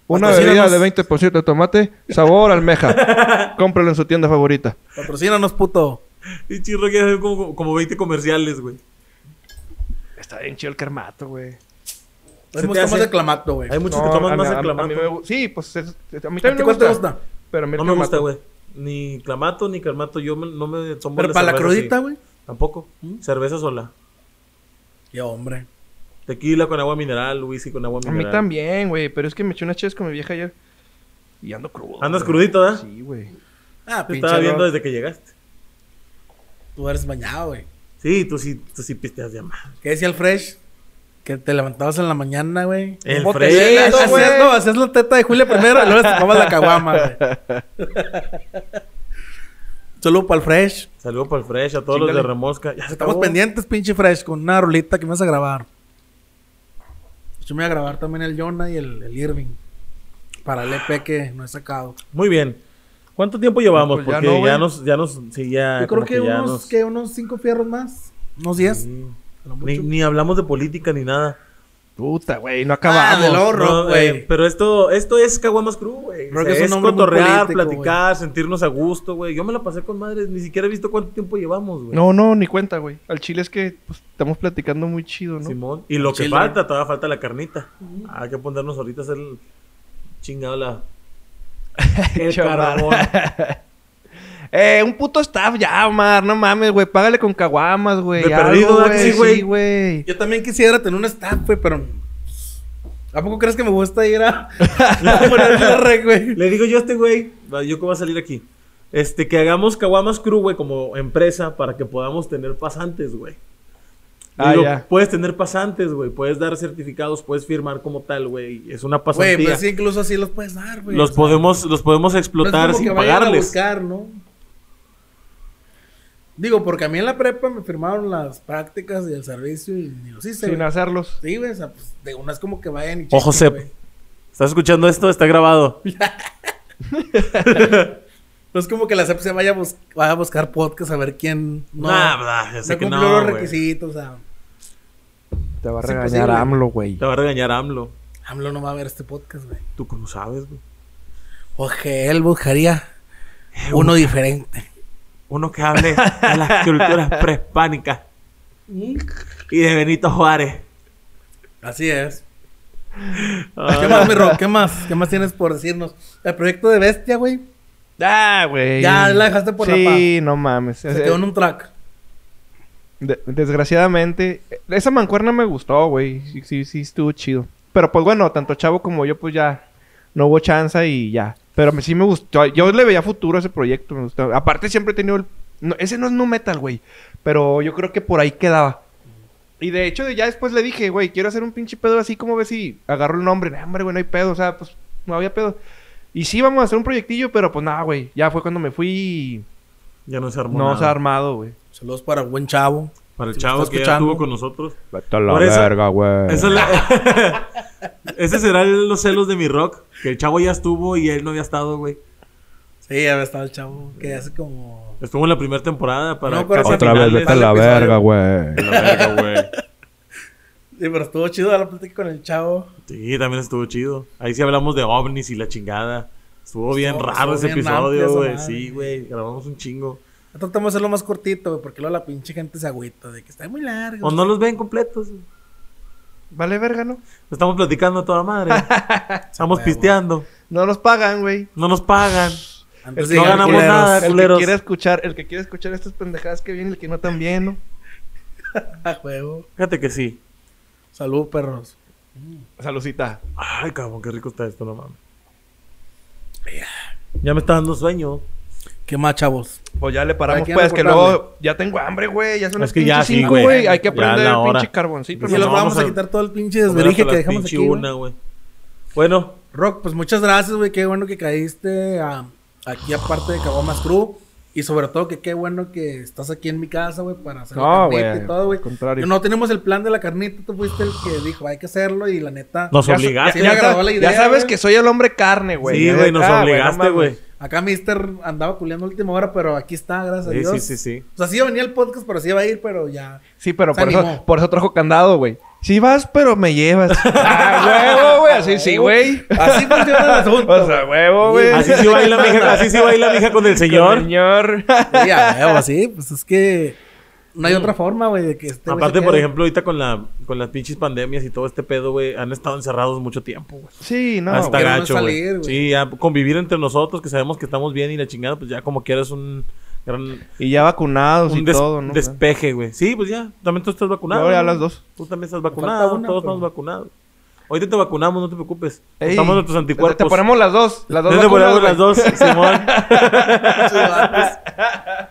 [SPEAKER 4] Una
[SPEAKER 1] Patrocínanos.
[SPEAKER 4] bebida de 20% de tomate, sabor almeja. Cómpralo en su tienda favorita.
[SPEAKER 1] Patrocínanos, puto.
[SPEAKER 2] Y chirro que hacer como, como 20 comerciales, güey.
[SPEAKER 4] Está bien chido el carmato,
[SPEAKER 1] A
[SPEAKER 4] güey.
[SPEAKER 1] mí
[SPEAKER 2] Se
[SPEAKER 1] me
[SPEAKER 2] te
[SPEAKER 1] gusta más
[SPEAKER 2] hace-
[SPEAKER 1] el clamato, güey.
[SPEAKER 2] Hay
[SPEAKER 1] ¿A
[SPEAKER 2] muchos
[SPEAKER 4] No,
[SPEAKER 2] que
[SPEAKER 4] a
[SPEAKER 2] toman
[SPEAKER 4] mí-
[SPEAKER 2] más
[SPEAKER 4] a-
[SPEAKER 2] el
[SPEAKER 4] a mí
[SPEAKER 2] clamato.
[SPEAKER 4] me gu- sí, pues es- a mí
[SPEAKER 1] ti
[SPEAKER 4] también me
[SPEAKER 1] cuál
[SPEAKER 4] gusta.
[SPEAKER 1] te gusta?
[SPEAKER 4] Pero a mí el
[SPEAKER 2] No me gusta,
[SPEAKER 4] clamato.
[SPEAKER 2] güey. Ni clamato, ni carmato. Yo me- no me tomo
[SPEAKER 1] Pero
[SPEAKER 2] la
[SPEAKER 1] para la
[SPEAKER 2] cerveza,
[SPEAKER 1] crudita,
[SPEAKER 2] sí.
[SPEAKER 1] güey.
[SPEAKER 2] Tampoco.
[SPEAKER 4] ¿Mm?
[SPEAKER 2] Cerveza sola.
[SPEAKER 1] Qué hombre.
[SPEAKER 2] Tequila con agua mineral, whisky con agua
[SPEAKER 4] A
[SPEAKER 2] mineral.
[SPEAKER 4] mí también, güey. Pero es que me eché unas chaves con mi vieja ayer. Y ando crudo.
[SPEAKER 2] Andas
[SPEAKER 4] güey.
[SPEAKER 2] crudito, ¿verdad?
[SPEAKER 4] Sí, güey.
[SPEAKER 1] Ah,
[SPEAKER 2] Te
[SPEAKER 1] pinche.
[SPEAKER 2] estaba viendo
[SPEAKER 1] Rob,
[SPEAKER 2] desde que llegaste.
[SPEAKER 1] Tú eres bañado, güey.
[SPEAKER 2] Sí, tú sí, tú sí pisteas de amar.
[SPEAKER 1] ¿Qué decía el Fresh? Que te levantabas en la mañana, güey.
[SPEAKER 2] El
[SPEAKER 4] botellero,
[SPEAKER 2] Fresh.
[SPEAKER 1] Hacías,
[SPEAKER 4] güey.
[SPEAKER 1] no, hacías la teta de Julia primero y luego te tomabas la caguama, güey. Saludo para el Fresh.
[SPEAKER 2] Saludo para el Fresh, a todos los de
[SPEAKER 4] Chíngale.
[SPEAKER 2] Remosca. Ya se
[SPEAKER 1] Estamos
[SPEAKER 2] acabó.
[SPEAKER 1] pendientes, pinche Fresh, con una rolita que me vas a grabar. Yo me voy a grabar también el Jonah y el, el Irving. Para el EP que no he sacado.
[SPEAKER 2] Muy bien. ¿Cuánto tiempo llevamos?
[SPEAKER 4] Pues ya
[SPEAKER 2] Porque
[SPEAKER 4] no,
[SPEAKER 2] ya,
[SPEAKER 4] güey.
[SPEAKER 2] nos, ya nos, sí, ya.
[SPEAKER 1] Yo creo
[SPEAKER 2] Ah, como
[SPEAKER 1] que,
[SPEAKER 2] ya
[SPEAKER 1] unos,
[SPEAKER 2] nos-
[SPEAKER 1] ¿qué? Unos cinco fierros más. Unos diez.
[SPEAKER 2] Sí.
[SPEAKER 1] a lo
[SPEAKER 2] Ni,
[SPEAKER 1] mucho.
[SPEAKER 2] ni hablamos de política ni nada.
[SPEAKER 4] Puta, güey. No
[SPEAKER 1] Ah,
[SPEAKER 4] acabamos.
[SPEAKER 1] del
[SPEAKER 2] No,
[SPEAKER 1] horror,
[SPEAKER 2] eh,
[SPEAKER 1] güey.
[SPEAKER 2] pero esto, esto es Caguamas Crew, güey.
[SPEAKER 1] Creo
[SPEAKER 2] O sea,
[SPEAKER 1] que es
[SPEAKER 2] es,
[SPEAKER 1] un nombre muy
[SPEAKER 2] cotorrear,
[SPEAKER 1] político,
[SPEAKER 2] platicar, sentirnos a gusto, güey. Yo me la pasé con madres, ni siquiera he visto cuánto tiempo llevamos, güey.
[SPEAKER 4] no, no, ni cuenta, güey. Al chile es que pues, estamos platicando muy chido, ¿no?
[SPEAKER 2] Simón. Y lo que
[SPEAKER 1] Chile.
[SPEAKER 2] falta, todavía falta la carnita. Hay que ponernos ahorita a hacer el chingado la. El
[SPEAKER 4] Chaval.
[SPEAKER 2] carbón.
[SPEAKER 4] Eh, un puto staff ya, Omar. No mames, güey. Págale con caguamas, güey.
[SPEAKER 2] De
[SPEAKER 4] algo,
[SPEAKER 2] perdido, ¿verdad que sí, güey?
[SPEAKER 4] Sí, güey.
[SPEAKER 1] Yo también quisiera tener un staff, güey, pero. ¿A poco crees que me gusta ir a. a poner la red, güey?
[SPEAKER 2] Le digo yo a este güey, va, yo que va a salir aquí. Este, que hagamos Caguamas Crew, güey, como empresa para que podamos tener pasantes, güey. Le
[SPEAKER 4] Ah,
[SPEAKER 2] digo,
[SPEAKER 4] ya.
[SPEAKER 2] puedes tener pasantes, güey. Puedes dar certificados, puedes firmar como tal, güey. Es una pasantía.
[SPEAKER 1] Güey, pues sí, incluso así los puedes dar, güey.
[SPEAKER 2] los,
[SPEAKER 1] O sea,
[SPEAKER 2] podemos, los podemos explotar
[SPEAKER 1] no es como
[SPEAKER 2] sin
[SPEAKER 1] que vayan a
[SPEAKER 2] pagarles.
[SPEAKER 1] buscar, ¿no? Digo, porque a mí en la prepa me firmaron las prácticas y el servicio y ni los hice.
[SPEAKER 4] Sin
[SPEAKER 1] güey.
[SPEAKER 4] hacerlos.
[SPEAKER 1] Sí, güey, o sea, pues de una es como que vayan y.
[SPEAKER 2] Ojo,
[SPEAKER 1] chequen,
[SPEAKER 2] Sep.
[SPEAKER 1] güey.
[SPEAKER 2] ¿Estás escuchando esto? Está grabado.
[SPEAKER 1] No es como que la CEP se vaya a, bus- vaya a buscar podcast a ver quién no,
[SPEAKER 2] Nah, nah, ya sé
[SPEAKER 1] no
[SPEAKER 2] que
[SPEAKER 1] cumplió
[SPEAKER 2] no,
[SPEAKER 1] los
[SPEAKER 2] güey.
[SPEAKER 1] requisitos. O sea,
[SPEAKER 3] Te va a
[SPEAKER 1] Es
[SPEAKER 3] regañar
[SPEAKER 1] imposible.
[SPEAKER 3] AMLO, güey.
[SPEAKER 2] Te va a regañar AMLO.
[SPEAKER 1] AMLO no va a ver este podcast, güey.
[SPEAKER 2] Tú cómo sabes, güey.
[SPEAKER 1] O que él buscaría uno diferente.
[SPEAKER 2] Uno que hable de las culturas prehispánicas ¿Mm? y de Benito Juárez.
[SPEAKER 1] Así es.
[SPEAKER 2] Ah.
[SPEAKER 1] ¿Qué más, mi Rob? ¿Qué más? ¿Qué más tienes por decirnos? El proyecto de Bestia, güey.
[SPEAKER 4] Ah, güey.
[SPEAKER 1] Ya la dejaste por la paz.
[SPEAKER 4] Sí, no mames.
[SPEAKER 1] Se quedó en un track.
[SPEAKER 4] De- desgraciadamente, eh, esa mancuerna me gustó, güey. Sí, sí, sí, estuvo chido. Pero pues bueno, tanto Chavo como yo, pues ya no hubo chance y ya. Pero me- sí me gustó. Yo le veía futuro a ese proyecto, me gustó. Aparte, siempre he tenido el. no, ese no es nu metal, güey. Pero yo creo que por ahí quedaba. Y de hecho, ya después le dije, güey, quiero hacer un pinche pedo así, como ves si agarro el nombre. Nah, hombre, güey, no hay pedo. O sea, pues no había pedo. Y sí, vamos a hacer un proyectillo, pero pues nada, güey. Ya fue cuando me fui y
[SPEAKER 2] Ya no se armó
[SPEAKER 4] no
[SPEAKER 2] nada.
[SPEAKER 4] se ha armado, güey.
[SPEAKER 1] Saludos para el buen chavo.
[SPEAKER 2] Para el
[SPEAKER 1] Si me
[SPEAKER 2] chavo
[SPEAKER 1] está
[SPEAKER 2] que ya
[SPEAKER 1] escuchando.
[SPEAKER 2] estuvo con nosotros.
[SPEAKER 3] Vete a
[SPEAKER 2] Por eso-
[SPEAKER 3] güey.
[SPEAKER 2] Esa es la- Ese será el- los celos de mi rock. Que el chavo ya estuvo y él no había estado, güey.
[SPEAKER 1] Sí, había estado el chavo que hace como.
[SPEAKER 2] Estuvo en la primera temporada para...
[SPEAKER 1] No, pero
[SPEAKER 2] casi
[SPEAKER 1] Otra vez,
[SPEAKER 2] finales.
[SPEAKER 1] vete a la-
[SPEAKER 4] pues,
[SPEAKER 1] episodio.
[SPEAKER 3] güey.
[SPEAKER 2] La verga, güey.
[SPEAKER 1] Sí, pero estuvo chido la plática con el chavo.
[SPEAKER 2] Sí, también estuvo chido. Ahí sí hablamos de ovnis y la chingada. Estuvo bien
[SPEAKER 1] Estuvo-
[SPEAKER 2] raro
[SPEAKER 1] estuvo
[SPEAKER 2] ese
[SPEAKER 1] bien amplia
[SPEAKER 2] episodio,
[SPEAKER 1] esa
[SPEAKER 2] güey.
[SPEAKER 1] madre.
[SPEAKER 2] Sí, güey. Grabamos un chingo.
[SPEAKER 1] Ya Tratamos de hacerlo más cortito, güey, porque luego la pinche gente se agüita de que está muy largo.
[SPEAKER 2] O no los ven completos. güey.
[SPEAKER 4] Vale, verga, ¿no?
[SPEAKER 2] Estamos platicando a toda madre. Estamos
[SPEAKER 1] Huevo.
[SPEAKER 2] pisteando.
[SPEAKER 4] No nos pagan, güey.
[SPEAKER 2] No nos pagan.
[SPEAKER 1] Antes
[SPEAKER 2] Pues
[SPEAKER 4] Es
[SPEAKER 1] de
[SPEAKER 4] que no
[SPEAKER 1] llegar,
[SPEAKER 4] ganamos
[SPEAKER 1] culeros.
[SPEAKER 2] nada.
[SPEAKER 4] El
[SPEAKER 2] Culeros.
[SPEAKER 4] que quiere escuchar, el que quiere escuchar estas pendejadas que vienen, el que no también, ¿no?
[SPEAKER 1] A juego.
[SPEAKER 2] Fíjate que sí.
[SPEAKER 1] Salud, perros.
[SPEAKER 4] Salucita.
[SPEAKER 2] Ay, cabrón, qué rico está esto, no mames. Ya me está dando sueño.
[SPEAKER 1] ¿Qué más, chavos?
[SPEAKER 4] Pues ya le paramos,
[SPEAKER 1] Aquí
[SPEAKER 4] pues,
[SPEAKER 1] ando
[SPEAKER 4] que
[SPEAKER 1] cortando.
[SPEAKER 4] luego ya tengo hambre, güey. Ya son
[SPEAKER 2] Es
[SPEAKER 4] las
[SPEAKER 2] que ya
[SPEAKER 4] pinches
[SPEAKER 2] sí,
[SPEAKER 4] cinco,
[SPEAKER 2] güey.
[SPEAKER 4] güey. Hay que
[SPEAKER 2] Ya
[SPEAKER 4] aprender
[SPEAKER 2] la
[SPEAKER 4] el
[SPEAKER 2] hora.
[SPEAKER 4] pinche carboncito.
[SPEAKER 2] Pues
[SPEAKER 1] Y
[SPEAKER 2] no,
[SPEAKER 1] luego
[SPEAKER 4] mamá.
[SPEAKER 2] vamos
[SPEAKER 1] vamos, a
[SPEAKER 2] a-
[SPEAKER 1] quitar todo el pinche
[SPEAKER 2] Comer hasta
[SPEAKER 1] desverije que
[SPEAKER 2] las
[SPEAKER 1] dejamos
[SPEAKER 2] pinche
[SPEAKER 1] aquí. güey.
[SPEAKER 2] una, güey. Bueno,
[SPEAKER 1] Rock, pues muchas gracias, güey. Qué bueno que caíste a- aquí aparte de Caguamas Crew. Y sobre todo que qué bueno que estás aquí en mi casa, güey, para hacer
[SPEAKER 4] No,
[SPEAKER 1] la carnita
[SPEAKER 4] güey,
[SPEAKER 1] y todo, güey.
[SPEAKER 4] al contrario.
[SPEAKER 1] No tenemos el plan de la carnita, tú fuiste el que dijo, hay que hacerlo y la neta...
[SPEAKER 2] nos
[SPEAKER 4] Ya-
[SPEAKER 1] sí
[SPEAKER 2] obligaste.
[SPEAKER 1] me
[SPEAKER 4] Ya, ya
[SPEAKER 1] agradó
[SPEAKER 4] sab-
[SPEAKER 1] la
[SPEAKER 4] ya
[SPEAKER 1] idea,
[SPEAKER 4] sabes
[SPEAKER 1] güey.
[SPEAKER 4] que soy el hombre carne, güey.
[SPEAKER 2] sí,
[SPEAKER 4] Ya-
[SPEAKER 2] güey, nos
[SPEAKER 4] ah, no
[SPEAKER 2] obligaste,
[SPEAKER 4] mames.
[SPEAKER 2] güey.
[SPEAKER 1] Acá Mister andaba culeando a última hora, pero aquí está, gracias a
[SPEAKER 2] Sí,
[SPEAKER 1] Dios.
[SPEAKER 2] sí, sí, sí.
[SPEAKER 1] O sea, sí iba a venir el podcast, pero sí iba a ir, pero ya...
[SPEAKER 4] Sí, pero
[SPEAKER 1] Se
[SPEAKER 4] por eso,
[SPEAKER 1] animó.
[SPEAKER 4] por eso trajo candado, güey. Sí vas, pero me llevas. ah, huevo, güey. Así sí, güey.
[SPEAKER 1] Así funciona el asunto.
[SPEAKER 4] O sea, huevo, güey.
[SPEAKER 2] Así sí baila mi hija, así sí baila mi hija con el
[SPEAKER 4] Señor.
[SPEAKER 2] señor.
[SPEAKER 4] Señor.
[SPEAKER 1] Sí, a huevo, sí, pues es que... No hay
[SPEAKER 4] Mm.
[SPEAKER 1] otra forma, güey, de que este güey se
[SPEAKER 2] Aparte, por
[SPEAKER 1] quede.
[SPEAKER 2] ejemplo, ahorita con la con las pinches pandemias y todo este pedo, güey, han estado encerrados mucho tiempo, güey.
[SPEAKER 4] Sí, no.
[SPEAKER 2] Hasta
[SPEAKER 4] güey.
[SPEAKER 1] queremos
[SPEAKER 2] gacho, güey.
[SPEAKER 1] salir, güey.
[SPEAKER 2] Sí, ya convivir entre nosotros, que sabemos que estamos bien y la chingada, pues ya como quieras un gran
[SPEAKER 4] Y ya vacunados
[SPEAKER 2] un
[SPEAKER 4] y
[SPEAKER 2] des-
[SPEAKER 4] todo, ¿no?
[SPEAKER 2] despeje, güey. Sí, pues ya, también tú estás vacunado.
[SPEAKER 4] Yo ya
[SPEAKER 2] ¿no?
[SPEAKER 4] las dos.
[SPEAKER 2] Tú también estás
[SPEAKER 1] falta
[SPEAKER 2] vacunado,
[SPEAKER 1] una,
[SPEAKER 2] todos
[SPEAKER 1] pero-
[SPEAKER 2] estamos vacunados. Ahorita te vacunamos, no te preocupes.
[SPEAKER 4] Ey,
[SPEAKER 2] Estamos nuestros anticuerpos.
[SPEAKER 4] Te ponemos las dos. Las dos.
[SPEAKER 2] Entonces te
[SPEAKER 4] vacunas,
[SPEAKER 2] ponemos las dos,
[SPEAKER 4] güey.
[SPEAKER 2] Simón.
[SPEAKER 1] Sí, va, pues,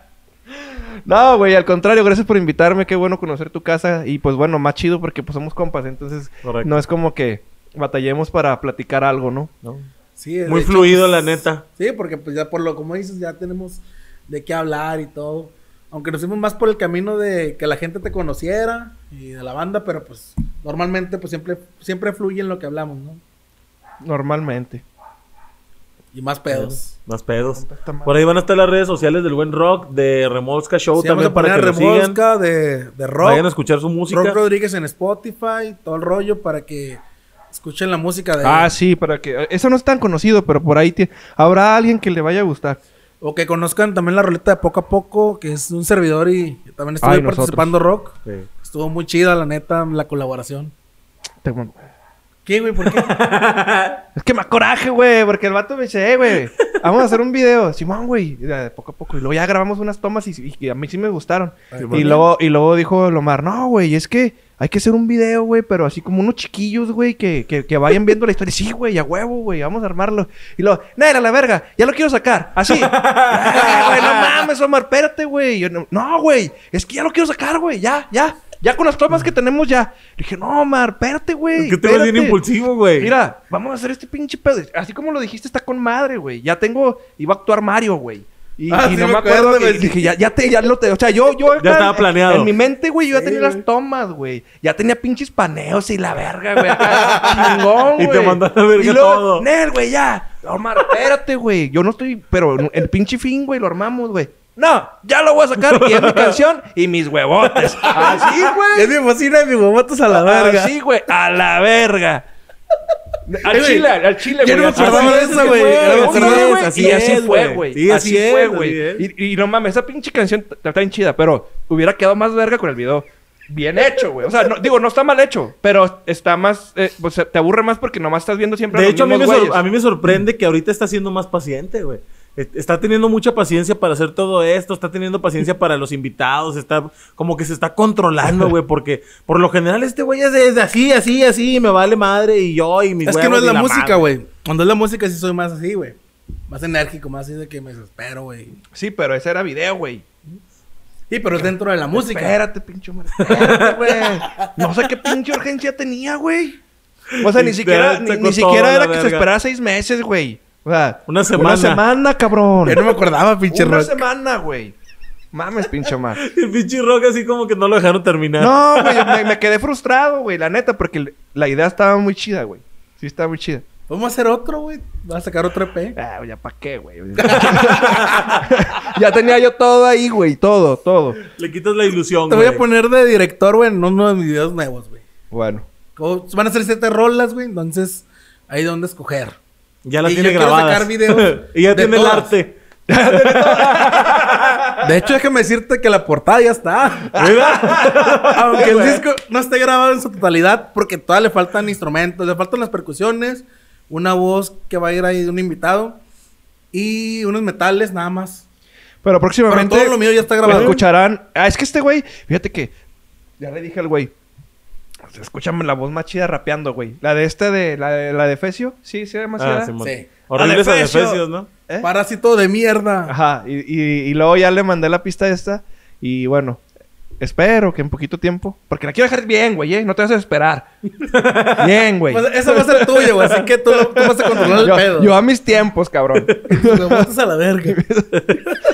[SPEAKER 4] No, güey, al contrario, gracias por invitarme. Qué bueno conocer tu casa. Y pues bueno, más chido porque pues somos compas. Entonces,
[SPEAKER 2] Correcto.
[SPEAKER 4] no es como que batallemos para platicar algo, ¿no?
[SPEAKER 1] Sí, de
[SPEAKER 2] Muy
[SPEAKER 1] hecho,
[SPEAKER 2] fluido,
[SPEAKER 1] pues,
[SPEAKER 2] la neta.
[SPEAKER 1] Sí, porque pues ya por lo como dices, ya tenemos de qué hablar y todo. Aunque nos fuimos más por el camino de que la gente te conociera y de la banda, pero pues normalmente pues siempre, siempre fluye en lo que hablamos, ¿no?
[SPEAKER 4] Normalmente.
[SPEAKER 1] Y más pedos.
[SPEAKER 2] Más pedos. Por ahí van a estar las redes sociales del Buen Rock, de Remolska Show
[SPEAKER 1] Sí, vamos
[SPEAKER 2] también
[SPEAKER 1] a poner
[SPEAKER 2] para que lo sigan.
[SPEAKER 1] remolca de, de rock.
[SPEAKER 2] Vayan a escuchar su música.
[SPEAKER 1] Rock Rodríguez en Spotify, todo el rollo para que escuchen la música de
[SPEAKER 4] Ah, sí, para que. Eso no es tan conocido, pero por ahí tie- habrá alguien que le vaya a gustar.
[SPEAKER 1] O que conozcan también la roleta de poco a poco, que es un servidor y yo también estuve
[SPEAKER 4] Ay, nosotros.
[SPEAKER 1] participando rock.
[SPEAKER 2] Sí.
[SPEAKER 1] Estuvo muy chida, la neta, la colaboración.
[SPEAKER 4] Te- Es
[SPEAKER 1] ¿Qué, güey? ¿Por qué?
[SPEAKER 4] que me acoraje, güey, porque el vato me dice, eh, güey, vamos a hacer un video. Simón, güey, y de poco a poco. Y luego ya grabamos unas tomas y, y a mí sí me gustaron.
[SPEAKER 1] Simón.
[SPEAKER 4] y, luego, y luego dijo Lomar, no, güey, es que hay que hacer un video, güey, pero así como unos chiquillos, güey, que, que, que vayan viendo la historia. Sí, güey, a huevo, güey, vamos a armarlo. Y luego, nada, la verga, ya lo quiero sacar, así. Ay, güey, no mames, Omar, espérate, güey. Yo no- No, güey, es que ya lo quiero sacar, güey, ya, ya. Ya con las tomas que tenemos ya. Le dije, no, Omar, espérate, güey.
[SPEAKER 2] Mm. Es que te ves bien
[SPEAKER 4] espérate.
[SPEAKER 2] impulsivo, güey.
[SPEAKER 4] Mira, vamos a hacer este pinche pedo. Así como lo dijiste, está con madre, güey. Ya tengo. Iba a actuar Mario, güey. Y,
[SPEAKER 1] Ah,
[SPEAKER 4] y
[SPEAKER 1] sí
[SPEAKER 4] no
[SPEAKER 1] me
[SPEAKER 4] me acuerdo,
[SPEAKER 1] acuerdo,
[SPEAKER 4] que-
[SPEAKER 1] güey.
[SPEAKER 4] dije, ya, ya te, ya lo te. O sea, yo, yo. acá
[SPEAKER 2] estaba
[SPEAKER 4] en-
[SPEAKER 2] planeado.
[SPEAKER 4] En, mi mente, güey, yo ya
[SPEAKER 1] Sí,
[SPEAKER 4] tenía
[SPEAKER 1] güey.
[SPEAKER 4] las tomas, güey. Ya tenía pinches paneos y la verga, güey. acá, Chingón,
[SPEAKER 2] Y
[SPEAKER 4] güey.
[SPEAKER 2] te mandó a la verga
[SPEAKER 4] Y luego,
[SPEAKER 2] todo.
[SPEAKER 4] Nel, güey, ya. Omar, espérate, güey. Yo no estoy. Pero el pinche fin, güey, lo armamos, güey. No, ya lo voy a sacar y es mi canción y mis huevotes. Así, güey.
[SPEAKER 1] Es mi bocina y mis huevotes a la verga.
[SPEAKER 4] Así, güey. A la verga.
[SPEAKER 5] Al chile, al chile,
[SPEAKER 1] Yo
[SPEAKER 5] güey.
[SPEAKER 1] no me
[SPEAKER 5] así
[SPEAKER 1] acordaba
[SPEAKER 5] fue.
[SPEAKER 1] de eso, güey. No me
[SPEAKER 4] Oye,
[SPEAKER 1] acordaba de
[SPEAKER 4] güey,
[SPEAKER 1] eso.
[SPEAKER 4] y así
[SPEAKER 1] es,
[SPEAKER 4] fue, güey.
[SPEAKER 1] Sí,
[SPEAKER 4] así, fue,
[SPEAKER 1] es,
[SPEAKER 4] güey.
[SPEAKER 1] así es.
[SPEAKER 4] Y, y no mames, esa pinche canción t- está bien chida, pero hubiera quedado más verga con el video. Bien hecho, güey. O sea, no- digo, no está mal hecho, pero está más. eh, o sea, te aburre más porque nomás estás viendo siempre
[SPEAKER 2] De
[SPEAKER 4] los
[SPEAKER 2] hecho, a mí, me
[SPEAKER 4] mismos
[SPEAKER 2] sor-
[SPEAKER 4] güeyes.
[SPEAKER 2] a mí me sorprende que ahorita está siendo más paciente, güey. E- Está teniendo mucha paciencia para hacer todo esto, está teniendo paciencia para los invitados, está como que se está controlando, güey, porque por lo general este güey es de, es de así, así, así, me vale madre y yo y mi
[SPEAKER 1] Es que no es la música, güey. Cuando es la música sí soy más así, güey. Más enérgico, más así de que me desespero, güey.
[SPEAKER 4] Sí, pero ese era video, güey.
[SPEAKER 1] Sí, pero es dentro de la música.
[SPEAKER 4] Espérate, pinche Omar. espérate, güey. No sé qué pinche urgencia tenía, güey. O sea, ni
[SPEAKER 2] Y
[SPEAKER 4] siquiera,
[SPEAKER 2] te
[SPEAKER 4] ni, ni
[SPEAKER 2] sacó
[SPEAKER 4] siquiera
[SPEAKER 2] toda
[SPEAKER 4] era
[SPEAKER 2] la
[SPEAKER 4] que se
[SPEAKER 2] verga.
[SPEAKER 4] esperara seis meses, güey. O sea,
[SPEAKER 2] Una semana.
[SPEAKER 4] Una semana, cabrón.
[SPEAKER 1] Yo no me acordaba, pinche
[SPEAKER 4] Una
[SPEAKER 1] rock.
[SPEAKER 4] semana, güey. Mames, pinche Omar.
[SPEAKER 2] El pinche rock así como que no lo dejaron terminar.
[SPEAKER 4] No, güey, me, me quedé frustrado, güey, la neta, porque l- la idea estaba muy chida, güey. Sí, estaba muy chida.
[SPEAKER 1] Vamos a hacer otro, güey. Vas a sacar otro E EP.
[SPEAKER 4] Ah, ya pa' qué, güey. ya tenía yo todo ahí, güey, todo, todo.
[SPEAKER 2] Le quitas la ilusión,
[SPEAKER 1] Te voy a
[SPEAKER 2] güey.
[SPEAKER 1] poner de director, güey, en uno de mis videos nuevos, güey.
[SPEAKER 4] Bueno.
[SPEAKER 1] Como Van a ser siete rolas, güey. Entonces, hay donde escoger.
[SPEAKER 2] Ya la
[SPEAKER 1] Y
[SPEAKER 2] tiene
[SPEAKER 1] yo quiero
[SPEAKER 2] grabada.
[SPEAKER 1] sacar videos
[SPEAKER 2] y
[SPEAKER 1] de
[SPEAKER 2] ya tiene
[SPEAKER 1] todas.
[SPEAKER 2] el arte.
[SPEAKER 1] De hecho, déjame decirte que la portada ya está.
[SPEAKER 4] Ah,
[SPEAKER 2] Ah,
[SPEAKER 1] Aunque el disco no esté grabado en su totalidad, porque todavía le faltan instrumentos, le faltan las percusiones, una voz que va a ir ahí de un invitado y unos metales nada más. Pero
[SPEAKER 4] Pero próximamente.
[SPEAKER 1] todo lo mío ya está grabado.
[SPEAKER 4] Escucharán. Ah, es que este güey, fíjate que. Ya le dije al güey. o sea, Escúchame la voz más chida rapeando, güey. La de este de. La de, la de Fecio. Sí, sí, demasiado.
[SPEAKER 2] Ah, Simón.
[SPEAKER 1] Sí.
[SPEAKER 2] Horribles
[SPEAKER 4] Adefesio.
[SPEAKER 2] adefesios, ¿no?
[SPEAKER 4] ¿Eh?
[SPEAKER 1] Parásito de mierda.
[SPEAKER 4] Ajá, y, y, y luego ya le mandé la pista esta. Y bueno, espero que en poquito tiempo. Porque la quiero dejar bien, güey, ¿eh? No te vas a esperar. Bien, güey.
[SPEAKER 1] Pues eso va a ser tuyo, güey. Así que tú, lo- tú vas a controlar el
[SPEAKER 4] Yo,
[SPEAKER 1] pedo.
[SPEAKER 4] yo a mis tiempos, cabrón.
[SPEAKER 1] Lo botas a la verga.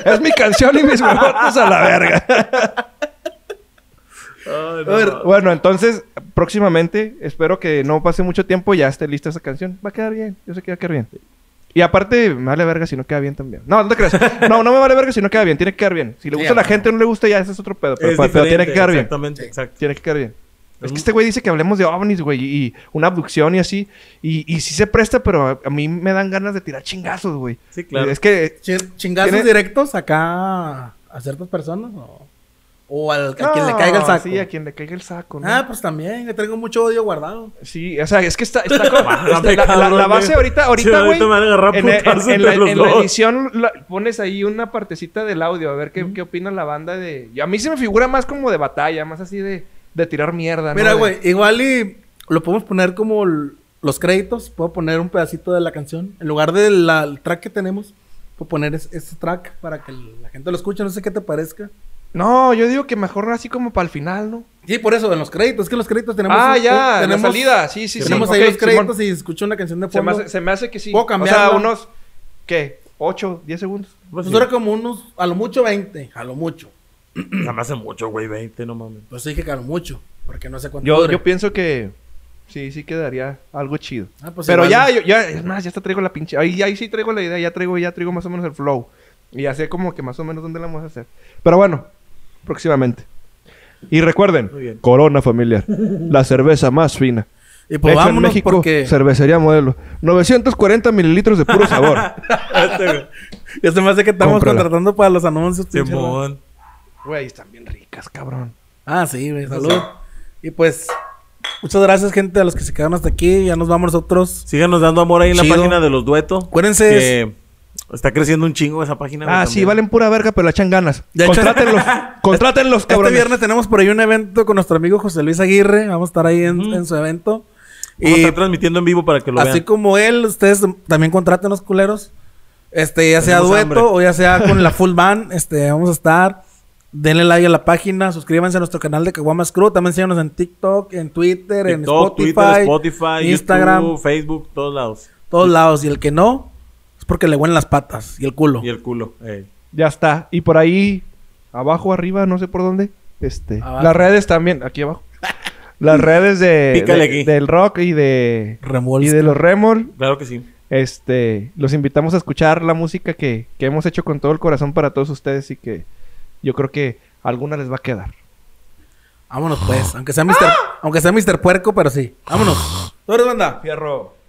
[SPEAKER 4] es mi canción y mis huevotes a la verga.
[SPEAKER 2] Ay,
[SPEAKER 1] A ver,
[SPEAKER 4] Bueno, entonces, próximamente, espero que no pase mucho tiempo y ya esté lista esa canción. Va a quedar bien, yo sé que va a quedar bien. Y aparte, me vale verga si no queda bien también. No, no te creas. No, no me vale verga si no queda bien. Tiene que quedar bien. Si le
[SPEAKER 1] Sí,
[SPEAKER 4] gusta a
[SPEAKER 1] a
[SPEAKER 4] la
[SPEAKER 1] huevo.
[SPEAKER 4] gente o no le gusta, ya ese es otro pedo. Pero,
[SPEAKER 2] Es
[SPEAKER 4] pero tiene que
[SPEAKER 2] diferente,
[SPEAKER 4] quedar bien.
[SPEAKER 2] Exactamente, exacto.
[SPEAKER 4] Tiene que quedar bien.
[SPEAKER 2] Es
[SPEAKER 4] Es que
[SPEAKER 1] Mm.
[SPEAKER 2] mu-
[SPEAKER 4] este güey dice que hablemos de ovnis, güey, y una abducción y así. Y, y sí se presta, pero a, a mí me dan ganas de tirar chingazos, güey.
[SPEAKER 2] Sí, claro.
[SPEAKER 4] Es que
[SPEAKER 1] chi- chingazos
[SPEAKER 4] ¿Tiene-
[SPEAKER 1] directos acá a ciertas personas o, o al, a quien le
[SPEAKER 4] No,
[SPEAKER 1] caiga el saco.
[SPEAKER 4] Sí, a quien le caiga el saco, ¿no?
[SPEAKER 1] Ah, pues también. Le traigo mucho odio guardado.
[SPEAKER 4] Sí, o sea, es que está, está como-
[SPEAKER 2] Bájame,
[SPEAKER 4] Este, la, la- la
[SPEAKER 2] cabrón,
[SPEAKER 4] base
[SPEAKER 2] güey.
[SPEAKER 4] ahorita,
[SPEAKER 2] Sí,
[SPEAKER 4] ahorita, güey.
[SPEAKER 2] ahorita me van a agarrar
[SPEAKER 4] en, en-
[SPEAKER 2] putazos
[SPEAKER 4] en
[SPEAKER 2] entre
[SPEAKER 4] la,
[SPEAKER 2] los
[SPEAKER 4] en la
[SPEAKER 2] dos.
[SPEAKER 4] edición la- pones ahí una partecita del audio, a ver qué, qué opina la banda de. y a mí se me figura más como de batalla, más así de, de tirar mierda, ¿no?
[SPEAKER 1] Mira,
[SPEAKER 4] De-
[SPEAKER 1] güey, igual y lo podemos poner como l- los créditos. Puedo poner un pedacito de la canción. En lugar del track que tenemos, puedo poner es- ese track para que la gente lo escuche. No sé qué te parezca.
[SPEAKER 4] No, yo digo que mejor así como para el final, ¿no?
[SPEAKER 1] Sí, por eso, en los créditos. Es que los créditos tenemos.
[SPEAKER 4] ah,
[SPEAKER 1] un-
[SPEAKER 4] ya, en la
[SPEAKER 1] tenemos,
[SPEAKER 4] salida. Sí, sí, sí.
[SPEAKER 1] tenemos
[SPEAKER 4] Ok,
[SPEAKER 1] ahí los
[SPEAKER 4] Simón.
[SPEAKER 1] créditos y escucho una canción de
[SPEAKER 4] Se me,
[SPEAKER 1] fondo.
[SPEAKER 4] hace, se me hace que sí.
[SPEAKER 1] ¿Puedo
[SPEAKER 4] O
[SPEAKER 1] cambiarla?
[SPEAKER 4] sea, unos, ¿qué? ¿8, 10 segundos?
[SPEAKER 2] Pues
[SPEAKER 1] Pues
[SPEAKER 2] sí.
[SPEAKER 1] dura como unos, a lo mucho 20, a lo mucho.
[SPEAKER 2] Nada más hace mucho, güey, 20, no mames.
[SPEAKER 1] Pues dije que a lo mucho, porque no sé cuánto
[SPEAKER 4] Yo,
[SPEAKER 1] dure.
[SPEAKER 4] yo pienso que sí, sí quedaría algo chido.
[SPEAKER 1] Ah, pues
[SPEAKER 4] Pero
[SPEAKER 1] igual.
[SPEAKER 4] ya, yo- ya, es más, ya hasta traigo la pinche. Ahí, ahí sí traigo la idea, ya traigo, ya traigo más o menos el flow. Y ya sé como que más o menos dónde la vamos a hacer. Pero bueno, próximamente. Y
[SPEAKER 2] Muy
[SPEAKER 4] recuerden,
[SPEAKER 2] bien.
[SPEAKER 4] Corona familiar, la cerveza más fina.
[SPEAKER 1] Y pues
[SPEAKER 4] Hecha en
[SPEAKER 1] vámonos
[SPEAKER 4] México,
[SPEAKER 1] porque
[SPEAKER 4] cervecería modelo. 940 mililitros de puro sabor.
[SPEAKER 2] Este, güey.
[SPEAKER 1] ya se me hace que estamos
[SPEAKER 4] Cómprala.
[SPEAKER 1] contratando para los anuncios. pinche madre.
[SPEAKER 2] Simón.
[SPEAKER 4] Güey, están bien ricas, cabrón.
[SPEAKER 1] Ah, sí, güey, salud. Y pues, muchas gracias, gente, a los que se quedaron hasta aquí. Ya nos vamos nosotros.
[SPEAKER 2] Síganos dando amor ahí en
[SPEAKER 1] Chido.
[SPEAKER 2] la página de los duetos.
[SPEAKER 1] Acuérdense-
[SPEAKER 2] Que está creciendo un chingo esa página. güey,
[SPEAKER 4] Ah, sí,
[SPEAKER 2] también.
[SPEAKER 4] valen pura verga, pero la echan ganas.
[SPEAKER 1] De hecho-
[SPEAKER 4] contrátenlos, contrátenlos,
[SPEAKER 1] Este
[SPEAKER 4] cabrones.
[SPEAKER 1] viernes tenemos por ahí un evento con nuestro amigo José Luis Aguirre. Vamos a estar ahí en, en su evento.
[SPEAKER 2] Vamos a
[SPEAKER 1] Y
[SPEAKER 2] estar transmitiendo en vivo para que lo
[SPEAKER 1] así
[SPEAKER 2] vean.
[SPEAKER 1] como él, ustedes también contraten culeros. Este, ya sea
[SPEAKER 2] Tenemos
[SPEAKER 1] dueto
[SPEAKER 2] hambre.
[SPEAKER 1] o ya sea con la full band, este, vamos a estar. Denle like a la página, suscríbanse a nuestro canal de Caguamas Crew, también síganos en TikTok, en Twitter, en
[SPEAKER 2] TikTok,
[SPEAKER 1] Spotify,
[SPEAKER 2] Twitter, Spotify,
[SPEAKER 1] Instagram,
[SPEAKER 2] YouTube, Facebook, todos lados.
[SPEAKER 1] todos lados. Y el que no, es porque le huelen las patas y el culo.
[SPEAKER 2] Y el culo. eh, ey.
[SPEAKER 4] Ya está. Y por ahí, abajo, arriba, no sé por dónde. Este.
[SPEAKER 1] Abajo.
[SPEAKER 4] Las redes también, aquí abajo. Las redes de,
[SPEAKER 2] Pícale
[SPEAKER 4] de-
[SPEAKER 2] aquí.
[SPEAKER 4] del rock y de.
[SPEAKER 1] Remolsta.
[SPEAKER 4] Y de los remol.
[SPEAKER 2] Claro que sí.
[SPEAKER 4] Este, los invitamos a escuchar la música que, que hemos hecho con todo el corazón para todos ustedes y que yo creo que alguna les va a quedar.
[SPEAKER 1] Vámonos, pues. Aunque sea Mr. Aunque sea Mr. Puerco, pero sí. Vámonos. Tú eres banda.
[SPEAKER 4] Fierro.